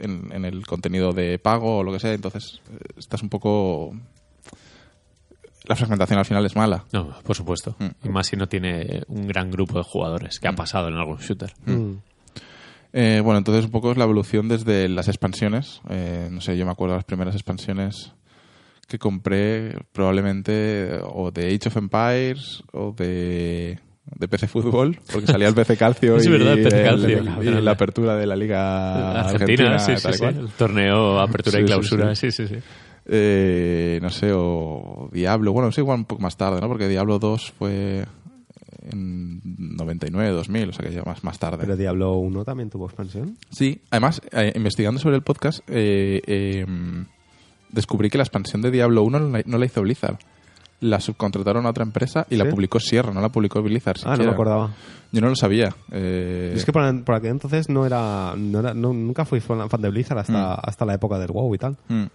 Speaker 3: en, en el contenido de pago o lo que sea, entonces eh, estás un poco. La fragmentación al final es mala.
Speaker 1: No, por supuesto.
Speaker 3: Mm.
Speaker 1: Y más si no tiene un gran grupo de jugadores,
Speaker 3: Hmm.
Speaker 1: que ha pasado en algún shooter.
Speaker 2: Mm.
Speaker 3: Eh, bueno, entonces un poco es la evolución desde las expansiones. Eh, no sé, yo me acuerdo las primeras expansiones que compré probablemente eh, o de Age of Empires o de, de PC Fútbol, porque salía el PC Calcio,
Speaker 1: Es
Speaker 3: y,
Speaker 1: verdad, el PC
Speaker 3: el-
Speaker 1: Calcio,
Speaker 3: y
Speaker 1: cabrón.
Speaker 3: la apertura de la Liga Argentina.
Speaker 1: Argentina, sí, sí,
Speaker 3: tal
Speaker 1: sí.
Speaker 3: cual.
Speaker 1: El torneo, apertura
Speaker 3: Sí,
Speaker 1: y
Speaker 3: sí,
Speaker 1: clausura, sí, sí, sí.
Speaker 3: Eh, no sé, o Diablo. Bueno, sí, igual un poco más tarde, ¿no? Porque Diablo 2 fue en 99, 2000, o sea que ya más, más tarde.
Speaker 2: Pero Diablo 1 también tuvo expansión.
Speaker 3: Sí, además, eh, investigando sobre el podcast, eh, eh, mm, descubrí que la expansión de Diablo 1 no la, no la hizo Blizzard. La subcontrataron a otra empresa y la
Speaker 2: ¿Sí?
Speaker 3: publicó Sierra, no la publicó Blizzard.
Speaker 2: Ah, no me
Speaker 3: siquiera.
Speaker 2: acordaba.
Speaker 3: Yo no lo sabía. eh,
Speaker 2: Es que por, por aquel entonces no era, no era no- nunca fui fan fan de Blizzard hasta,
Speaker 3: Mm.
Speaker 2: hasta la época del WoW y tal.
Speaker 3: mm.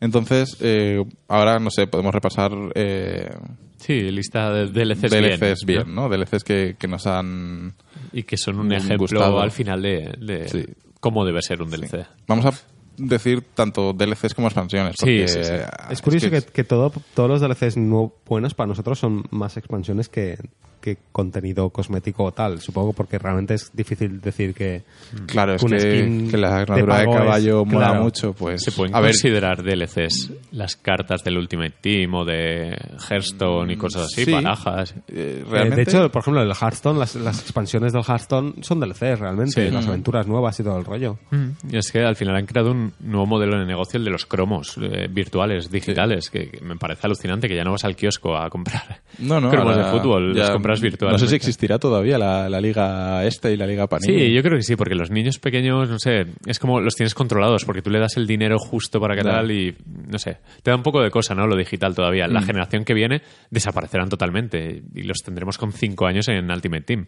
Speaker 3: Entonces, eh, ahora, no sé, podemos repasar eh,
Speaker 1: Sí, lista de DLCs, bien,
Speaker 3: DLCs bien, ¿no? DLCs que, que nos han...
Speaker 1: Y que son un
Speaker 3: Me han
Speaker 1: ejemplo
Speaker 3: gustado.
Speaker 1: al final de, de
Speaker 3: Sí.
Speaker 1: cómo debe ser un DLC.
Speaker 3: Vamos a decir tanto DLCs como expansiones.
Speaker 1: Sí,
Speaker 3: Porque,
Speaker 1: sí, sí.
Speaker 3: eh,
Speaker 2: Ah, es curioso
Speaker 3: que-
Speaker 2: que, que todo, todos los DLCs no buenos para nosotros son más expansiones que, que contenido cosmético o tal. Supongo porque realmente es difícil decir que... eh,
Speaker 3: Claro, es
Speaker 2: un
Speaker 3: que,
Speaker 2: skin
Speaker 3: que la
Speaker 2: de
Speaker 3: armadura de,
Speaker 2: pago es-
Speaker 3: caballo mola
Speaker 2: claro.
Speaker 3: mucho, pues...
Speaker 1: Se pueden
Speaker 3: a ver,
Speaker 1: considerar DLCs las cartas del Ultimate Team o de Hearthstone y cosas así,
Speaker 3: Mm, sí.
Speaker 1: barajas.
Speaker 3: eh,
Speaker 2: eh,
Speaker 3: realmente...
Speaker 2: de hecho, por ejemplo, el Hearthstone, las, las expansiones del Hearthstone son DLCs realmente.
Speaker 1: Sí.
Speaker 2: las
Speaker 3: Mm.
Speaker 2: aventuras nuevas y todo el rollo.
Speaker 1: Mm, y Es que al final han creado un nuevo modelo de negocio, el de los cromos eh, virtuales, digitales, que, que me parece alucinante que ya no vas al kiosco a comprar
Speaker 3: no, no,
Speaker 1: cromos
Speaker 3: ahora
Speaker 1: de fútbol,
Speaker 3: ya-
Speaker 1: las compras virtuales.
Speaker 3: No sé si existirá todavía la, la Liga Este y la Liga Panini.
Speaker 1: Sí, yo creo que sí, porque los niños pequeños, no sé, es como los tienes controlados, porque tú le das el dinero justo para que
Speaker 3: Ya.
Speaker 1: tal y, no sé, te da un poco de cosa, ¿no? Lo digital todavía.
Speaker 3: Mm.
Speaker 1: La generación que viene desaparecerán totalmente y los tendremos con cinco años en Ultimate Team.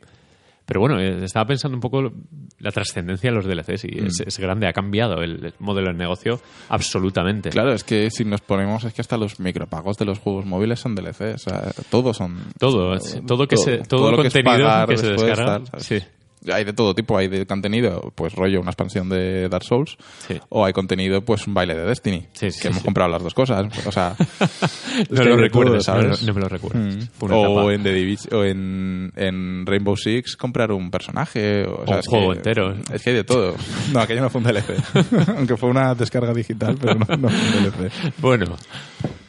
Speaker 1: Pero bueno, eh, estaba pensando un poco lo- la trascendencia de los DLCs
Speaker 3: Mm.
Speaker 1: y es, es grande, ha cambiado el modelo de negocio absolutamente.
Speaker 3: Claro, es que si nos ponemos, es que hasta los micropagos de los juegos móviles son DLC, o sea, todos son...
Speaker 1: Todo, sí, todo que se- todo
Speaker 3: lo es
Speaker 1: contenido
Speaker 3: pagar
Speaker 1: que se
Speaker 3: después,
Speaker 1: descarga,
Speaker 3: tal, ¿sabes?
Speaker 1: sí.
Speaker 3: Hay de todo tipo, hay de contenido, pues rollo, una expansión de Dark Souls,
Speaker 1: Sí.
Speaker 3: o hay contenido, pues un baile de Destiny,
Speaker 1: Sí, sí,
Speaker 3: que
Speaker 1: sí,
Speaker 3: hemos
Speaker 1: sí.
Speaker 3: comprado las dos cosas, o sea... es
Speaker 1: No
Speaker 3: que
Speaker 1: lo
Speaker 3: hay de
Speaker 1: recuerdes,
Speaker 3: todo,
Speaker 1: no,
Speaker 3: ¿sabes?
Speaker 1: no me lo recuerdes.
Speaker 3: Mm.
Speaker 1: Fue una
Speaker 3: O,
Speaker 1: etapa.
Speaker 3: en, The Divis- o en, en Rainbow Six comprar un personaje. O, o sea,
Speaker 1: un
Speaker 3: es
Speaker 1: juego
Speaker 3: que-
Speaker 1: entero.
Speaker 3: Es que hay de todo. No, aquello no fue un DLC. Aunque fue una descarga digital, pero no, no fue un DLC.
Speaker 1: Bueno,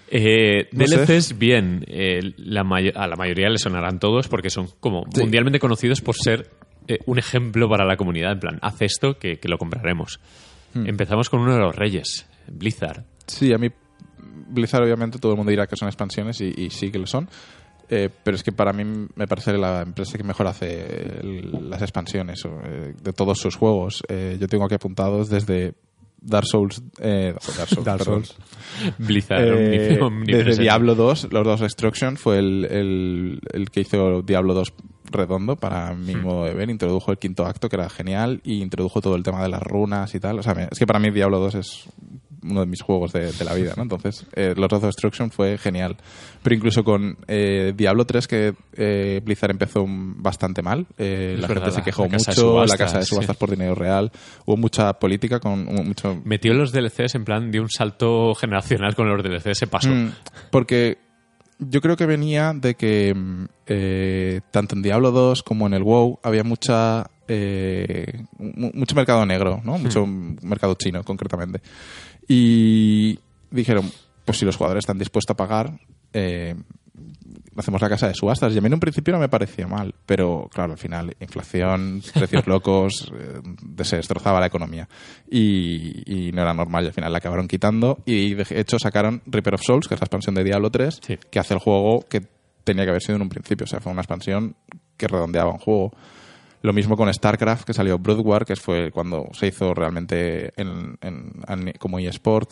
Speaker 1: eh,
Speaker 3: No sé.
Speaker 1: DLCs, bien. eh, la may- a la mayoría le sonarán todos porque son como
Speaker 3: Sí.
Speaker 1: mundialmente conocidos por ser eh, un ejemplo para la comunidad. En plan, haz esto que, que lo compraremos.
Speaker 3: Hmm.
Speaker 1: Empezamos con uno de los reyes, Blizzard.
Speaker 3: Sí, a mí Blizzard obviamente todo el mundo dirá que son expansiones y, y sí que lo son. Eh, pero es que para mí me parece la empresa que mejor hace el- las expansiones o, eh, de todos sus juegos. Eh, yo tengo aquí apuntados desde Dark Souls. eh, Dark Souls.
Speaker 2: Dark
Speaker 3: perdón.
Speaker 2: Souls.
Speaker 1: Blizzard,
Speaker 3: Eh,
Speaker 1: omni- omnipresente.
Speaker 3: desde Diablo 2, los dos Destruction fue el, el- el que hizo Diablo 2 redondo para mi
Speaker 1: Hmm.
Speaker 3: modo de ver. Introdujo el quinto acto, que era genial, y introdujo todo el tema de las runas y tal. O sea, me- es que para mí Diablo 2 es uno de mis juegos de, de la vida, ¿no? Entonces, eh, Lords of Destruction fue genial. Pero incluso con eh, Diablo 3, que eh, Blizzard empezó un- bastante mal, eh,
Speaker 1: Es
Speaker 3: la
Speaker 1: verdad,
Speaker 3: gente se
Speaker 1: la-
Speaker 3: quejó
Speaker 1: la casa de
Speaker 3: mucho, la
Speaker 1: subastas,
Speaker 3: casa de
Speaker 1: sí.
Speaker 3: subastas por dinero real, hubo mucha política con hubo mucho...
Speaker 1: Metió los DLCs en plan de un salto generacional con los DLCs, se pasó.
Speaker 3: Mm, porque yo creo que venía de que mm, eh, tanto en Diablo 2 como en el WoW había mucha eh, mu- mucho mercado negro, ¿no? Mucho mercado chino, concretamente. Y dijeron, pues si los jugadores están dispuestos a pagar, eh, hacemos la casa de subastas. Y a mí en un principio no me parecía mal, pero claro, al final, inflación, precios locos, eh, se destrozaba la economía. Y, y no era normal, y al final la acabaron quitando. Y de hecho sacaron Reaper of Souls, que es la expansión de Diablo 3,
Speaker 1: Sí.
Speaker 3: que hace el juego que tenía que haber sido en un principio. O sea, fue una expansión que redondeaba un juego. Lo mismo con StarCraft, que salió Brood War, que fue cuando se hizo realmente en- en- en- como eSport.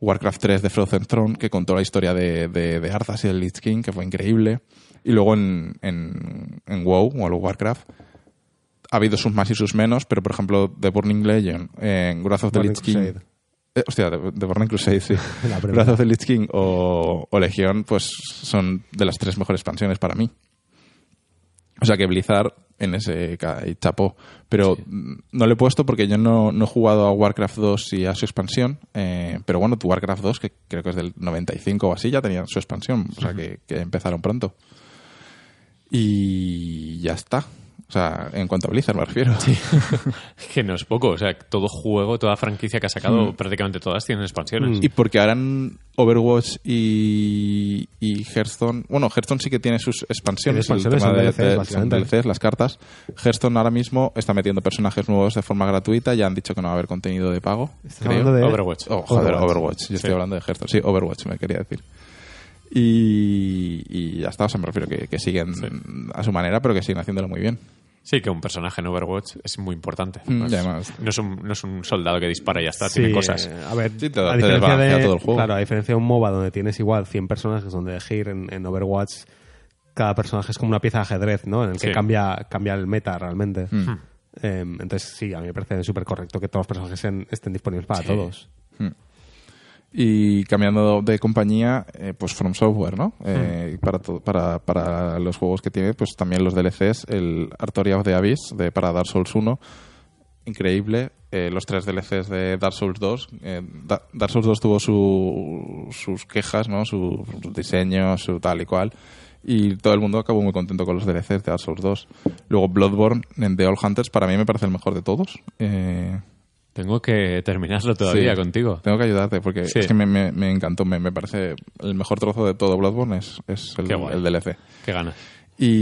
Speaker 3: Warcraft 3 de Frozen Throne, que contó la historia de, de, de Arthas y del Lich King, que fue increíble. Y luego en, en, en WoW, o Warcraft, ha habido sus más y sus menos, pero por ejemplo, The Burning Legend, en Wrath of the
Speaker 2: Burning
Speaker 3: Lich King.
Speaker 2: Crusade.
Speaker 3: Eh, hostia, The The Burning Crusade, sí.
Speaker 2: La primera.
Speaker 3: Wrath of the Lich King o, o Legión, pues son de las tres mejores expansiones para mí. O sea que Blizzard en ese ca- y chapó. Pero mm, no le he puesto porque yo no, no he jugado a Warcraft 2 y a su expansión. eh, pero bueno, tu Warcraft 2, que creo que es del 95 o así, ya tenía su expansión. O sea que, que empezaron pronto. Y ya está. O sea, en cuanto a Blizzard me refiero.
Speaker 1: Que no es poco, o sea, todo juego, toda franquicia que ha
Speaker 3: Hmm.
Speaker 1: sacado, prácticamente todas tienen expansiones.
Speaker 3: Y porque harán Overwatch y, y Hearthstone. Bueno, Hearthstone sí que tiene sus expansiones.
Speaker 2: Tiene expansiones,
Speaker 3: el tema
Speaker 2: son
Speaker 3: de-
Speaker 2: DLCs,
Speaker 3: de- son
Speaker 2: básicamente.
Speaker 3: DLCs, las cartas. Hearthstone ahora mismo está metiendo personajes nuevos de forma gratuita. Ya han dicho que no va a haber contenido de pago.
Speaker 2: Estás
Speaker 3: Creo.
Speaker 2: hablando de
Speaker 1: Overwatch.
Speaker 3: Oh, joder,
Speaker 2: Overwatch.
Speaker 3: Overwatch. Yo estoy hablando de Hearthstone. Sí, Overwatch me quería decir. Y, y ya está, o sea, me refiero que, que siguen a su manera, pero que siguen haciéndolo muy bien.
Speaker 1: Sí, que un personaje en Overwatch es muy importante.
Speaker 3: Mm,
Speaker 1: Pues,
Speaker 3: y además-
Speaker 1: no, es un, no es un soldado que dispara y ya está,
Speaker 2: Sí,
Speaker 1: tiene cosas.
Speaker 2: eh, A ver,
Speaker 3: Sí, te-
Speaker 2: a
Speaker 3: te
Speaker 2: diferencia
Speaker 3: desbalancea
Speaker 2: de,
Speaker 3: todo el juego.
Speaker 2: Claro, a diferencia de un MOBA donde tienes igual 100 personajes donde elegir en, en Overwatch cada personaje es como una pieza de ajedrez, ¿no? En el que
Speaker 1: Sí. Hmm.
Speaker 2: cambia, cambia el meta realmente. Eh, entonces sí, a mí me parece súper correcto que todos los personajes sean- estén disponibles para
Speaker 1: Sí.
Speaker 2: todos.
Speaker 3: Hmm. Y cambiando de compañía, eh, pues From Software, ¿no? Eh, para, to- para, para los juegos que tiene, pues también los DLCs, el Artoria of the Abyss de, para Dark Souls 1, increíble. eh, los tres DLCs de Dark Souls 2. eh, Da- Dark Souls 2 tuvo su- sus quejas, ¿no? Su, su diseño, su tal y cual. Y todo el mundo acabó muy contento con los DLCs de Dark Souls 2. Luego Bloodborne en The All Hunters, para mí me parece el mejor de todos. Eh,
Speaker 1: Tengo que terminarlo todavía
Speaker 3: Sí.
Speaker 1: contigo.
Speaker 3: Pues tengo que ayudarte porque
Speaker 1: Sí.
Speaker 3: es que me, me- me encantó, me, me parece el mejor trozo de todo Bloodborne es, es el,
Speaker 1: Qué guay.
Speaker 3: el DLC.
Speaker 1: Qué ganas.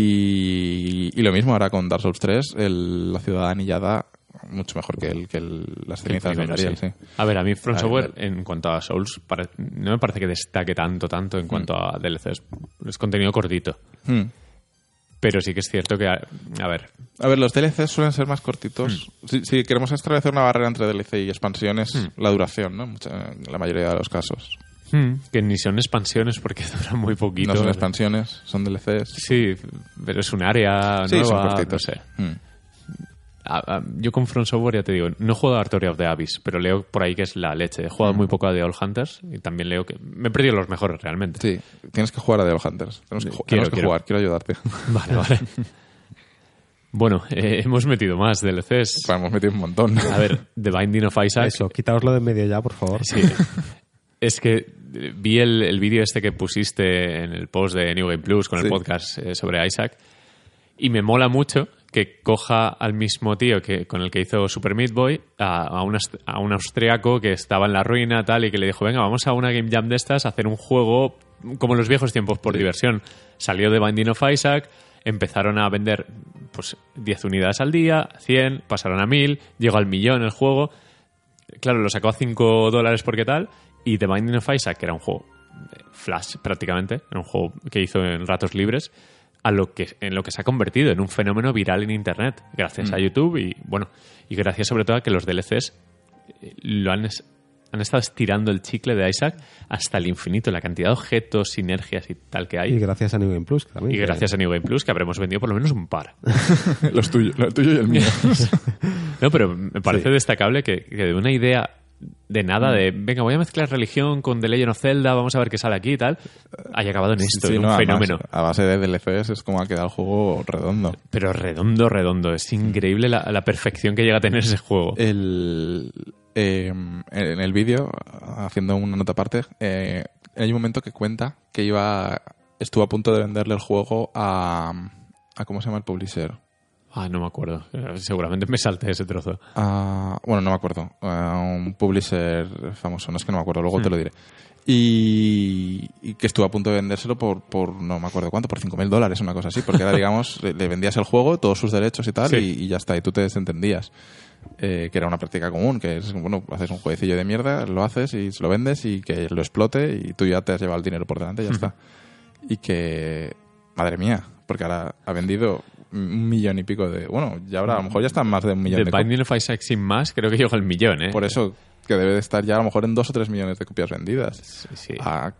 Speaker 3: Y, y lo mismo ahora con Dark Souls 3, el- la ciudad anillada mucho mejor que, el, que el- las
Speaker 1: El
Speaker 3: cenizas de
Speaker 1: primero,
Speaker 3: Ariel,
Speaker 1: sí.
Speaker 3: sí.
Speaker 1: A ver, a mí From
Speaker 3: Vale,
Speaker 1: Software, en cuanto a Souls, pare- no me parece que destaque tanto, tanto
Speaker 3: Mm.
Speaker 1: en cuanto a DLCs. Es contenido cortito.
Speaker 3: Hmm.
Speaker 1: Pero sí que es cierto que, a, a ver,
Speaker 3: A ver, los DLCs suelen ser más cortitos.
Speaker 1: Hmm.
Speaker 3: Si, si queremos establecer una barrera entre DLC y expansión es la duración, ¿no? Mucha- en la mayoría de los casos.
Speaker 1: mm, que ni son expansiones porque duran muy poquito.
Speaker 3: No son expansiones, son DLCs.
Speaker 1: Sí, pero es un área
Speaker 3: Sí,
Speaker 1: nueva,
Speaker 3: son
Speaker 1: no
Speaker 3: cortitos.
Speaker 1: sé.
Speaker 3: Hmm.
Speaker 1: A- a- yo con From Software, ya te digo, no he jugado a Artoria of the Abyss, pero leo por ahí que es la leche. He jugado muy poco a The All Hunters y también leo que... Me he perdido los mejores realmente.
Speaker 3: Sí, tienes que jugar a The All Hunters. Tenemos que, ju-
Speaker 1: Quiero,
Speaker 3: tenemos que
Speaker 1: quiero.
Speaker 3: jugar, quiero ayudarte.
Speaker 1: Vale, vale. bueno, eh, hemos metido más DLCs.
Speaker 3: Hemos metido un montón.
Speaker 1: A ver, The Binding of Isaac.
Speaker 2: Eso, quitaoslo de en medio ya, por favor.
Speaker 1: Sí. Es que eh, vi el, el vídeo este que pusiste en el post de New Game Plus con el
Speaker 3: Sí.
Speaker 1: podcast eh, sobre Isaac y me mola mucho que coja al mismo tío que con el que hizo Super Meat Boy a, a un, aus- a un austriaco que estaba en la ruina tal y que le dijo venga vamos a una game jam de estas a hacer un juego como en los viejos tiempos por diversión salió de Binding of Isaac empezaron a vender pues 10 unidades al día 100 pasaron a 1000 llegó al millón el juego claro, lo sacó a 5 dólares porque tal, y The Binding of Isaac, que era un juego eh, flash prácticamente, era un juego que hizo en ratos libres, a lo que, en lo que se ha convertido en un fenómeno viral en Internet, gracias a YouTube y, bueno, y gracias sobre todo a que los DLCs eh, lo han, es- han estado estirando el chicle de Isaac hasta el infinito, la cantidad de objetos, sinergias y tal que hay.
Speaker 2: Y gracias a New Game Plus que también.
Speaker 1: Y
Speaker 2: que-
Speaker 1: gracias a New Game Plus, que habremos vendido por lo menos un par.
Speaker 3: los tuyos, el tuyo y el mío.
Speaker 1: No, pero me parece destacable que, que de una idea de nada, de venga, voy a mezclar religión con The Legend of Zelda, vamos a ver qué sale aquí y tal, haya acabado en esto,
Speaker 3: Sí,
Speaker 1: en
Speaker 3: no, eh.
Speaker 1: un
Speaker 3: a base-
Speaker 1: fenómeno.
Speaker 3: A base de DLCs es como ha quedado el juego redondo.
Speaker 1: Pero redondo, redondo. Es increíble la, la perfección que llega a tener ese juego.
Speaker 3: El, eh, en el vídeo, haciendo una nota aparte, eh, hay un momento que cuenta que iba estuvo a punto de venderle el juego a, a ¿cómo se llama el publisher?
Speaker 1: Ah, no me acuerdo. Eh, Seguramente me salté ese trozo.
Speaker 3: A- Ah, bueno, no me acuerdo. A un publisher famoso, no es que no me acuerdo, luego te lo diré. Y, y que estuvo a punto de vendérselo por, por no me acuerdo cuánto, por 5.000 dólares, una cosa así. Porque era, digamos, le, le vendías el juego, todos sus derechos y tal,
Speaker 1: Sí.
Speaker 3: y, y ya está, y tú te desentendías. Eh, que era una práctica común, que es, bueno, haces un jueguecillo de mierda, lo haces y se lo vendes y que lo explote y tú ya te has llevado el dinero por delante y ya está. Y que, madre mía, porque ahora ha vendido un millón y pico de... Bueno, ya ahora a lo mejor ya están más de un millón
Speaker 1: The
Speaker 3: de copias.
Speaker 1: Binding of Isaac sin más, creo que llegó al millón, ¿eh?
Speaker 3: Por eso, que debe de estar ya a lo mejor en 2 o 3 millones de copias vendidas.
Speaker 1: Sí.
Speaker 3: A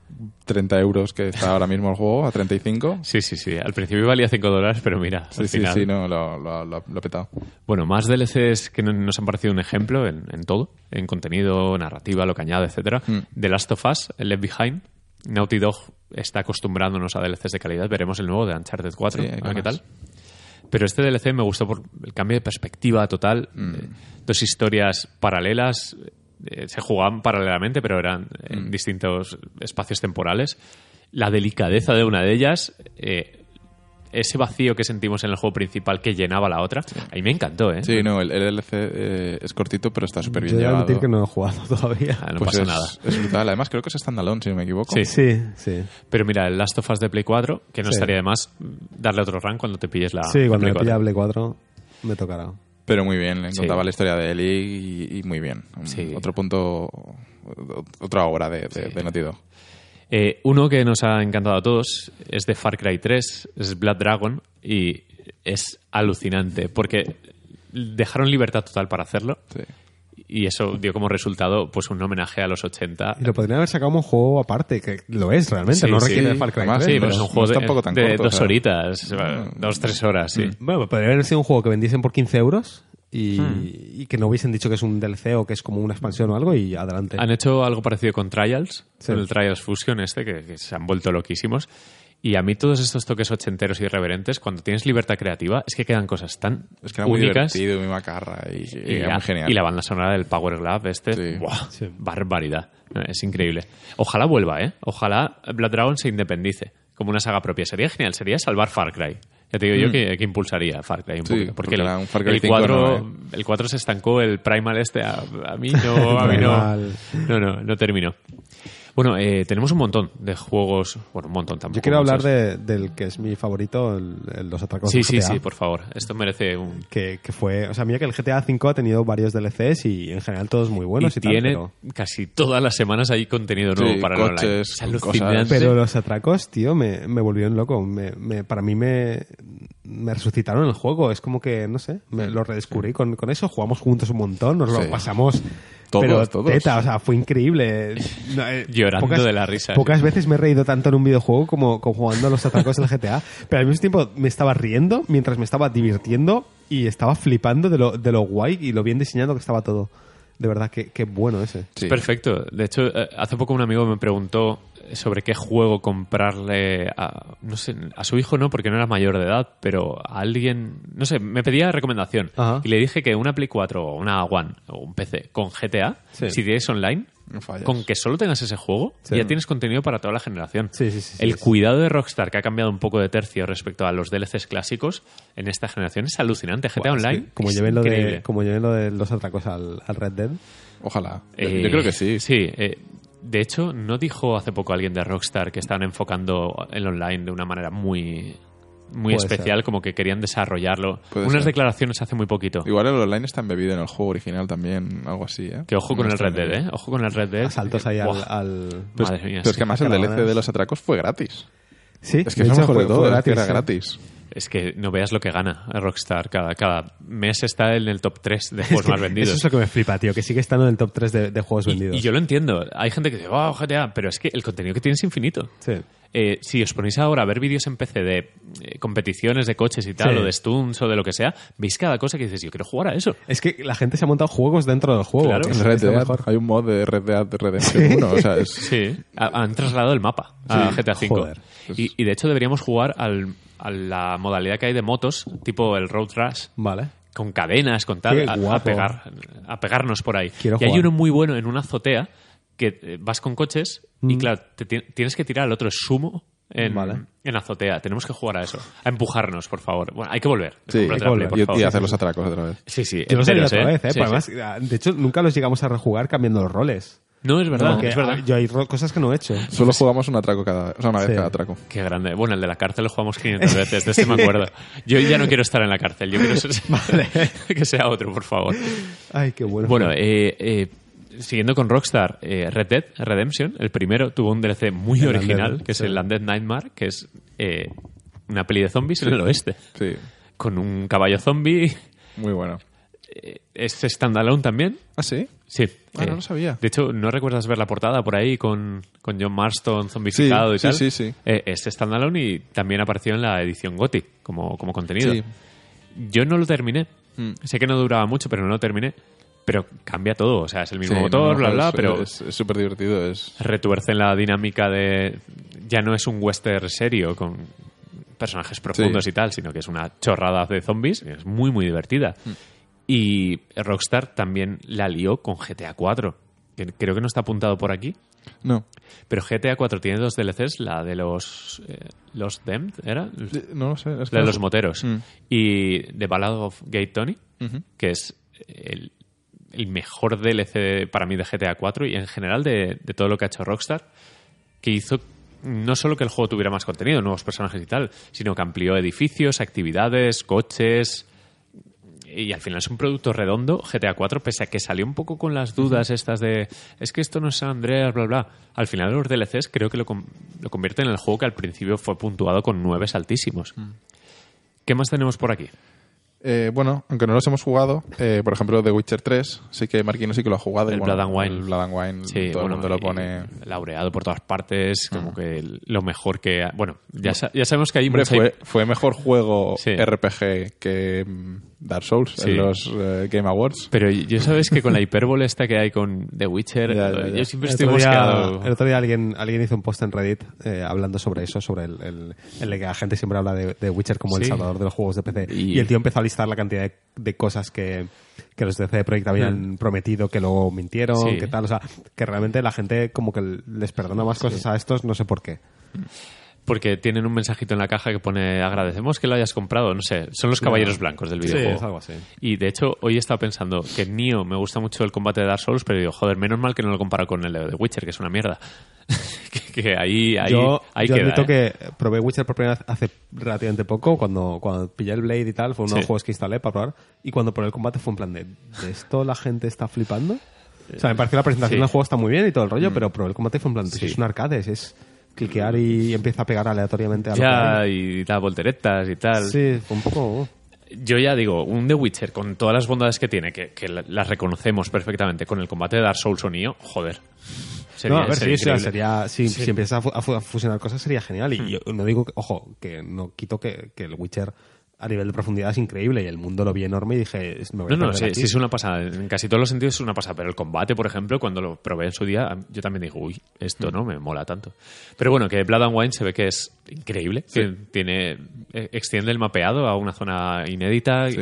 Speaker 3: 30 euros que está ahora mismo el juego, a 35.
Speaker 1: Sí, sí, sí. Al principio valía 5 dólares, pero mira,
Speaker 3: Sí,
Speaker 1: al
Speaker 3: sí,
Speaker 1: final.
Speaker 3: sí, no, lo, lo- lo- lo he petado.
Speaker 1: Bueno, más DLCs que no- nos han parecido un ejemplo en, en todo, en contenido, narrativa, lo que añade, etcétera.
Speaker 3: Mm.
Speaker 1: The Last of Us, Left Behind, Naughty Dog está acostumbrándonos a DLCs de calidad. Veremos el nuevo de Uncharted 4,
Speaker 3: Sí, hay
Speaker 1: a ver qué
Speaker 3: ganas.
Speaker 1: tal. Pero este DLC me gustó por el cambio de perspectiva total.
Speaker 3: Mm.
Speaker 1: Eh, Dos historias paralelas, eh, se jugaban paralelamente, pero eran
Speaker 3: Mm.
Speaker 1: en distintos espacios temporales. La delicadeza de una de ellas, eh, ese vacío que sentimos en el juego principal que llenaba la otra, a mí me encantó, ¿eh?
Speaker 3: Sí, no, el, el DLC eh, es cortito, pero está súper bien
Speaker 2: Yo debo
Speaker 3: llevado.
Speaker 2: admitir que no he jugado todavía.
Speaker 1: Ah, no
Speaker 3: Pues
Speaker 1: pasa
Speaker 3: es,
Speaker 1: nada.
Speaker 3: es brutal. Además, creo que es standalone, si no me equivoco.
Speaker 1: Sí.
Speaker 2: Sí, sí.
Speaker 1: Pero mira, el Last of Us de Play 4, que no
Speaker 2: Sí.
Speaker 1: estaría de más darle otro rank cuando Ah, te pilles la.
Speaker 2: sí,
Speaker 1: la
Speaker 2: cuando
Speaker 1: Play
Speaker 2: me
Speaker 1: 4.
Speaker 2: pilla Play 4 me tocará.
Speaker 3: Pero muy bien, le
Speaker 1: Sí.
Speaker 3: contaba la historia de Eli y, y muy bien. Un-
Speaker 1: Sí.
Speaker 3: Otro punto, otra obra de, de, de Naughty Dog.
Speaker 1: Eh, uno que nos ha encantado a todos es de Far Cry 3, es Blood Dragon, y es alucinante, porque dejaron libertad total para hacerlo,
Speaker 3: Sí.
Speaker 1: y eso dio como resultado pues un homenaje a los 80.
Speaker 2: Y lo podrían haber sacado como un juego aparte, que lo es realmente,
Speaker 1: Sí,
Speaker 2: no
Speaker 1: sí. Ah,
Speaker 2: requiere Far Cry
Speaker 3: Además,
Speaker 1: Sí, pues.
Speaker 2: 3.
Speaker 1: pero
Speaker 3: no
Speaker 1: es
Speaker 3: es-
Speaker 1: un
Speaker 3: no
Speaker 1: juego
Speaker 3: es
Speaker 1: de-
Speaker 3: tampoco
Speaker 1: de,
Speaker 3: tan corto, o
Speaker 1: dos
Speaker 3: sea. Mm.
Speaker 1: horitas, eh, dos, tres horas, sí.
Speaker 2: Bueno, podría haber sido un juego que vendiesen por 15 euros y,
Speaker 1: Hmm.
Speaker 2: y que no hubiesen dicho que es un DLC o que es como una expansión o algo y adelante.
Speaker 1: Han hecho algo parecido con Trials,
Speaker 2: Sí.
Speaker 1: con el Trials Fusion este, que, que se han vuelto loquísimos. Y a mí todos estos toques ochenteros y irreverentes, cuando tienes libertad creativa, es que quedan cosas tan
Speaker 3: Es que era muy
Speaker 1: únicas.
Speaker 3: divertido, muy macarra y, y
Speaker 1: y,
Speaker 3: era
Speaker 1: la-
Speaker 3: muy genial.
Speaker 1: y la banda sonora del Power Glove este,
Speaker 3: Sí.
Speaker 1: ¡buah!
Speaker 2: Sí.
Speaker 1: barbaridad. Es increíble. Ojalá vuelva, ¿eh? Ojalá Blood Dragon se independice como una saga propia. Sería genial, sería salvar Far Cry. Ya te digo yo que, que impulsaría Far Cry un
Speaker 3: Mm. Sí,
Speaker 1: poquito. Porque
Speaker 3: porque era
Speaker 1: el,
Speaker 3: un Far Cry
Speaker 1: el
Speaker 3: 5
Speaker 1: cuatro-
Speaker 3: no, ¿eh?
Speaker 1: el 4 se estancó, el Primal este, a, a mí no, a mí no.
Speaker 2: Primal.
Speaker 1: No, no, no terminó. Bueno, eh, tenemos un montón de juegos, bueno, un montón tampoco.
Speaker 2: Yo quiero hablar
Speaker 1: muchos.
Speaker 2: de, del que es mi favorito, el- el- los atracos
Speaker 1: Sí,
Speaker 2: del
Speaker 1: sí,
Speaker 2: GTA,
Speaker 1: sí, por favor. Esto merece un,
Speaker 2: que, que fue... O sea, mira que el GTA V ha tenido varios DLCs y en general todos muy buenos y,
Speaker 1: y tiene
Speaker 2: tal,
Speaker 1: casi todas las semanas ahí contenido nuevo
Speaker 3: Sí,
Speaker 1: para el online.
Speaker 3: coches,
Speaker 1: Es
Speaker 3: con
Speaker 1: alucinante.
Speaker 3: cosas.
Speaker 2: pero, pero los atracos, tío, me, me volvieron loco. Me- me- para mí me, me resucitaron el juego. Es como que, no sé, me lo redescubrí con, con eso. Jugamos juntos un montón, nos lo
Speaker 3: Sí.
Speaker 2: pasamos...
Speaker 3: Todos,
Speaker 2: pero
Speaker 3: todos.
Speaker 2: teta, o sea, fue increíble. No, eh,
Speaker 1: Llorando de la risa. ¿eh?
Speaker 2: Pocas veces me he reído tanto en un videojuego como, como jugando a los atracos del GTA. Pero al mismo tiempo me estaba riendo mientras me estaba divirtiendo y estaba flipando de lo, de lo guay y lo bien diseñado que estaba todo. De verdad, qué, qué bueno ese.
Speaker 3: Sí.
Speaker 1: Perfecto. De hecho, eh, hace poco un amigo me preguntó sobre qué juego comprarle a, no sé, a su hijo no, porque no era mayor de edad, pero a alguien, no sé, me pedía recomendación.
Speaker 2: Ajá.
Speaker 1: Y le dije que una Play 4 o una One o un PC con GTA,
Speaker 2: Sí.
Speaker 1: si tienes online,
Speaker 3: No fallas.
Speaker 1: con que solo tengas ese juego,
Speaker 2: Sí.
Speaker 1: ya tienes contenido para toda la generación.
Speaker 2: Sí, sí, sí, sí,
Speaker 1: El
Speaker 2: sí.
Speaker 1: cuidado de Rockstar, que ha cambiado un poco de tercio respecto a los DLCs clásicos en esta generación, es alucinante. GTA
Speaker 2: Buah, es que
Speaker 1: Online,
Speaker 2: como,
Speaker 1: es
Speaker 2: lleven lo
Speaker 1: increíble.
Speaker 2: de, como lleven lo de los atracos al, al Red Dead.
Speaker 3: Ojalá.
Speaker 1: Eh,
Speaker 3: Yo creo que sí.
Speaker 1: Sí. eh, de hecho, ¿no dijo hace poco alguien de Rockstar que estaban enfocando el online de una manera muy, muy
Speaker 2: Puede
Speaker 1: especial, como que querían desarrollarlo?
Speaker 3: Puede
Speaker 1: Unas
Speaker 3: ser.
Speaker 1: declaraciones hace muy poquito.
Speaker 3: Igual el online está embebido en el juego original también, algo así, ¿eh?
Speaker 1: Que ojo con
Speaker 3: No
Speaker 1: el
Speaker 3: está
Speaker 1: Red Dead,
Speaker 3: embebido.
Speaker 1: ¿eh? Ojo con el Red Dead.
Speaker 2: Asaltos ahí al...
Speaker 1: Buah,
Speaker 2: al-
Speaker 1: Pues- Madre mía.
Speaker 3: Pero es
Speaker 1: sí.
Speaker 3: que además el DLC
Speaker 2: Caravanas.
Speaker 3: de los atracos fue gratis.
Speaker 2: Sí,
Speaker 3: Es que
Speaker 2: de
Speaker 3: es lo
Speaker 2: hecho
Speaker 3: mejor
Speaker 2: fue-
Speaker 3: de todo,
Speaker 1: ¿eh?
Speaker 2: fue
Speaker 3: es que era
Speaker 2: sí.
Speaker 3: gratis.
Speaker 1: Es que no veas lo que gana Rockstar. Cada, cada mes está en el top 3 de juegos Pues más vendidos.
Speaker 2: Eso es lo que me flipa, tío, que sigue estando en el top 3 de, de juegos
Speaker 1: Y-
Speaker 2: vendidos.
Speaker 1: Y, yo lo entiendo. Hay gente que dice, wow, GTA, pero es que el contenido que tiene es infinito.
Speaker 2: Sí.
Speaker 1: Eh, si os ponéis ahora a ver vídeos en PC de eh, competiciones de coches y tal,
Speaker 2: Sí.
Speaker 1: o de stunts o de lo que sea, veis cada cosa que dices, yo quiero jugar a eso.
Speaker 2: Es que la gente se ha montado juegos dentro del juego.
Speaker 1: Claro.
Speaker 2: que
Speaker 3: En
Speaker 2: es-
Speaker 3: Red
Speaker 2: es lo
Speaker 3: Dead,
Speaker 2: mejor.
Speaker 3: hay un mod de Red Dead Redemption 1, o sea, es-
Speaker 1: Sí, ha- han trasladado el mapa a
Speaker 2: Sí,
Speaker 1: GTA V.
Speaker 2: joder.
Speaker 1: Y, y de hecho deberíamos jugar al- a la modalidad que hay de motos, tipo el Road Rush,
Speaker 2: Vale.
Speaker 1: con cadenas, con tal,
Speaker 2: Qué
Speaker 1: a, a
Speaker 2: guapo.
Speaker 1: pegar, a pegarnos por ahí.
Speaker 2: Quiero
Speaker 1: y hay
Speaker 2: jugar.
Speaker 1: uno muy bueno en una azotea que eh, vas con coches y claro, te ti- tienes que tirar al otro sumo en,
Speaker 2: Mm. Vale.
Speaker 1: en azotea. Tenemos que jugar a eso, a empujarnos, por favor. Bueno, hay que volver.
Speaker 3: Sí,
Speaker 1: Comprar
Speaker 3: hay
Speaker 1: otra
Speaker 2: que
Speaker 1: Play,
Speaker 2: volver.
Speaker 1: por
Speaker 3: y, y
Speaker 1: favor.
Speaker 3: hacer los atracos otra vez.
Speaker 1: Sí, sí,
Speaker 2: Yo lo sabía
Speaker 1: enteros,
Speaker 2: otra
Speaker 1: ¿eh?
Speaker 2: vez, ¿eh?
Speaker 1: Sí,
Speaker 2: Pero
Speaker 1: sí.
Speaker 2: además, ah, de hecho, nunca los llegamos a rejugar cambiando los roles.
Speaker 1: No, es verdad,
Speaker 2: Porque,
Speaker 1: es verdad.
Speaker 2: ah, Yo hay ro- cosas que no he hecho.
Speaker 3: Solo jugamos un atraco cada, o sea, una vez
Speaker 2: Sí.
Speaker 3: cada atraco.
Speaker 1: Qué grande. Bueno, el de la cárcel lo jugamos 500 veces, de este me acuerdo. Yo ya no quiero estar en la cárcel, yo quiero ser- que sea otro, por favor.
Speaker 2: Ay, qué bueno.
Speaker 1: Bueno, eh, eh, siguiendo con Rockstar, eh, Red Dead Redemption, el primero, tuvo un DLC muy
Speaker 2: El
Speaker 1: original,
Speaker 2: Undead,
Speaker 1: que es
Speaker 2: sí.
Speaker 1: el Undead Nightmare, que es eh, una peli de zombies en el oeste,
Speaker 3: Sí,
Speaker 1: con un caballo zombie.
Speaker 3: muy bueno.
Speaker 1: eh, Es standalone también.
Speaker 3: ¿Ah, sí?
Speaker 1: Sí. eh,
Speaker 3: Ah, no lo sabía.
Speaker 1: De hecho, ¿no recuerdas ver la portada por ahí con, con John Marston zombificado
Speaker 3: Sí,
Speaker 1: y
Speaker 3: sí,
Speaker 1: tal?
Speaker 3: sí, sí.
Speaker 1: Eh, es standalone y también apareció en la edición Gothic como, como contenido.
Speaker 3: Sí.
Speaker 1: Yo no lo terminé.
Speaker 3: Mm.
Speaker 1: Sé que no duraba mucho, pero no lo terminé. Pero cambia todo. O sea, es el mismo
Speaker 3: Sí,
Speaker 1: motor,
Speaker 3: no, no,
Speaker 1: bla,
Speaker 3: es-
Speaker 1: bla, pero
Speaker 3: Es es súper divertido, es...
Speaker 1: retuercen la dinámica de... Ya no es un western serio con personajes profundos
Speaker 3: Sí.
Speaker 1: y tal, sino que es una chorrada de zombies. Es muy, muy divertida.
Speaker 3: Mm.
Speaker 1: Y Rockstar también la lió con GTA 4. que Creo que no está apuntado por aquí.
Speaker 3: No,
Speaker 1: Pero GTA 4 tiene dos DLCs, la de los... eh, ¿Los Damned era?
Speaker 3: eh, no lo sé. es que
Speaker 1: La de
Speaker 3: no-
Speaker 1: los moteros.
Speaker 3: Mm.
Speaker 1: Y The Ballad of Gay Tony,
Speaker 3: Ujú.
Speaker 1: que es el, el mejor DLC para mí de GTA 4 y en general de, de todo lo que ha hecho Rockstar, que hizo no solo que el juego tuviera más contenido, nuevos personajes y tal, sino que amplió edificios, actividades, coches. Y al final es un producto redondo, GTA 4, pese a que salió un poco con las dudas estas de es que esto no es San Andreas, bla, bla. Al final los DLCs creo que lo, com- lo convierten en el juego que al principio fue puntuado con nueve altísimos.
Speaker 3: Mm.
Speaker 1: ¿Qué más tenemos por aquí?
Speaker 3: Eh, bueno, aunque no los hemos jugado, eh, por ejemplo, The Witcher 3, sí que Marquino sí que lo ha jugado. y
Speaker 1: El
Speaker 3: bueno,
Speaker 1: Blood and Wine.
Speaker 3: El Blood and Wine,
Speaker 1: Sí,
Speaker 3: Mm, todo
Speaker 1: bueno,
Speaker 3: el mundo lo
Speaker 1: y-
Speaker 3: pone...
Speaker 1: Laureado por todas partes, como que lo mejor que. Bueno, ya, sa- ya sabemos que hay
Speaker 3: Hombre,
Speaker 1: mucha-
Speaker 3: fue, fue mejor juego
Speaker 1: Sí.
Speaker 3: RPG que mm, Dark Souls
Speaker 1: Sí.
Speaker 3: en los eh, Game Awards.
Speaker 1: Pero yo sabes que con la hipérbole esta que hay con The Witcher, eh,
Speaker 3: Ya, ya, ya.
Speaker 1: yo siempre
Speaker 2: El
Speaker 1: estoy
Speaker 2: otro día-
Speaker 1: buscando.
Speaker 2: El otro día alguien, alguien hizo un post en Reddit eh, hablando sobre eso, sobre el, el- el de que la gente siempre habla de, de Witcher como el
Speaker 1: Sí.
Speaker 2: salvador de los juegos de PC.
Speaker 1: Y-
Speaker 2: Y, el tío empezó a listar la cantidad de, de cosas que, que los de CD Projekt habían prometido, que luego mintieron,
Speaker 1: Sí.
Speaker 2: que tal. O sea, que realmente la gente como que les perdona más cosas a estos, no sé por qué.
Speaker 1: Porque tienen un mensajito en la caja que pone agradecemos que lo hayas comprado, no sé, son los caballeros blancos del videojuego.
Speaker 2: es algo así.
Speaker 1: Y de hecho, hoy estaba pensando que Nio me gusta mucho el combate de Dark Souls, pero digo, joder, menos mal que no lo comparo con el de The Witcher, que es una mierda. que, que ahí, ahí,
Speaker 2: yo
Speaker 1: ahí
Speaker 2: yo
Speaker 1: queda,
Speaker 2: admito
Speaker 1: ¿eh?
Speaker 2: que probé Witcher por primera vez hace relativamente poco, cuando, cuando pillé el Blade y tal, fue uno de
Speaker 1: Sí.
Speaker 2: los juegos que instalé para probar, y cuando por el combate fue en plan de, ¿de esto la gente está flipando? O sea, me pareció la presentación
Speaker 1: Sí. Mm.
Speaker 2: del juego está muy bien y todo el rollo, pero probé el combate y fue en plan, de,
Speaker 1: Sí.
Speaker 2: es un arcade, es- es cliquear y empieza a pegar aleatoriamente a lo que
Speaker 1: Ya,
Speaker 2: hay.
Speaker 1: y da volteretas y tal.
Speaker 2: Sí, fue un poco... uh.
Speaker 1: Yo ya digo, un The Witcher con todas las bondades que tiene, que, que la- las reconocemos perfectamente con el combate de Dark Souls o Nioh, joder. Sería-
Speaker 2: no, a ver, sí,
Speaker 1: sería
Speaker 2: o sea,
Speaker 1: increíble. Hmm.
Speaker 2: sería, si, si empiezas a, fu- a fu- a fusionar cosas sería genial. Y yo no digo, que- ojo, que no quito que, que el Witcher a nivel de profundidad es increíble y el mundo lo vi enorme y dije, "Es- me voy a
Speaker 1: No, no,
Speaker 2: perder
Speaker 1: sí,
Speaker 2: aquí".
Speaker 1: sí es una pasada. En casi todos los sentidos es una pasada. Pero el combate, por ejemplo, cuando lo probé en su día, yo también digo, uy, esto
Speaker 3: Mm.
Speaker 1: no me mola tanto. Pero bueno, que Blood and Wine se ve que es increíble. Que tiene, eh, extiende el mapeado a una zona inédita.
Speaker 3: Sí.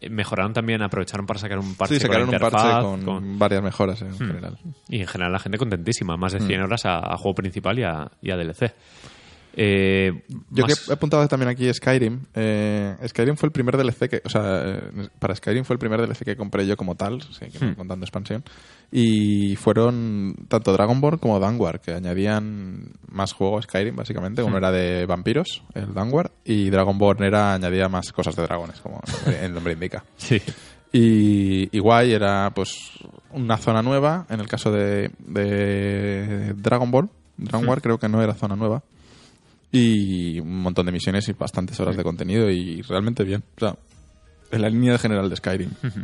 Speaker 1: Y Mejoraron también, aprovecharon para sacar un parche
Speaker 3: Sí, sacaron
Speaker 1: con
Speaker 3: un
Speaker 1: la
Speaker 3: parche
Speaker 1: interfaz,
Speaker 3: con,
Speaker 1: con- Hmm.
Speaker 3: varias mejoras en general.
Speaker 1: Y en general la gente contentísima, más de 100
Speaker 3: Mm.
Speaker 1: horas a, a juego principal y a, y a DLC. Eh,
Speaker 3: Yo
Speaker 1: más-
Speaker 3: que he apuntado también aquí Skyrim. eh, Skyrim fue el primer DLC que. O sea, eh, para Skyrim fue el primer DLC que compré yo como tal, o sea, que
Speaker 1: Hmm.
Speaker 3: no contando expansión. Y fueron tanto Dragonborn como Vanguard, que añadían más juego a Skyrim, básicamente.
Speaker 1: Hmm.
Speaker 3: Uno era de vampiros, el Vanguard, y Dragonborn era añadía más cosas de dragones, como el nombre indica.
Speaker 1: Sí,
Speaker 3: Y, y Guay era pues una zona nueva, en el
Speaker 1: Hmm.
Speaker 3: caso de, de Dragon Ball. Dragon Ball creo que no era zona nueva. Y un montón de misiones y bastantes horas de contenido y realmente bien. O sea, en la línea general de Skyrim.
Speaker 1: Hmm.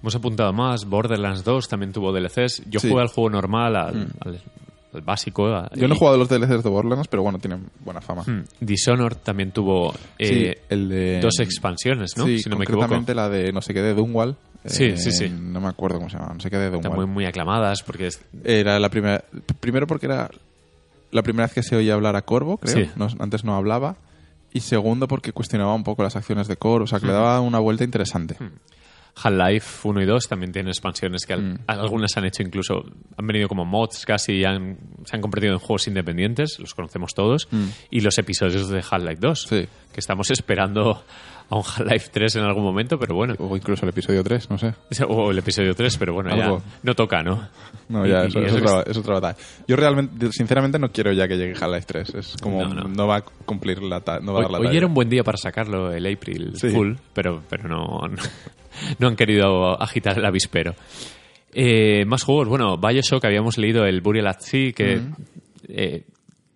Speaker 1: Hemos apuntado más. Borderlands 2 también tuvo DLCs. Yo
Speaker 3: Sí. Mm.
Speaker 1: jugué al juego normal, al, al- al básico. a-
Speaker 3: Yo no he
Speaker 1: y-
Speaker 3: jugado los DLCs de Borderlands, pero bueno, tienen buena fama.
Speaker 1: Mm, Dishonored también tuvo
Speaker 3: Sí,
Speaker 1: eh,
Speaker 3: el de...
Speaker 1: dos expansiones, ¿no?
Speaker 3: Sí,
Speaker 1: si no me equivoco.
Speaker 3: concretamente la de no sé qué de Dunwall. Eh,
Speaker 1: Sí, sí, sí.
Speaker 3: No me acuerdo cómo se llama, no sé qué de Dunwall.
Speaker 1: También muy aclamadas porque es-
Speaker 3: Era la primera. Primero porque era la primera vez que se oía hablar a Corvo, creo.
Speaker 1: Sí.
Speaker 3: No- antes no hablaba. Y segundo porque cuestionaba un poco las acciones de Corvo. O sea, que le
Speaker 1: Hmm.
Speaker 3: daba una vuelta interesante.
Speaker 1: Half-Life 1 y 2 también tienen expansiones que al-
Speaker 3: Mm.
Speaker 1: algunas han hecho incluso, han venido como mods casi y han- se han convertido en juegos independientes, los conocemos todos, y los episodios de Half-Life 2,
Speaker 3: Mm. Sí.
Speaker 1: que estamos esperando a un Half-Life 3 en algún momento, pero bueno,
Speaker 3: O incluso el episodio 3, no sé.
Speaker 1: o el episodio 3, pero bueno, ya
Speaker 3: Algo.
Speaker 1: no toca, ¿no?
Speaker 3: No,
Speaker 1: Y-
Speaker 3: ya,
Speaker 1: y-
Speaker 3: eso,
Speaker 1: y
Speaker 3: es,
Speaker 1: eso que
Speaker 3: otra, es otra batalla. Yo realmente, sinceramente, no quiero ya que llegue Half-Life 3. Es como,
Speaker 1: No,
Speaker 3: no,
Speaker 1: no.
Speaker 3: va a cumplir la ta- no va a
Speaker 1: Hoy,
Speaker 3: dar la
Speaker 1: hoy
Speaker 3: talla.
Speaker 1: era un buen día para sacarlo el April
Speaker 3: Sí.
Speaker 1: Full, pero, pero no, no, no han querido agitar el avispero. Eh, más juegos, bueno, Bioshock habíamos leído el Burial at Sea, que eh,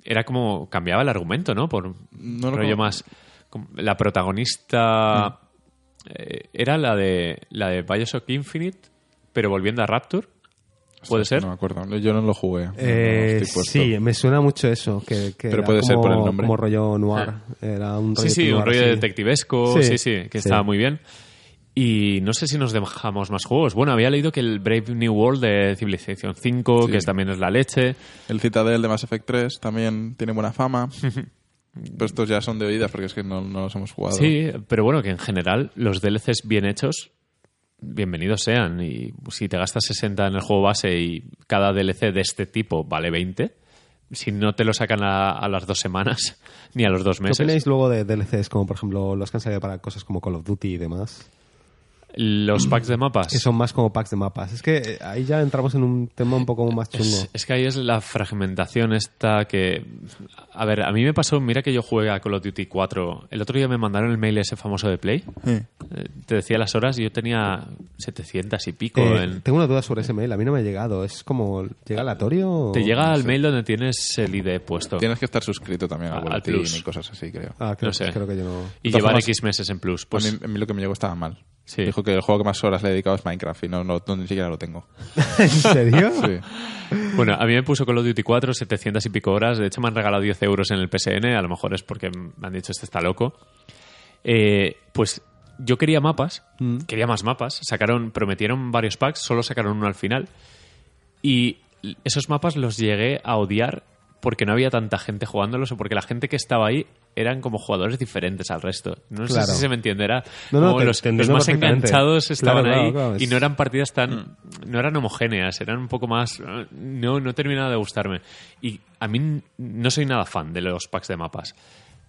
Speaker 1: era como cambiaba el argumento, ¿no? Por
Speaker 3: No lo
Speaker 1: rollo
Speaker 3: conozco.
Speaker 1: más. como- La protagonista
Speaker 3: Mm.
Speaker 1: eh, era la de la de Bioshock Infinite, pero volviendo a Rapture. ¿Puede
Speaker 3: Ostras,
Speaker 1: ser?
Speaker 3: No me acuerdo. Yo no lo jugué. No- no
Speaker 2: Eh,
Speaker 3: estoy puesto.
Speaker 2: sí, me suena mucho eso. Que, que
Speaker 3: Pero
Speaker 2: era
Speaker 3: puede ser
Speaker 2: como-
Speaker 3: por el nombre.
Speaker 2: Como rollo noir. Era un rollo
Speaker 1: Ah. Sí, sí,
Speaker 2: noir,
Speaker 1: un rollo
Speaker 2: sí.
Speaker 1: detectivesco, sí,
Speaker 2: Sí,
Speaker 1: sí, que
Speaker 2: sí.
Speaker 1: estaba muy bien. Y no sé si nos dejamos más juegos. Bueno, había leído que el Brave New World de Civilization 5,
Speaker 3: Sí.
Speaker 1: que es- también es la leche.
Speaker 3: El Citadel de Mass Effect 3 también tiene buena fama. pero estos ya son de oídas porque es que no, no los hemos jugado.
Speaker 1: Sí, pero bueno, que en general los DLCs bien hechos, bienvenidos sean. Y si te gastas 60 en el juego base y cada DLC de este tipo vale 20, si no te lo sacan a, a las dos semanas ni a los dos
Speaker 2: ¿Qué
Speaker 1: meses,
Speaker 2: opináis luego de DLCs como, por ejemplo, los que han salido para cosas como Call of Duty y demás?
Speaker 1: los packs de mapas.
Speaker 2: Que son más como packs de mapas. Es que eh, ahí ya entramos en un tema un poco más chungo. Eh,
Speaker 1: Es, es que ahí es la fragmentación esta que... A ver, a mí me pasó, mira que yo jugué a Call of Duty 4. El otro día me mandaron el mail ese famoso de Play.
Speaker 3: Sí.
Speaker 1: Eh, Te decía las horas y yo tenía 700 y pico.
Speaker 2: Eh,
Speaker 1: en-
Speaker 2: Tengo una duda sobre ese mail. A mí no me ha llegado. ¿Es como. ¿Llega aleatorio? o-
Speaker 1: Te llega al mail donde tienes el ID puesto.
Speaker 3: Tienes que estar suscrito también
Speaker 1: Al
Speaker 3: al boletín
Speaker 1: Plus.
Speaker 3: y cosas así, creo.
Speaker 2: Ah, creo,
Speaker 1: no sé.
Speaker 2: creo que yo
Speaker 1: Y
Speaker 2: no.
Speaker 3: De todas
Speaker 1: llevar
Speaker 3: formas-
Speaker 1: X meses en plus.
Speaker 3: Pues
Speaker 1: Pues
Speaker 3: a mí, a mí lo que me llegó estaba mal.
Speaker 1: Sí.
Speaker 3: Dijo que el juego que más horas le he dedicado es Minecraft y no, no, no, ni siquiera lo tengo.
Speaker 2: ¿En serio?
Speaker 3: Sí.
Speaker 1: Bueno, a mí me puso Call of Duty 4, 700 y pico horas. De hecho, me han regalado 10 euros en el PSN. A lo mejor es porque me han dicho, este está loco. Eh, pues yo quería mapas,
Speaker 2: Mm.
Speaker 1: quería más mapas. Sacaron, prometieron varios packs, solo sacaron uno al final. Y esos mapas los llegué a odiar porque no había tanta gente jugándolos o porque la gente que estaba ahí eran como jugadores diferentes al resto. No
Speaker 2: Claro.
Speaker 1: sé si se me entenderá.
Speaker 2: No, no,
Speaker 1: Como
Speaker 2: te-
Speaker 1: los,
Speaker 2: te
Speaker 1: los
Speaker 2: entiendo
Speaker 1: más
Speaker 2: perfectamente.
Speaker 1: enganchados estaban
Speaker 2: Claro,
Speaker 1: ahí
Speaker 2: claro, claro,
Speaker 1: y
Speaker 2: es-
Speaker 1: no eran partidas tan no eran homogéneas eran un poco más eh, no no terminaba de gustarme y a mí n- no soy nada fan de los packs de mapas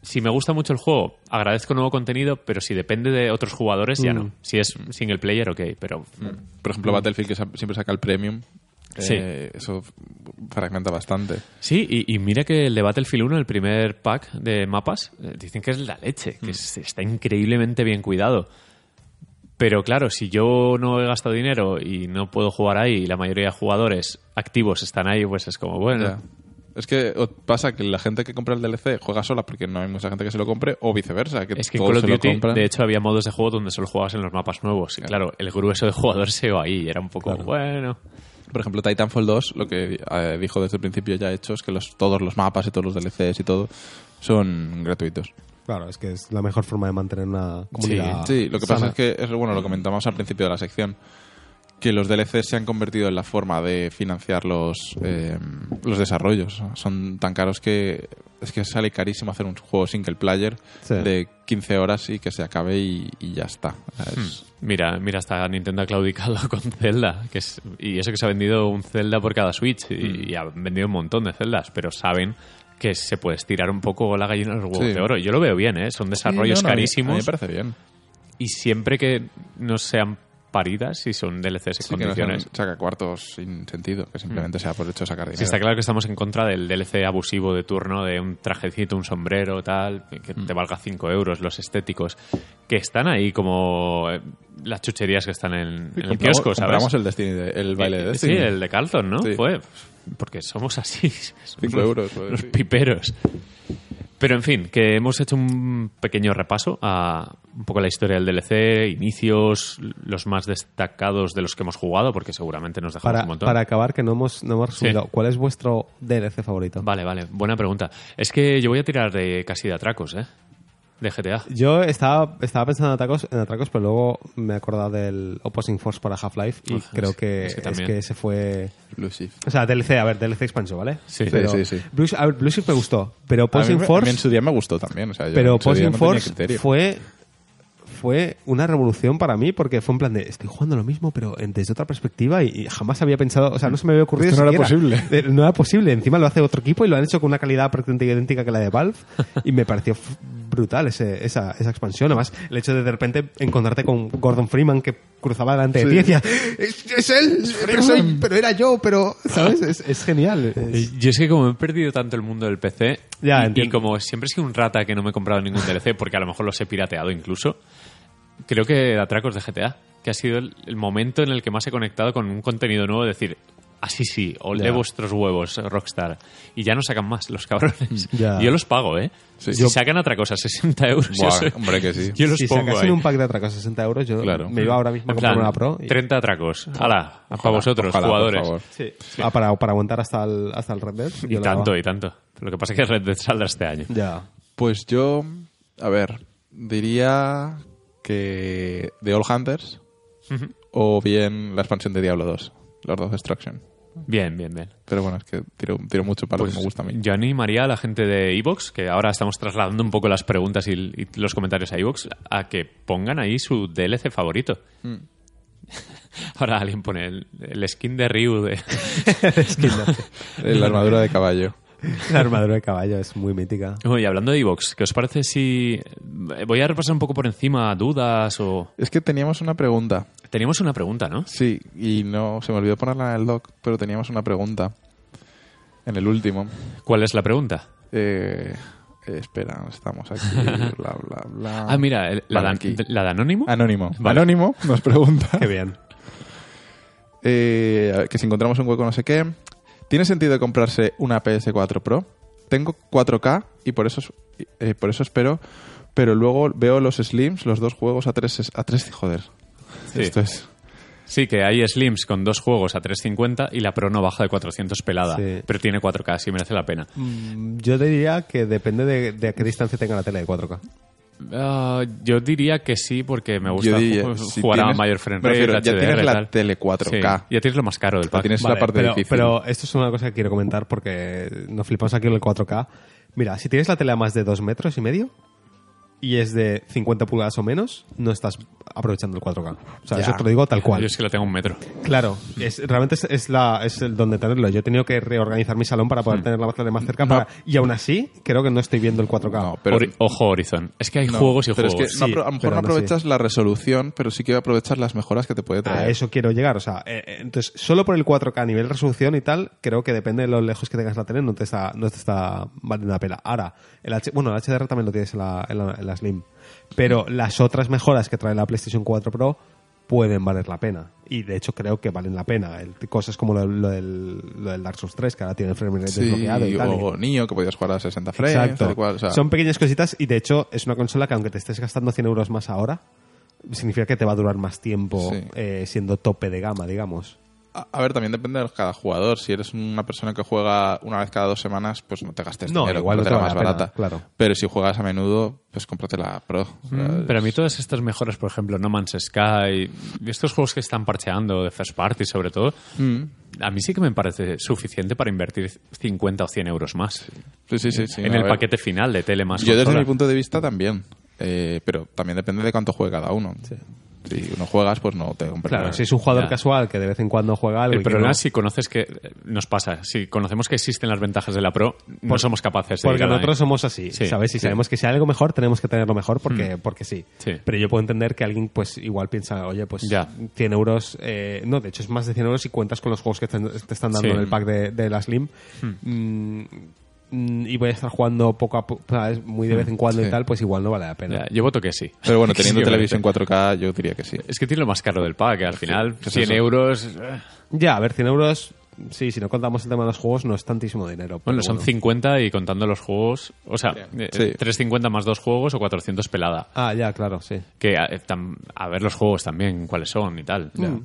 Speaker 1: si me gusta mucho el juego agradezco nuevo contenido pero si depende de otros jugadores ya no si es single player ok pero mm.
Speaker 3: Por ejemplo, Battlefield, que sa- siempre saca el premium.
Speaker 1: Sí.
Speaker 3: eh, eso fragmenta bastante.
Speaker 1: sí y, y mira que el de Battlefield 1 el primer pack de mapas eh, dicen que es la leche que es- está increíblemente bien cuidado Pero claro, si yo no he gastado dinero y no puedo jugar ahí y la mayoría de jugadores activos están ahí, pues es como, bueno,
Speaker 3: Ya. Es que o- pasa que la gente que compra el DLC juega sola porque no hay mucha gente que se lo compre, o viceversa, que,
Speaker 1: Es que en
Speaker 3: todos
Speaker 1: Call of
Speaker 3: se lo
Speaker 1: Duty,
Speaker 3: compran.
Speaker 1: de hecho, había modos de juego donde solo jugabas en los mapas nuevos. Y claro, el grueso de jugadores se iba ahí. y Era un poco, bueno.
Speaker 3: Por ejemplo, Titanfall 2, lo que eh, dijo desde el principio ya hecho es que los, todos los mapas y todos los DLCs y todo son gratuitos.
Speaker 2: Claro, es que es la mejor forma de mantener una comunidad.
Speaker 3: Sí, lo que pasa
Speaker 2: sana.
Speaker 3: es que, es, bueno, lo comentamos al principio de la sección, que los DLCs se han convertido en la forma de financiar los, eh, los desarrollos. Son tan caros que es que sale carísimo hacer un juego single player
Speaker 2: Sí.
Speaker 3: de 15 horas y que se acabe y, y ya está. O
Speaker 1: Hmm.
Speaker 3: sea, es-
Speaker 1: Mira, mira, hasta Nintendo ha claudicado con Zelda. Que es, y eso que se ha vendido un Zelda por cada Switch.
Speaker 3: Mm.
Speaker 1: Y, y han vendido un montón de Zeldas. Pero saben que se puede estirar un poco la gallina de los huevos
Speaker 3: Sí.
Speaker 1: de oro. Yo lo veo bien, ¿eh? Son desarrollos
Speaker 3: Sí, no, no, a mí- A mí me
Speaker 1: carísimos.
Speaker 3: parece bien.
Speaker 1: y siempre que no sean paridas y son DLCs en
Speaker 3: Sí, que no
Speaker 1: condiciones.
Speaker 3: sean saca cuartos sin sentido, que simplemente sea por hecho sacar dinero.
Speaker 1: Sí, está claro que estamos en contra del DLC abusivo de turno, de un trajecito, un sombrero, tal, que
Speaker 3: Mm.
Speaker 1: te valga 5 euros, los estéticos, que están ahí como eh, las chucherías que están en, en el
Speaker 3: Compramos-
Speaker 1: kiosco, ¿sabes?
Speaker 3: compramos el, Destiny de- el baile de
Speaker 1: Eh,
Speaker 3: Destiny.
Speaker 1: Sí, el de Carlton, ¿no?
Speaker 3: Sí.
Speaker 1: Fue, porque somos así. somos
Speaker 3: Cinco euros, pues,
Speaker 1: Los
Speaker 3: sí.
Speaker 1: piperos. Pero en fin, que hemos hecho un pequeño repaso a un poco la historia del DLC, inicios, los más destacados de los que hemos jugado, porque seguramente nos dejamos
Speaker 2: Para,
Speaker 1: un montón.
Speaker 2: para acabar, que no hemos, no hemos
Speaker 1: Sí.
Speaker 2: resumido, ¿cuál es vuestro DLC favorito?
Speaker 1: Vale, vale, buena pregunta. Es que yo voy a tirar de casi de atracos, ¿eh? De GTA.
Speaker 2: Yo estaba, estaba pensando en atracos, en atracos, pero luego me he acordado del Opposing Force para Half-Life y
Speaker 1: Ajá,
Speaker 2: creo
Speaker 1: sí.
Speaker 2: que,
Speaker 1: Es que
Speaker 2: es
Speaker 1: también.
Speaker 2: que ese fue...
Speaker 3: Blue Shift.
Speaker 2: O sea, DLC, a ver, DLC expansión, ¿vale?
Speaker 1: Sí. Sí,
Speaker 2: Pero
Speaker 3: sí, sí.
Speaker 2: Blue, a ver, Blue Shift me gustó, pero
Speaker 3: A mí,
Speaker 2: Opposing
Speaker 3: me- a mí
Speaker 2: Force...
Speaker 3: en su día me gustó también. O sea, yo
Speaker 2: pero
Speaker 3: en su día
Speaker 2: Posing
Speaker 3: no tenía
Speaker 2: Force
Speaker 3: criterio.
Speaker 2: fue fue una revolución para mí porque fue en plan de estoy jugando lo mismo pero en- desde otra perspectiva y, y jamás había pensado o sea no se me había ocurrido
Speaker 3: Esto no era
Speaker 2: siquiera. Eh, no era posible encima lo hace otro equipo y lo han hecho con una calidad prácticamente idéntica que la de Valve y me pareció f- brutal ese- esa, esa expansión además el hecho de de repente encontrarte con Gordon Freeman que cruzaba delante de ti y decía es, es él pero, soy- pero era yo pero sabes es, es genial es-
Speaker 1: Eh, Yo es que como he perdido tanto el mundo del PC
Speaker 2: Ya,
Speaker 1: y, y
Speaker 2: entiendo.
Speaker 1: como siempre he sido un rata que no me he comprado ningún DLC porque a lo mejor los he pirateado incluso, creo que Atracos de GTA, que ha sido el, el momento en el que más he conectado con un contenido nuevo, decir, así sí, olé
Speaker 2: Ya.
Speaker 1: vuestros huevos, eh, Rockstar. Y ya no sacan más, los cabrones.
Speaker 2: Ya.
Speaker 1: Yo los pago, ¿eh?
Speaker 3: Sí.
Speaker 1: Si
Speaker 3: Yo-
Speaker 1: sacan Atracos a 60 euros, yo,
Speaker 3: Buah,
Speaker 1: soy-
Speaker 3: hombre, que sí.
Speaker 1: yo los
Speaker 2: si
Speaker 1: pongo
Speaker 2: sacasen
Speaker 1: ahí.
Speaker 2: un pack de atracos a 60 euros yo
Speaker 3: Claro.
Speaker 2: me iba ahora mismo a
Speaker 1: En
Speaker 2: comprar
Speaker 1: plan,
Speaker 2: una Pro y- Ah,
Speaker 1: 30 atracos. Hala, para vosotros,
Speaker 3: Ojalá, por
Speaker 1: jugadores.
Speaker 3: favor.
Speaker 2: Sí. Ah, para, para aguantar hasta el, hasta el Red Dead.
Speaker 1: Y
Speaker 2: Yo la-
Speaker 1: tanto, y tanto. Lo que pasa es que Red Dead saldrá este año.
Speaker 2: Ya.
Speaker 3: Pues yo, a ver, diría que The All Hunters o bien la expansión de Diablo 2, Lord of Destruction.
Speaker 1: Bien, bien, bien.
Speaker 3: Pero bueno, es que tiro, tiro mucho para
Speaker 1: Pues
Speaker 2: Pues
Speaker 3: lo que me gusta a mí.
Speaker 1: Yo animaría a la gente de Evox, que ahora estamos trasladando un poco las preguntas y, y los comentarios a Evox, a que pongan ahí su DLC favorito.
Speaker 2: Mm.
Speaker 1: Ahora alguien pone el, el skin de Ryu de...
Speaker 3: Eh, La armadura de caballo.
Speaker 2: La armadura de caballo es muy mítica.
Speaker 1: Oye, hablando de Evox, ¿qué os parece si... eh, Voy a repasar un poco por encima dudas o...
Speaker 3: Es que teníamos una pregunta.
Speaker 1: Teníamos una pregunta, ¿no?
Speaker 3: Sí, y no se me olvidó ponerla en el doc, pero teníamos una pregunta en el último.
Speaker 1: ¿Cuál es la pregunta?
Speaker 3: Eh, eh, espera, estamos aquí, bla, bla, bla.
Speaker 1: Ah, mira, el- la,
Speaker 3: Vale,
Speaker 1: Dan-
Speaker 3: aquí. Ah,
Speaker 1: la de Anónimo.
Speaker 3: Anónimo.
Speaker 1: ¿Mm? Vale.
Speaker 3: Anónimo nos pregunta
Speaker 2: Qué bien.
Speaker 3: eh, a ver, que si encontramos un hueco no sé qué. ¿Tiene sentido comprarse una PS4 Pro? Tengo 4K y por eso, es- eh, por eso espero, pero luego veo los Slims, los dos juegos a 3... A 3 joder,
Speaker 1: Sí.
Speaker 3: esto es...
Speaker 1: Sí, que hay Slims con dos juegos a 350 y la Pro no baja de 400 pelada,
Speaker 2: Sí.
Speaker 1: pero tiene 4K, sí merece la pena.
Speaker 2: Mm, Yo te diría que depende de, de a qué distancia tenga la tele de 4K.
Speaker 1: Ah, yo diría que sí, porque me gusta
Speaker 3: Yo diría,
Speaker 1: ju-
Speaker 3: si
Speaker 1: jugar a
Speaker 3: tienes-
Speaker 1: mayor frame
Speaker 3: me
Speaker 1: rate,
Speaker 3: refiero, ya
Speaker 1: HDR,
Speaker 3: tienes la
Speaker 1: tal.
Speaker 3: tele
Speaker 1: Sí,
Speaker 3: 4K.
Speaker 1: ya tienes lo más caro del pack.
Speaker 3: tienes- Es la parte
Speaker 2: pero,
Speaker 3: difícil.
Speaker 2: pero esto es una cosa que quiero comentar porque nos flipamos aquí en el 4K. Mira, si tienes la tele a más de 2 metros y medio y es de 50 pulgadas o menos, no estás aprovechando el 4K. O sea,
Speaker 3: Ya.
Speaker 2: eso te lo digo tal cual.
Speaker 1: Yo es que la tengo a un metro.
Speaker 2: Claro,
Speaker 3: Mm.
Speaker 2: es, realmente es, es la, es el donde tenerlo. Yo he tenido que reorganizar mi salón para poder tener la batalla más cerca.
Speaker 3: Mm. No.
Speaker 2: para- y aún así, creo que no estoy viendo el 4K.
Speaker 3: No, pero...
Speaker 1: Ori- ojo, Horizon. Es que hay juegos y
Speaker 3: pero
Speaker 1: juegos.
Speaker 3: es que no
Speaker 2: Sí,
Speaker 3: apro- a lo mejor
Speaker 2: pero
Speaker 3: no
Speaker 2: no
Speaker 3: aprovechas la resolución, pero sí que aprovechas las mejoras que te puede traer.
Speaker 2: A Ah, eso quiero llegar. O sea, eh, eh, entonces, solo por el 4K a nivel resolución y tal, creo que depende de lo lejos que tengas la tele, no te está, no te está valiendo la pena. Ahora, el H, bueno, el HDR también lo tienes en la, en la- en la Slim. Pero las otras mejoras que trae la PlayStation 4 Pro pueden valer la pena. Y de hecho creo que valen la pena. El- cosas como lo, lo del, lo del Dark Souls 3, que ahora tiene el frame rate
Speaker 3: Sí,
Speaker 2: desbloqueado y tal. y-
Speaker 3: o Nio, que podías jugar a 60 frames.
Speaker 2: Exacto.
Speaker 3: tal y cual, o sea,
Speaker 2: Son pequeñas cositas y de hecho es una consola que aunque te estés gastando 100 euros más ahora, significa que te va a durar más tiempo
Speaker 3: Sí.
Speaker 2: eh, siendo tope de gama, digamos.
Speaker 3: a, a ver, también depende de cada jugador. Si eres una persona que juega una vez cada dos semanas, pues no te gastes
Speaker 2: No,
Speaker 3: dinero,
Speaker 2: igual no
Speaker 3: cómprate
Speaker 2: te vale
Speaker 3: la más
Speaker 2: la pena,
Speaker 3: barata.
Speaker 2: claro.
Speaker 3: Pero si juegas a menudo, pues cómprate la Pro. O sea,
Speaker 1: Mm, Pero a mí todas estas mejoras, por ejemplo, No Man's Sky, y estos juegos que están parcheando de First Party sobre todo,
Speaker 3: Mm.
Speaker 1: a mí sí que me parece suficiente para invertir 50 o 100 euros más
Speaker 3: sí, sí, sí, sí,
Speaker 1: en
Speaker 3: a
Speaker 1: el
Speaker 3: ver.
Speaker 1: paquete final de tele más
Speaker 3: Yo desde
Speaker 1: consola.
Speaker 3: mi punto de vista también. Eh, pero también depende de cuánto juegue cada uno. Si uno juegas, pues no te compras.
Speaker 2: Claro,
Speaker 3: nada.
Speaker 2: si es un jugador
Speaker 1: Ya.
Speaker 2: casual que de vez en cuando juega algo. y
Speaker 1: El
Speaker 2: que
Speaker 1: problema
Speaker 2: no-
Speaker 1: es si conoces que. eh, Nos pasa, si conocemos que existen las ventajas de la Pro, no
Speaker 2: Por-
Speaker 1: somos capaces de
Speaker 2: Porque
Speaker 1: ir a la-
Speaker 2: nosotros somos así,
Speaker 1: Sí,
Speaker 2: ¿sabes? Si
Speaker 1: sí. Hmm.
Speaker 2: sabemos que si hay algo mejor, tenemos que tenerlo mejor porque, porque sí.
Speaker 1: Sí.
Speaker 2: Pero yo puedo entender que alguien, pues, igual piensa, oye, pues,
Speaker 1: Ya.
Speaker 2: 100 euros... eh, no, de hecho, es más de 100 euros si cuentas con los juegos que te, te están
Speaker 1: Sí.
Speaker 2: dando
Speaker 1: Hmm.
Speaker 2: en el pack de, de la Slim. Mm, mm, y voy a estar jugando poco a poco, ¿sabes? Muy de vez en cuando y
Speaker 3: Sí.
Speaker 2: tal, pues igual no vale la pena.
Speaker 1: Hmm. Ya, yo voto que sí.
Speaker 3: Pero bueno, teniendo
Speaker 1: Sí,
Speaker 3: televisión 4K, yo diría que sí.
Speaker 1: Es que tiene lo más caro del pack, que al final
Speaker 3: ¿qué es
Speaker 1: 100
Speaker 3: eso?
Speaker 1: euros. eh,
Speaker 2: Ya, a ver, 100 euros sí, si no contamos el tema de los juegos, no es tantísimo dinero. pero
Speaker 1: Bueno, son 50 y contando los juegos, o sea, eh,
Speaker 3: Sí.
Speaker 1: 350 más dos juegos o 400 pelada.
Speaker 2: Ah, ya, claro, sí.
Speaker 1: que a, eh, tam- a ver los juegos también, cuáles son y tal.
Speaker 3: Mm.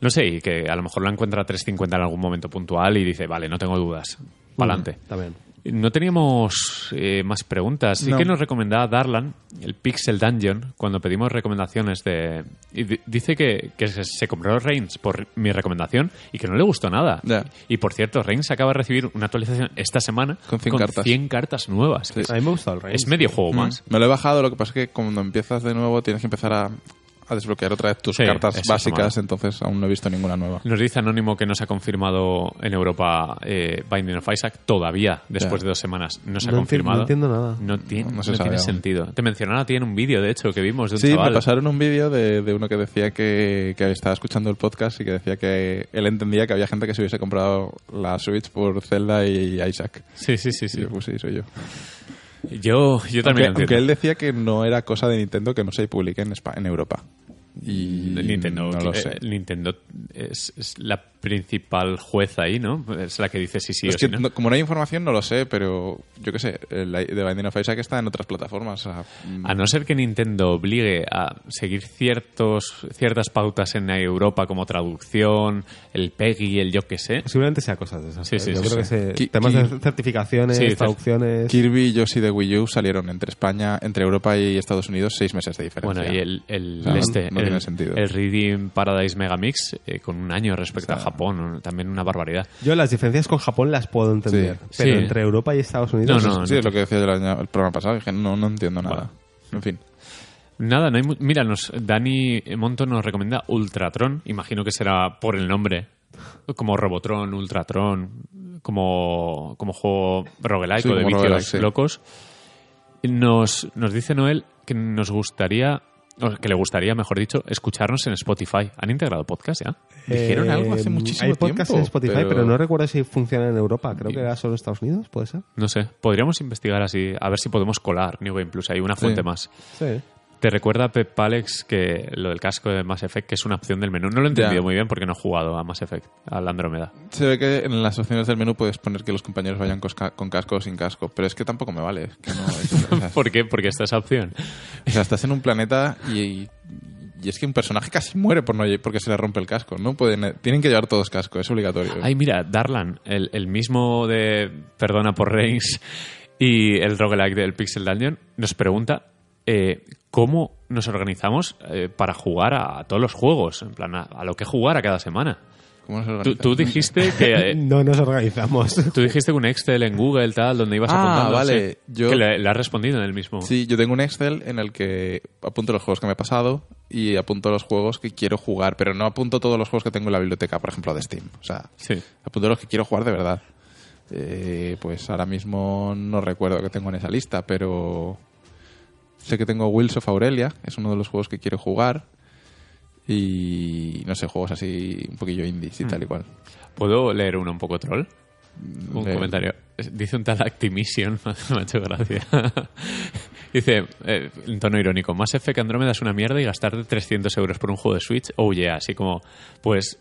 Speaker 1: No sé, y que a lo mejor la encuentra a 3.50 en algún momento puntual y dice, vale, no tengo dudas,
Speaker 3: Mm.
Speaker 1: pa'lante.
Speaker 2: También.
Speaker 1: No teníamos eh, más preguntas. Sí
Speaker 3: No.
Speaker 1: que nos recomendaba Darlan el Pixel Dungeon cuando pedimos recomendaciones de... y di- dice que, que se, se compró Reigns por mi recomendación y que no le gustó nada.
Speaker 3: Ya.
Speaker 1: Y por cierto, Reigns acaba de recibir una actualización esta semana
Speaker 3: Con 100 cartas.
Speaker 1: 100 cartas nuevas. que
Speaker 2: A mí me ha gustado el rey.
Speaker 1: Es, es medio juego
Speaker 3: Mm,
Speaker 1: más.
Speaker 3: Me lo he bajado, lo que pasa es que cuando empiezas de nuevo tienes que empezar a, a desbloquear otra vez tus
Speaker 1: Sí,
Speaker 3: cartas
Speaker 1: eso
Speaker 3: básicas,
Speaker 1: mola.
Speaker 3: entonces aún no he visto ninguna nueva.
Speaker 1: Nos dice Anónimo que no se ha confirmado en Europa eh, Binding of Isaac todavía, después
Speaker 3: Ya.
Speaker 1: de dos semanas. No se
Speaker 2: No
Speaker 1: ha
Speaker 2: enti-
Speaker 1: confirmado.
Speaker 2: no entiendo nada.
Speaker 1: No, ti-
Speaker 3: No,
Speaker 1: no
Speaker 3: no se sabe
Speaker 1: tiene
Speaker 3: aún.
Speaker 1: sentido. Te mencionaron a ti en un vídeo, de hecho, que vimos de un
Speaker 3: Sí,
Speaker 1: chaval.
Speaker 3: me pasaron un vídeo de, de uno que decía que, que estaba escuchando el podcast y que decía que él entendía que había gente que se hubiese comprado la Switch por Zelda y Isaac.
Speaker 1: Sí, sí, sí.
Speaker 3: Sí,
Speaker 1: sí.
Speaker 3: pues sí, soy yo.
Speaker 1: Yo, yo
Speaker 3: Aunque,
Speaker 1: también
Speaker 3: aunque
Speaker 1: entiendo.
Speaker 3: él decía que no era cosa de Nintendo que no se publique en, Espa- en Europa. Y
Speaker 1: Nintendo,
Speaker 3: no lo
Speaker 1: eh,
Speaker 3: sé.
Speaker 1: Nintendo es, es la principal juez ahí, ¿no? Es la que dice sí, sí
Speaker 3: Es
Speaker 1: o sí.
Speaker 3: que
Speaker 1: ¿no?
Speaker 3: no- como no hay información, no lo sé, pero yo qué sé, el I- The Binding of Isaac está en otras plataformas. o sea, mm,
Speaker 1: A no ser que Nintendo obligue a seguir ciertos, ciertas pautas en Europa como traducción, el PEGI, el yo qué sé.
Speaker 2: Posiblemente sea cosas de esas.
Speaker 1: Sí,
Speaker 2: ¿eh?
Speaker 1: sí, sí,
Speaker 2: Yo creo
Speaker 1: sí.
Speaker 2: que se-
Speaker 3: Ki-
Speaker 2: temas
Speaker 3: ki-
Speaker 2: de certificaciones,
Speaker 1: Sí, cer-
Speaker 2: traducciones.
Speaker 3: Kirby y Yoshi de Wii U salieron entre España, entre Europa y Estados Unidos seis meses de diferencia.
Speaker 1: Bueno, y el, el
Speaker 3: O sea, no-
Speaker 1: este,
Speaker 3: no
Speaker 1: el,
Speaker 3: tiene sentido.
Speaker 1: el Reading Paradise Megamix eh, con un año respecto
Speaker 3: O sea,
Speaker 1: a Japón, un- también una barbaridad.
Speaker 2: Yo las diferencias con Japón las puedo entender,
Speaker 3: Sí.
Speaker 2: pero
Speaker 1: Sí.
Speaker 2: entre Europa y Estados Unidos
Speaker 1: No, no.
Speaker 3: sí, es lo que decía yo el, año- el programa pasado, dije, no, no entiendo nada. En fin.
Speaker 1: Nada, no hay mu- mira, nos, Dani Monto nos recomienda Ultratron, imagino que será por el nombre, como Robotron, Ultratron, como, como juego roguelike
Speaker 3: Sí,
Speaker 1: o de
Speaker 3: como
Speaker 1: vicios
Speaker 3: roguelike, sí.
Speaker 1: locos. Nos, nos dice Noel que nos gustaría, o que le gustaría, mejor dicho, escucharnos en Spotify. ¿Han integrado podcast ya?
Speaker 3: Dijeron algo hace muchísimo
Speaker 2: eh, Hay podcasts
Speaker 3: tiempo,
Speaker 2: en Spotify,
Speaker 3: pero-
Speaker 2: pero... no recuerdo si funcionan en Europa. Creo que era solo en Estados Unidos, ¿puede ser?
Speaker 1: No sé, podríamos investigar así, a ver si podemos colar New Game Plus, hay una fuente
Speaker 3: Sí.
Speaker 1: más.
Speaker 2: Sí.
Speaker 1: Te recuerda Pep Alex que lo del casco de Mass Effect que es una opción del menú. No lo he entendido
Speaker 3: Ya.
Speaker 1: muy bien porque no he jugado a Mass Effect, al Andrómeda.
Speaker 3: Se ve que en las opciones del menú puedes poner que los compañeros vayan cosca- con casco o sin casco, pero es que tampoco me vale. es que no- es- o sea,
Speaker 1: ¿Por qué? Porque está esa opción.
Speaker 3: O sea, estás en un planeta y, y- y es que un personaje casi muere por no lle- porque se le rompe el casco. No pueden, eh, tienen que llevar todos casco, es obligatorio.
Speaker 1: Ay, mira, Darlan, el, el mismo de Perdona por Reigns y el roguelike del Pixel Dungeon, nos pregunta eh, cómo nos organizamos eh, para jugar a, todos los juegos, en plan, a, a lo que jugar a cada semana.
Speaker 3: ¿Cómo se
Speaker 1: Tú,
Speaker 3: organiza?
Speaker 1: tú dijiste que... eh,
Speaker 2: No nos organizamos.
Speaker 1: Tú dijiste que un Excel en Google, tal, donde ibas
Speaker 3: Ah,
Speaker 1: apuntando.
Speaker 3: vale.
Speaker 1: sí.
Speaker 3: Yo-
Speaker 1: Que le, le has respondido en el mismo.
Speaker 3: Sí, yo tengo un Excel en el que apunto los juegos que me he pasado y apunto los juegos que quiero jugar, pero no apunto todos los juegos que tengo en la biblioteca, por ejemplo, de Steam. O sea,
Speaker 1: Sí.
Speaker 3: apunto los que quiero jugar de verdad. Eh, pues ahora mismo no recuerdo que tengo en esa lista, pero sé que tengo Wills of Aurelia, es uno de los juegos que quiero jugar. Y no sé, juegos así un poquillo indies y
Speaker 1: Hmm.
Speaker 3: tal y cual. Eh,
Speaker 1: ¿Puedo leer uno un poco troll? Un
Speaker 3: Lee.
Speaker 1: comentario. Dice un tal Actimission, me ha hecho gracia. Dice, eh, en tono irónico, más F que Andrómeda es una mierda y gastar 300 euros por un juego de Switch, oh yeah, así como, pues,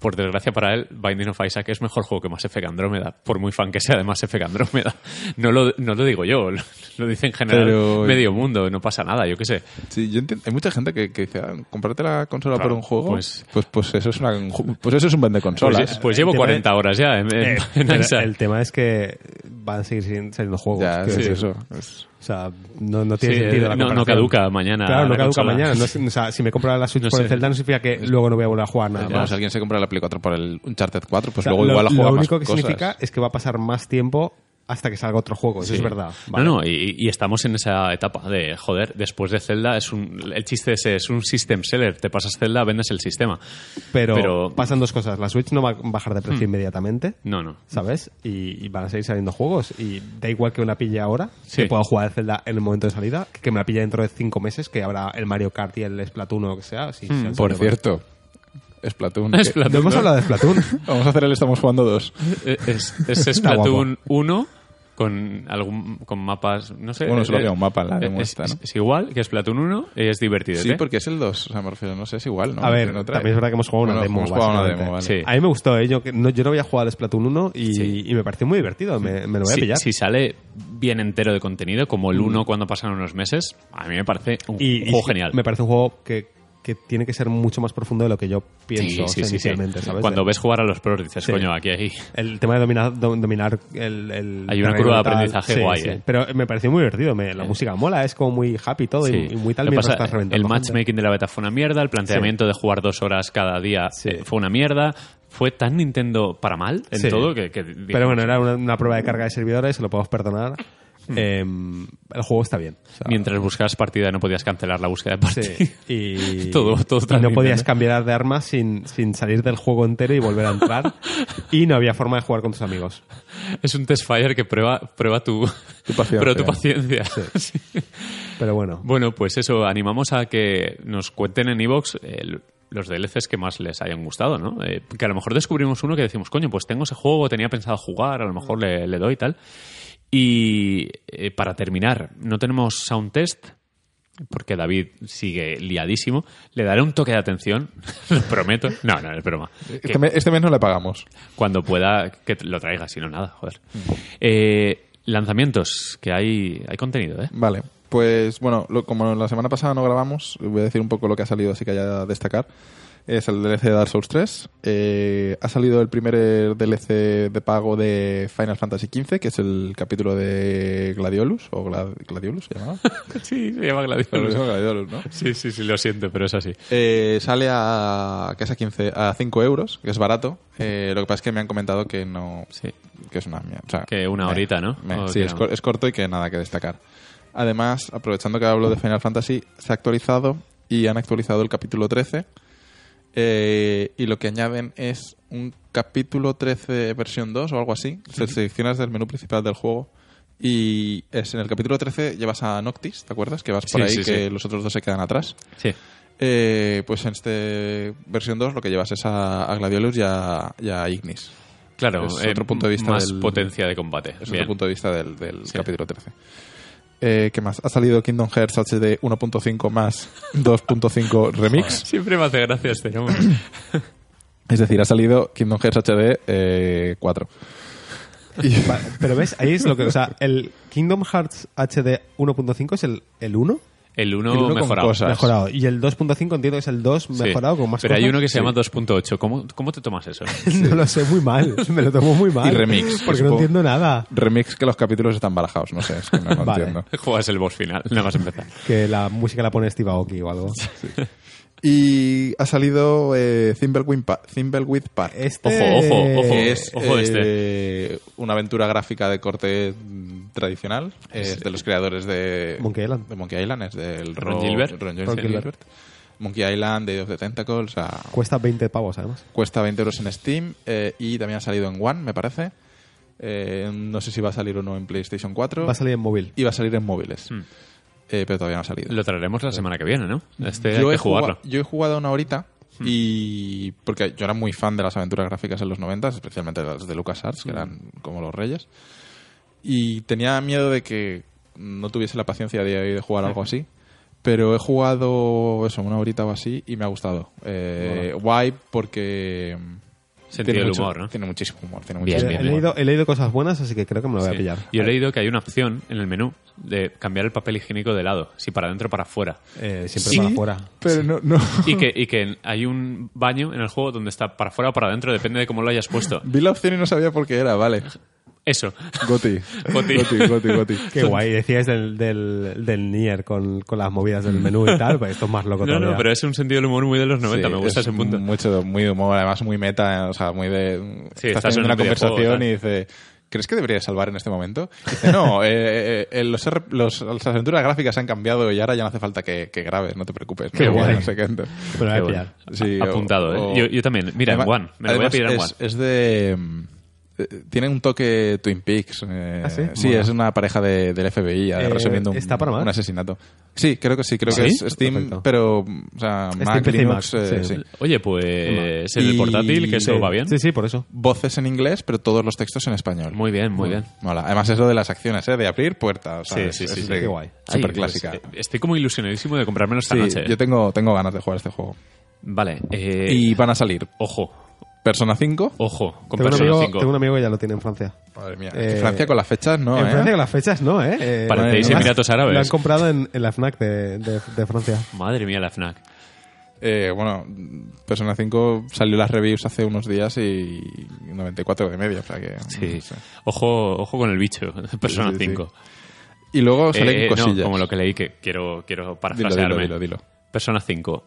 Speaker 1: por desgracia para él, Binding of Isaac es mejor juego que más F que Andrómeda, por muy fan que sea de más F que Andrómeda. No lo, no lo digo yo, lo, lo dice en general
Speaker 3: Pero-
Speaker 1: medio mundo, no pasa nada, yo qué sé.
Speaker 3: Sí, yo entiendo. Hay mucha gente que, que dice, ah, comprarte la consola
Speaker 1: Claro,
Speaker 3: por un juego,
Speaker 1: pues-
Speaker 3: pues, pues, eso es una, pues eso es un vende consolas.
Speaker 1: Pues, pues llevo
Speaker 2: El tema
Speaker 1: 40 horas ya en, en-
Speaker 2: Eh,
Speaker 1: en
Speaker 2: pero
Speaker 1: Isaac.
Speaker 2: el tema es que van a seguir sin- saliendo juegos.
Speaker 3: ya,
Speaker 2: quiero
Speaker 3: sí,
Speaker 2: decir.
Speaker 3: eso. Es-
Speaker 2: O sea, no, no tiene
Speaker 1: Sí, eh,
Speaker 2: sentido.
Speaker 1: no-
Speaker 2: la
Speaker 1: no
Speaker 2: comparación.
Speaker 1: caduca mañana
Speaker 2: Claro, no
Speaker 1: la
Speaker 2: caduca
Speaker 1: consola.
Speaker 2: mañana. No es- o sea, si me compro la Switch
Speaker 1: No
Speaker 2: por el
Speaker 1: sé.
Speaker 2: Zelda, no significa que luego no voy a volver a jugar nada
Speaker 3: Además,
Speaker 2: más.
Speaker 3: si alguien se compra la Play 4 por el Uncharted 4, pues
Speaker 2: O sea,
Speaker 3: luego
Speaker 2: lo,
Speaker 3: igual juega
Speaker 2: lo
Speaker 3: más
Speaker 2: único que
Speaker 3: cosas.
Speaker 2: significa es que va a pasar más tiempo hasta que salga otro juego. Eso es verdad. Vale.
Speaker 1: No, no, y, y estamos en esa etapa de, joder, después de Zelda es un, el chiste ese es un system seller, te pasas Zelda, vendes el sistema.
Speaker 2: Pero,
Speaker 1: Pero-
Speaker 2: pasan dos cosas. La Switch no va a bajar de
Speaker 3: Hmm.
Speaker 2: precio inmediatamente,
Speaker 1: No, no.
Speaker 2: ¿sabes? Y, y van a seguir saliendo juegos. Y da igual que una pilla ahora,
Speaker 1: Sí.
Speaker 2: que pueda jugar al Zelda en el momento de salida, que que me la pilla dentro de cinco meses, que habrá el Mario Kart y el Splatoon o lo que sea. si- si al
Speaker 3: Por
Speaker 2: Zelda-
Speaker 3: cierto, Splatoon.
Speaker 1: Es
Speaker 3: que-
Speaker 1: Splatoon.
Speaker 2: No hemos hablado de Splatoon.
Speaker 3: Vamos a hacer el Estamos jugando 2.
Speaker 1: Eh, E-, Es, es
Speaker 2: Está
Speaker 1: Splatoon 1 con, algún, con mapas, no sé.
Speaker 3: Bueno,
Speaker 1: es-
Speaker 3: solo había un mapa en la
Speaker 1: es-
Speaker 3: demo
Speaker 1: es,
Speaker 3: esta, ¿no?
Speaker 1: es igual que Splatoon 1 y es divertido.
Speaker 3: Sí, porque es el 2. O sea, me refiero, no sé, es igual, ¿no?
Speaker 2: A ver,
Speaker 3: Porque no trae.
Speaker 2: también es verdad que hemos jugado una
Speaker 3: Bueno,
Speaker 2: demo.
Speaker 3: hemos jugado una
Speaker 2: básicamente.
Speaker 3: demo, vale.
Speaker 1: Sí.
Speaker 2: A mí me gustó, ¿eh? Yo, que- no, yo no había jugado al Splatoon 1 y,
Speaker 1: Sí.
Speaker 2: y me pareció muy divertido. Me, me lo voy a
Speaker 1: si,
Speaker 2: pillar.
Speaker 1: si sale bien entero de contenido, como el
Speaker 3: Mm.
Speaker 1: 1 cuando pasan unos meses, a mí me parece un
Speaker 2: Y, y
Speaker 1: juego
Speaker 2: sí,
Speaker 1: genial.
Speaker 2: Me parece un juego que, que tiene que ser mucho más profundo de lo que yo
Speaker 1: Sí,
Speaker 2: pienso o
Speaker 1: sí,
Speaker 2: sea,
Speaker 1: sí, sí.
Speaker 2: inicialmente, ¿sabes?
Speaker 1: Cuando
Speaker 2: De-
Speaker 1: ves jugar a los pros dices,
Speaker 2: Sí.
Speaker 1: coño, aquí hay...
Speaker 2: El tema de dominar, do- dominar el, el
Speaker 1: Hay una
Speaker 2: terreno
Speaker 1: curva de
Speaker 2: y tal.
Speaker 1: aprendizaje
Speaker 2: Sí,
Speaker 1: guay,
Speaker 2: sí.
Speaker 1: ¿eh?
Speaker 2: Pero me pareció muy divertido. me- la música mola, es como muy happy todo y-
Speaker 1: Sí.
Speaker 2: y, muy tal.
Speaker 1: Lo que
Speaker 2: mientras
Speaker 1: pasa,
Speaker 2: estás reventando
Speaker 1: el
Speaker 2: gente.
Speaker 1: matchmaking de la beta fue una mierda, el planteamiento de jugar dos horas cada día
Speaker 2: Sí.
Speaker 1: eh, fue una mierda. Fue tan Nintendo para mal en
Speaker 2: Sí.
Speaker 1: todo que... que-
Speaker 2: Pero bueno, era una, una prueba de carga de servidores, se lo podemos perdonar. Eh, el juego está bien. o sea,
Speaker 1: Hmm. mientras buscabas partida no podías cancelar la búsqueda de partida.
Speaker 2: sí, y,
Speaker 1: Todo- todo
Speaker 2: y
Speaker 1: tras
Speaker 2: no
Speaker 1: Nintendo.
Speaker 2: podías cambiar de arma sin, sin salir del juego entero y volver a entrar. y no había forma de jugar con tus amigos.
Speaker 1: Es un test fire que prueba, prueba tu,
Speaker 3: Tu paciencia.
Speaker 1: pero tu paciencia. Sí.
Speaker 2: Pero bueno,
Speaker 1: Bueno, pues eso, animamos a que nos cuenten en iVoox el- los DLCs que más les hayan gustado, ¿no? Eh, que a lo mejor descubrimos uno que decimos, coño, pues tengo ese juego, tenía pensado jugar, a lo mejor le, le doy y tal. Y eh, para terminar, no tenemos sound test porque David sigue liadísimo. Le daré un toque de atención, lo prometo. No, no, es broma. Que-
Speaker 3: Este, mes, este mes no le pagamos.
Speaker 1: cuando pueda que te- lo traiga, si no nada, joder. Eh, lanzamientos, que hay, hay contenido, ¿eh?
Speaker 3: Vale. Pues bueno, lo- como la semana pasada no grabamos, voy a decir un poco lo que ha salido, así que ya destacar. Es el DLC de Dark Souls 3. eh, ha salido el primer DLC de pago de Final Fantasy XV, que es el capítulo de Gladiolus, o Gla- Gladiolus se llamaba.
Speaker 1: Sí, se llama
Speaker 3: Pero
Speaker 1: Gladiolus.
Speaker 3: es Gladiolus, ¿no?
Speaker 1: Sí, sí, sí, lo siento, pero es así.
Speaker 3: Eh, sale a, que es a, 15, a 5 euros, que es barato. Eh, lo que pasa es que me han comentado que no.
Speaker 1: Sí.
Speaker 3: Que es una mierda. O sea,
Speaker 1: Que una
Speaker 3: meh,
Speaker 1: horita, ¿no?
Speaker 3: meh.
Speaker 1: O
Speaker 3: sí,
Speaker 1: que
Speaker 3: es,
Speaker 1: no.
Speaker 3: cor- es corto y que nada que destacar. Además, aprovechando que hablo de Final Fantasy, se ha actualizado y han actualizado el capítulo 13. eh, y lo que añaden es un capítulo 13 versión 2 o algo así. Seleccionas del menú principal del juego. Y es en el capítulo 13 llevas a Noctis, ¿te acuerdas? Que vas por
Speaker 1: Sí,
Speaker 3: ahí
Speaker 1: sí,
Speaker 3: que
Speaker 1: sí.
Speaker 3: los otros dos se quedan atrás.
Speaker 1: Sí.
Speaker 3: Eh, pues en este versión 2 lo que llevas es a, a Gladiolus y a, y a Ignis.
Speaker 1: Claro, eh,
Speaker 3: Es otro punto de vista
Speaker 1: más
Speaker 3: del-
Speaker 1: potencia de combate.
Speaker 3: Es
Speaker 1: Bien.
Speaker 3: otro punto de vista del, del
Speaker 1: Sí.
Speaker 3: capítulo 13. Eh, ¿Qué más? Ha salido Kingdom Hearts HD 1.5 más 2.5 Remix.
Speaker 1: Siempre me hace gracia este nombre.
Speaker 3: Es decir, ha salido Kingdom Hearts HD eh, 4.
Speaker 2: Pa- Pero ves, ahí es lo que. O sea, el Kingdom Hearts HD 1.5 es el, el 1
Speaker 1: El
Speaker 3: El
Speaker 1: 1
Speaker 3: uno con
Speaker 1: mejorado.
Speaker 3: cosas.
Speaker 2: mejorado. Y el 2.5 entiendo que es el 2
Speaker 1: Sí.
Speaker 2: mejorado con más
Speaker 1: Pero hay
Speaker 2: cosas.
Speaker 1: uno que se llama 2.8. ¿Cómo, ¿Cómo te tomas eso?
Speaker 2: No lo sé, muy mal. Me lo tomo muy mal.
Speaker 3: Y remix, que
Speaker 2: Porque no
Speaker 3: supongo-
Speaker 2: entiendo nada.
Speaker 3: Remix que los capítulos están barajados, no sé, es que no lo
Speaker 2: Vale.
Speaker 3: entiendo.
Speaker 1: Juegas el boss final, nada más empezar.
Speaker 2: Que la música la pone Steve Aoki o algo.
Speaker 3: Y ha salido eh, Thimbleweed Pa- Thimbleweed Park.
Speaker 2: Este-
Speaker 1: Ojo, ojo, ojo.
Speaker 3: que es
Speaker 1: ojo este.
Speaker 3: eh, una aventura gráfica de corte mm, tradicional. Es de los creadores de
Speaker 2: Monkey Island.
Speaker 3: De Monkey Island, es del
Speaker 1: Ron
Speaker 3: Ro-
Speaker 1: Gilbert.
Speaker 3: Ron Gilbert.
Speaker 2: Ron Gilbert.
Speaker 3: Monkey Island, Day of the Tentacles. o sea,
Speaker 2: Cuesta 20 pavos, además.
Speaker 3: cuesta 20 euros en Steam eh, y también ha salido en One, me parece. Eh, no sé si va a salir uno en PlayStation 4
Speaker 2: Va a salir en móvil.
Speaker 3: y va a salir en móviles.
Speaker 1: Mm.
Speaker 3: Eh, pero todavía no ha salido.
Speaker 1: Lo traeremos la semana que viene, ¿no? Este hay
Speaker 3: he
Speaker 1: que
Speaker 3: jugado-
Speaker 1: jugarlo. Hmm.
Speaker 3: yo he jugado una horita y porque yo era muy fan de las aventuras gráficas en los 90, especialmente las de LucasArts,
Speaker 1: Hmm.
Speaker 3: que eran como los reyes. Y tenía miedo de que no tuviese la paciencia a día de hoy de jugar algo así. Pero he jugado eso, una horita o así, y me ha gustado. Eh, Guay, porque.
Speaker 1: Sentido del
Speaker 3: mucho-
Speaker 1: humor, ¿no?
Speaker 3: Tiene muchísimo humor. Tiene
Speaker 1: Bien,
Speaker 3: muchísimo
Speaker 1: bien,
Speaker 2: Eh, he,
Speaker 1: bien.
Speaker 3: humor.
Speaker 2: leído, he leído cosas buenas, así que creo que me lo voy
Speaker 1: Sí.
Speaker 2: a pillar.
Speaker 1: Yo he leído que hay una opción en el menú de cambiar el papel higiénico de lado, si para adentro o para afuera.
Speaker 2: Eh, siempre
Speaker 3: Sí,
Speaker 2: para afuera.
Speaker 3: Pero no. no.
Speaker 1: Y que, y que hay un baño en el juego donde está para afuera o para adentro, depende de cómo lo hayas puesto.
Speaker 3: Vi la opción y no sabía por qué era, vale.
Speaker 1: Eso.
Speaker 3: Goti.
Speaker 1: Goti.
Speaker 3: Goti, goti, goti.
Speaker 2: Qué guay. Decías del, del, del Nier con, con las movidas del menú y tal. Pues esto es más loco
Speaker 1: No,
Speaker 2: todavía.
Speaker 1: no, pero es un sentido del humor muy de los 90,
Speaker 3: Sí,
Speaker 1: me gusta
Speaker 3: es
Speaker 1: ese punto.
Speaker 3: Mucho, muy de humor, además muy meta, o sea, muy de...
Speaker 1: Sí,
Speaker 3: estás,
Speaker 1: estás en un
Speaker 3: teniendo una
Speaker 1: videojuego,
Speaker 3: conversación
Speaker 1: tal.
Speaker 3: y dice... ¿Crees que debería salvar en este momento? Y dice, no, eh, eh, eh, los, R- los- las aventuras gráficas han cambiado y ahora ya no hace falta que, que grabes, no te preocupes. ¿no?
Speaker 2: Qué guay.
Speaker 3: No sé qué.
Speaker 2: Me lo voy
Speaker 1: Qué
Speaker 2: a
Speaker 1: bueno.
Speaker 2: pillar.
Speaker 3: Sí,
Speaker 1: A-
Speaker 3: o-
Speaker 1: Apuntado, ¿eh?
Speaker 3: o-
Speaker 1: Yo, yo también. Mira, en
Speaker 3: Además-
Speaker 1: One. Me lo voy a
Speaker 3: además
Speaker 1: pedir en
Speaker 3: es,
Speaker 1: One.
Speaker 3: es de... mm, eh, tiene un toque Twin Peaks. eh,
Speaker 2: ¿Ah, sí? Mola.
Speaker 3: es una pareja de- del FBI eh,
Speaker 2: Eh,
Speaker 3: resolviendo un,
Speaker 2: ¿está para Mac?
Speaker 3: un asesinato. Sí, creo que sí, creo que
Speaker 2: ¿Sí?
Speaker 3: es Steam,
Speaker 2: Perfecto.
Speaker 3: pero o sea,
Speaker 2: Steam,
Speaker 3: Mac,
Speaker 2: PC y
Speaker 3: Linux,
Speaker 2: Mac,
Speaker 3: eh,
Speaker 2: sí.
Speaker 3: sí.
Speaker 1: Oye, pues en
Speaker 3: Y-
Speaker 1: el portátil, que eso
Speaker 3: Sí.
Speaker 1: va bien.
Speaker 2: Eh, Sí, sí, por eso.
Speaker 3: Voces en inglés, pero todos los textos en español.
Speaker 1: Muy bien, muy bien.
Speaker 3: Mola. Además es lo de las acciones, ¿eh? de abrir puertas.
Speaker 1: Sí, sí, sí, sí.
Speaker 2: Qué guay.
Speaker 1: Ay,
Speaker 3: Súper clásica.
Speaker 1: pues, eh, estoy como ilusionadísimo de comprármelo esta
Speaker 3: Sí,
Speaker 1: noche. eh.
Speaker 3: yo tengo, tengo ganas de jugar este juego.
Speaker 1: Vale. eh,
Speaker 3: Y van a salir
Speaker 1: Ojo,
Speaker 3: Persona 5.
Speaker 1: ojo, con
Speaker 2: Tengo un,
Speaker 1: Persona
Speaker 2: amigo,
Speaker 1: 5.
Speaker 2: tengo un amigo que ya lo tiene en Francia.
Speaker 3: Madre mía.
Speaker 2: Eh,
Speaker 3: en Francia con las fechas, no,
Speaker 2: en
Speaker 3: ¿eh?
Speaker 2: Francia con las fechas no, ¿eh? eh
Speaker 1: Parecéis
Speaker 2: además,
Speaker 1: Emiratos Árabes.
Speaker 2: Lo han comprado en, en la FNAC de, de- de Francia.
Speaker 1: Madre mía, la FNAC.
Speaker 3: Eh, bueno, Persona 5 salió las reviews hace unos días y 94 de media, o sea que...
Speaker 1: Sí.
Speaker 3: no sé.
Speaker 1: Ojo, ojo con el bicho, Persona
Speaker 3: Sí, sí, sí.
Speaker 1: 5.
Speaker 3: Y luego salen
Speaker 1: Eh, eh, no,
Speaker 3: cosillas.
Speaker 1: como lo que leí, que quiero, quiero
Speaker 3: dilo, dilo,
Speaker 1: parafrasearme.
Speaker 3: dilo, dilo.
Speaker 1: Persona 5.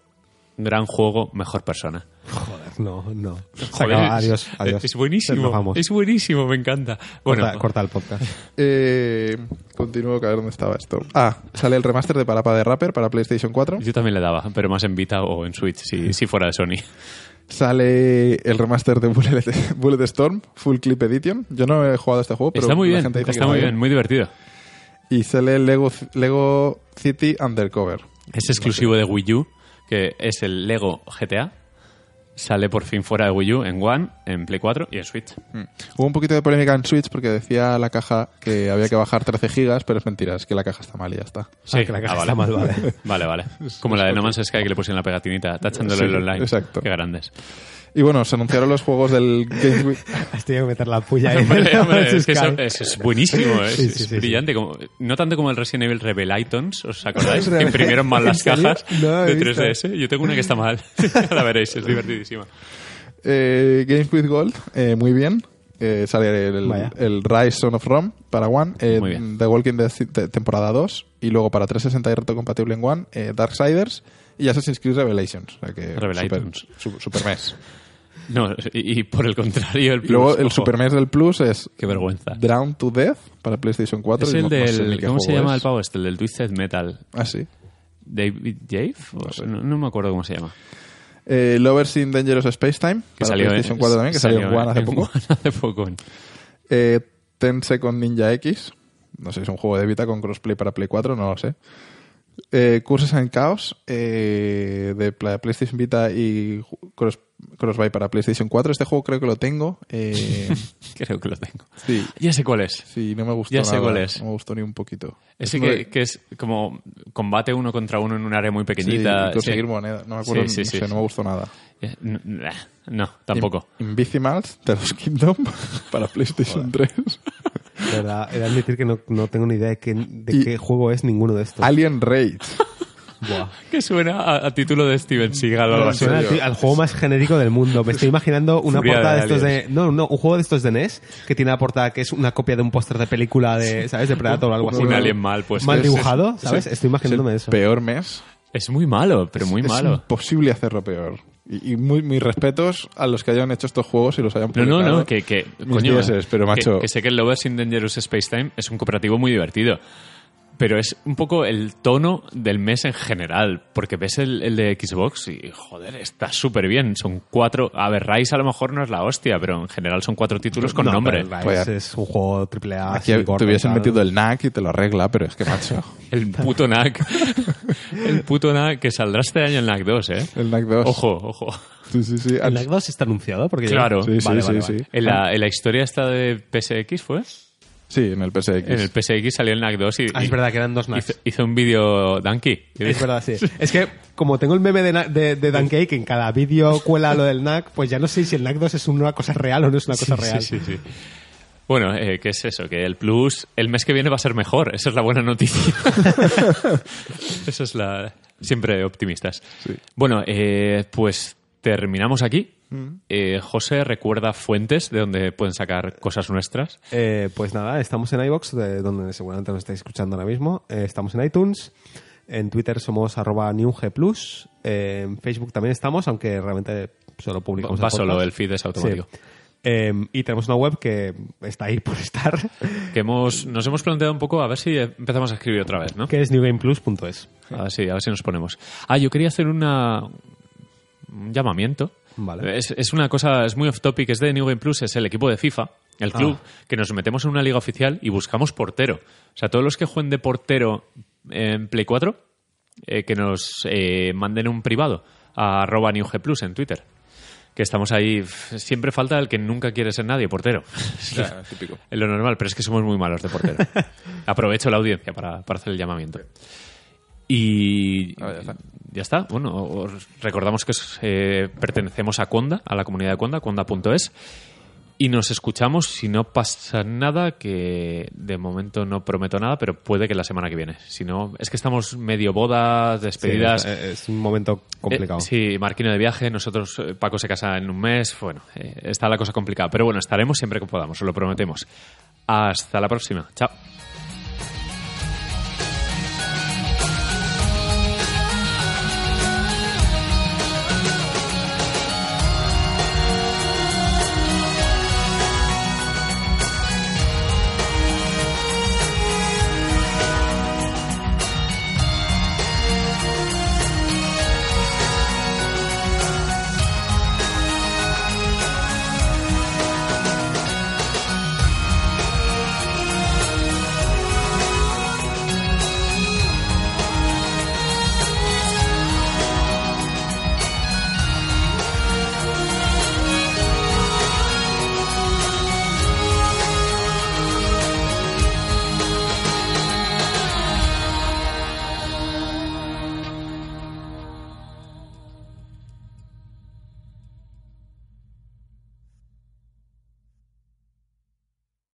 Speaker 1: Gran juego, mejor persona.
Speaker 2: Joder, no, no. Se
Speaker 1: Joder,
Speaker 2: acaba,
Speaker 1: es-
Speaker 2: adiós, adiós.
Speaker 1: Es
Speaker 2: Nos
Speaker 1: buenísimo.
Speaker 2: vamos.
Speaker 1: Es buenísimo, me encanta. Bueno,
Speaker 2: corta, corta el podcast.
Speaker 3: Eh, continúo, que a ver dónde estaba esto. Ah, sale el remaster de Parapa de Rapper para PlayStation 4.
Speaker 1: yo también le daba, pero más en Vita o en Switch, si, si fuera de Sony.
Speaker 3: Sale el remaster de Bullet, Bullet Storm, Full Clip Edition. Yo no he jugado a este juego, pero
Speaker 1: está muy
Speaker 3: la
Speaker 1: bien,
Speaker 3: gente dice que
Speaker 1: está muy bien, muy divertido.
Speaker 3: Y sale Lego, Lego City Undercover.
Speaker 1: Es exclusivo de Wii U, que es el Lego GTA. Sale por fin fuera de Wii U en One, en Play 4 y en Switch.
Speaker 3: Mm. Hubo un poquito de polémica en Switch porque decía la caja que había que bajar 13 gigas, pero es mentira, es que la caja está mal y ya está.
Speaker 2: Ah, que la caja
Speaker 1: vale.
Speaker 2: está mal, vale.
Speaker 1: Vale, vale. Como la de No Man's Sky que le pusieron la pegatinita, tachándolo
Speaker 3: Sí,
Speaker 1: el online.
Speaker 3: exacto.
Speaker 1: Qué grandes.
Speaker 3: Y bueno, se anunciaron los juegos del Game Week.
Speaker 2: Has tenido que meter la puya ahí.
Speaker 1: Hombre, hombre, es que eso,
Speaker 2: Sky.
Speaker 1: eso es buenísimo, ¿eh? es,
Speaker 2: Sí, sí,
Speaker 1: es
Speaker 2: sí, sí.
Speaker 1: brillante. como- no tanto como el Resident Evil Revelations, ¿os acordáis? que
Speaker 2: Revel-
Speaker 1: imprimieron mal las
Speaker 2: ¿En serio?
Speaker 1: cajas
Speaker 2: No, he
Speaker 1: de
Speaker 2: visto.
Speaker 1: 3DS. Yo tengo una que está mal. la veréis, es divertidísima.
Speaker 3: Eh, Games with Gold, eh, muy bien. Eh, sale el,
Speaker 2: Vaya.
Speaker 3: el Rise Son of Rome para One, eh,
Speaker 1: Muy bien.
Speaker 3: The Walking Dead te- temporada 2, y luego para 360 y reto compatible en One, eh, Darksiders y Assassin's Creed Revelations. O sea que
Speaker 1: Revelations.
Speaker 3: Super, su- supermes.
Speaker 1: No, y, y por el contrario, el
Speaker 3: Y luego
Speaker 1: Plus,
Speaker 3: el
Speaker 1: ojo,
Speaker 3: supermes del Plus es
Speaker 1: Qué vergüenza.
Speaker 3: Drown to Death para PlayStation 4.
Speaker 1: Es
Speaker 3: y
Speaker 1: el
Speaker 3: no- no sé
Speaker 1: del.
Speaker 3: ni qué
Speaker 1: ¿Cómo se
Speaker 3: juego
Speaker 1: llama
Speaker 3: es.
Speaker 1: el pavo este? El del Twisted Metal.
Speaker 3: Ah, sí.
Speaker 1: ¿David Jave? O- No, no me acuerdo cómo se llama.
Speaker 3: Eh, Lovers in Dangerous Space Time.
Speaker 1: Que
Speaker 3: para
Speaker 1: salió en
Speaker 3: PlayStation 4 también, que salió, en One hace poco.
Speaker 1: One hace poco.
Speaker 3: Eh, Tense con Ninja X. No sé, es un juego de Vita con crossplay para Play 4, no lo sé. Eh, Curses and Chaos eh, de pla- PlayStation Vita y ju- cross, Crossbuy para PlayStation 4. Este juego creo que lo tengo. Eh,
Speaker 1: Creo que lo tengo.
Speaker 3: sí,
Speaker 1: Ya sé cuál es.
Speaker 3: sí, no me gustó
Speaker 1: Ya sé
Speaker 3: nada,
Speaker 1: cuál es.
Speaker 3: No me gustó ni un poquito.
Speaker 1: Ese
Speaker 3: Es
Speaker 1: que,
Speaker 3: uno de-
Speaker 1: que es como combate uno contra uno en un área muy
Speaker 3: sí,
Speaker 1: pequeñita.
Speaker 3: conseguir
Speaker 1: sí.
Speaker 3: monedas. No me acuerdo,
Speaker 1: Sí, sí,
Speaker 3: no
Speaker 1: sí,
Speaker 3: sé,
Speaker 1: sí.
Speaker 3: no me gustó nada.
Speaker 1: Eh, n- nah, No, tampoco.
Speaker 3: In- Invisimals de los Kingdom para PlayStation 3.
Speaker 2: De verdad, he de admitir que no, no tengo ni idea de, qué, de
Speaker 3: Y-
Speaker 2: qué juego es ninguno de estos.
Speaker 3: Alien Raids.
Speaker 2: Buah.
Speaker 1: Que suena a, a título de Steven Seagal o algo así.
Speaker 2: Suena al, ti- al juego más genérico del mundo. Me estoy imaginando una
Speaker 1: Furia
Speaker 2: portada
Speaker 1: de
Speaker 2: de estos de.
Speaker 1: aliens.
Speaker 2: No, no, un juego de estos de NES que tiene la portada que es una copia de un póster de película de, ¿sabes? De Predator o algo
Speaker 1: Un
Speaker 2: así.
Speaker 1: alien mal, pues.
Speaker 2: Mal
Speaker 1: Es-
Speaker 2: dibujado, ¿sabes?
Speaker 3: Sí.
Speaker 2: Estoy imaginándome
Speaker 3: Es el
Speaker 2: eso.
Speaker 3: Peor mes.
Speaker 1: Es muy malo, pero muy
Speaker 3: es
Speaker 1: malo.
Speaker 3: imposible hacerlo peor. Y, y muy, mis respetos a los que hayan hecho estos juegos y los hayan
Speaker 1: No,
Speaker 3: publicado.
Speaker 1: no, no, que, que
Speaker 3: Mis
Speaker 1: coño,
Speaker 3: dioses, pero
Speaker 1: que-
Speaker 3: macho.
Speaker 1: Que, sé que el Lovers in Dangerous Space Time es un cooperativo muy divertido. Pero es un poco el tono del mes en general, porque ves el, el de Xbox y, joder, está súper bien. Son cuatro... A ver, Rise a lo mejor no es la hostia, pero en general son cuatro títulos con
Speaker 2: No,
Speaker 1: nombre.
Speaker 2: pero el
Speaker 3: Vaya.
Speaker 2: Rise Es un juego triple A. así,
Speaker 3: Aquí Ah, te
Speaker 2: gordo y
Speaker 3: hubiesen
Speaker 2: tal.
Speaker 3: metido el NAC y te lo arregla, pero es que, macho,
Speaker 1: El puto NAC. el puto NAC que saldrá este año el NAC 2, ¿eh?
Speaker 3: el NAC 2.
Speaker 1: Ojo, ojo.
Speaker 3: Sí, sí, sí.
Speaker 2: ¿El Knack 2 está anunciado? Porque ya-
Speaker 1: Claro.
Speaker 3: Sí, sí,
Speaker 2: Vale,
Speaker 3: sí,
Speaker 2: vale,
Speaker 3: sí.
Speaker 2: vale.
Speaker 1: En la, en la historia esta de PSX, ¿fue?
Speaker 3: Sí, en el PSX.
Speaker 1: En el PSX salió el NAC 2 y,
Speaker 2: Ah,
Speaker 1: y
Speaker 2: es verdad que eran dos
Speaker 1: hizo,
Speaker 2: Knacks.
Speaker 1: hizo un vídeo Danky.
Speaker 2: Es verdad, sí. Es que como tengo el meme de, Na- de, de Dan Cake, que en cada vídeo cuela lo del NAC, pues ya no sé si el NAC 2 es una cosa real o no es una cosa
Speaker 1: Sí,
Speaker 2: real.
Speaker 1: sí, sí, sí. Bueno, eh, ¿qué es eso? Que el Plus el mes que viene va a ser mejor. Esa es la buena noticia. Esa es la... Siempre optimistas.
Speaker 3: Sí.
Speaker 1: Bueno, eh, pues terminamos aquí. Eh, José, recuerda fuentes de donde pueden sacar cosas nuestras.
Speaker 2: Eh, pues nada, estamos en iBox, de donde seguramente nos estáis escuchando ahora mismo. Eh, estamos en iTunes. En Twitter somos arroba newgplus. Eh, en Facebook también estamos, aunque realmente solo publicamos
Speaker 1: Va
Speaker 2: el
Speaker 1: solo,
Speaker 2: podcast.
Speaker 1: el feed es
Speaker 2: Sí.
Speaker 1: automático.
Speaker 2: Eh, y tenemos una web que está ahí por estar,
Speaker 1: Que hemos, nos hemos planteado un poco a ver si empezamos a escribir otra vez, ¿no?
Speaker 2: que es newgameplus.es.
Speaker 1: A ver, si, a ver si nos ponemos. Ah, yo quería hacer una, un llamamiento.
Speaker 2: Vale.
Speaker 1: Es, es una cosa, es muy off topic, es de New Game Plus, es el equipo de FIFA. El club, que nos metemos en una liga oficial y buscamos portero. O sea, todos los que jueguen de portero en Play 4, eh, que nos eh, manden un privado a arroba NewG Plus en Twitter. Que estamos ahí. f- Siempre falta el que nunca quiere ser nadie, portero.
Speaker 3: Claro, es típico.
Speaker 1: Es lo normal, pero es que somos muy malos de portero. Aprovecho la audiencia para, para hacer el llamamiento. Y
Speaker 3: Ah, ya está.
Speaker 1: ya está. Bueno, os recordamos que os, eh, pertenecemos a Conda, a la comunidad de Conda, conda.es. Y nos escuchamos si no pasa nada, que de momento no prometo nada, pero puede que la semana que viene. Si no, es que estamos medio bodas, despedidas.
Speaker 2: Sí, es, es un momento complicado.
Speaker 1: Eh, sí, Marquino de viaje, nosotros, eh, Paco se casa en un mes, bueno, eh, está la cosa complicada. Pero bueno, estaremos siempre que podamos, os lo prometemos. Hasta la próxima. Chao.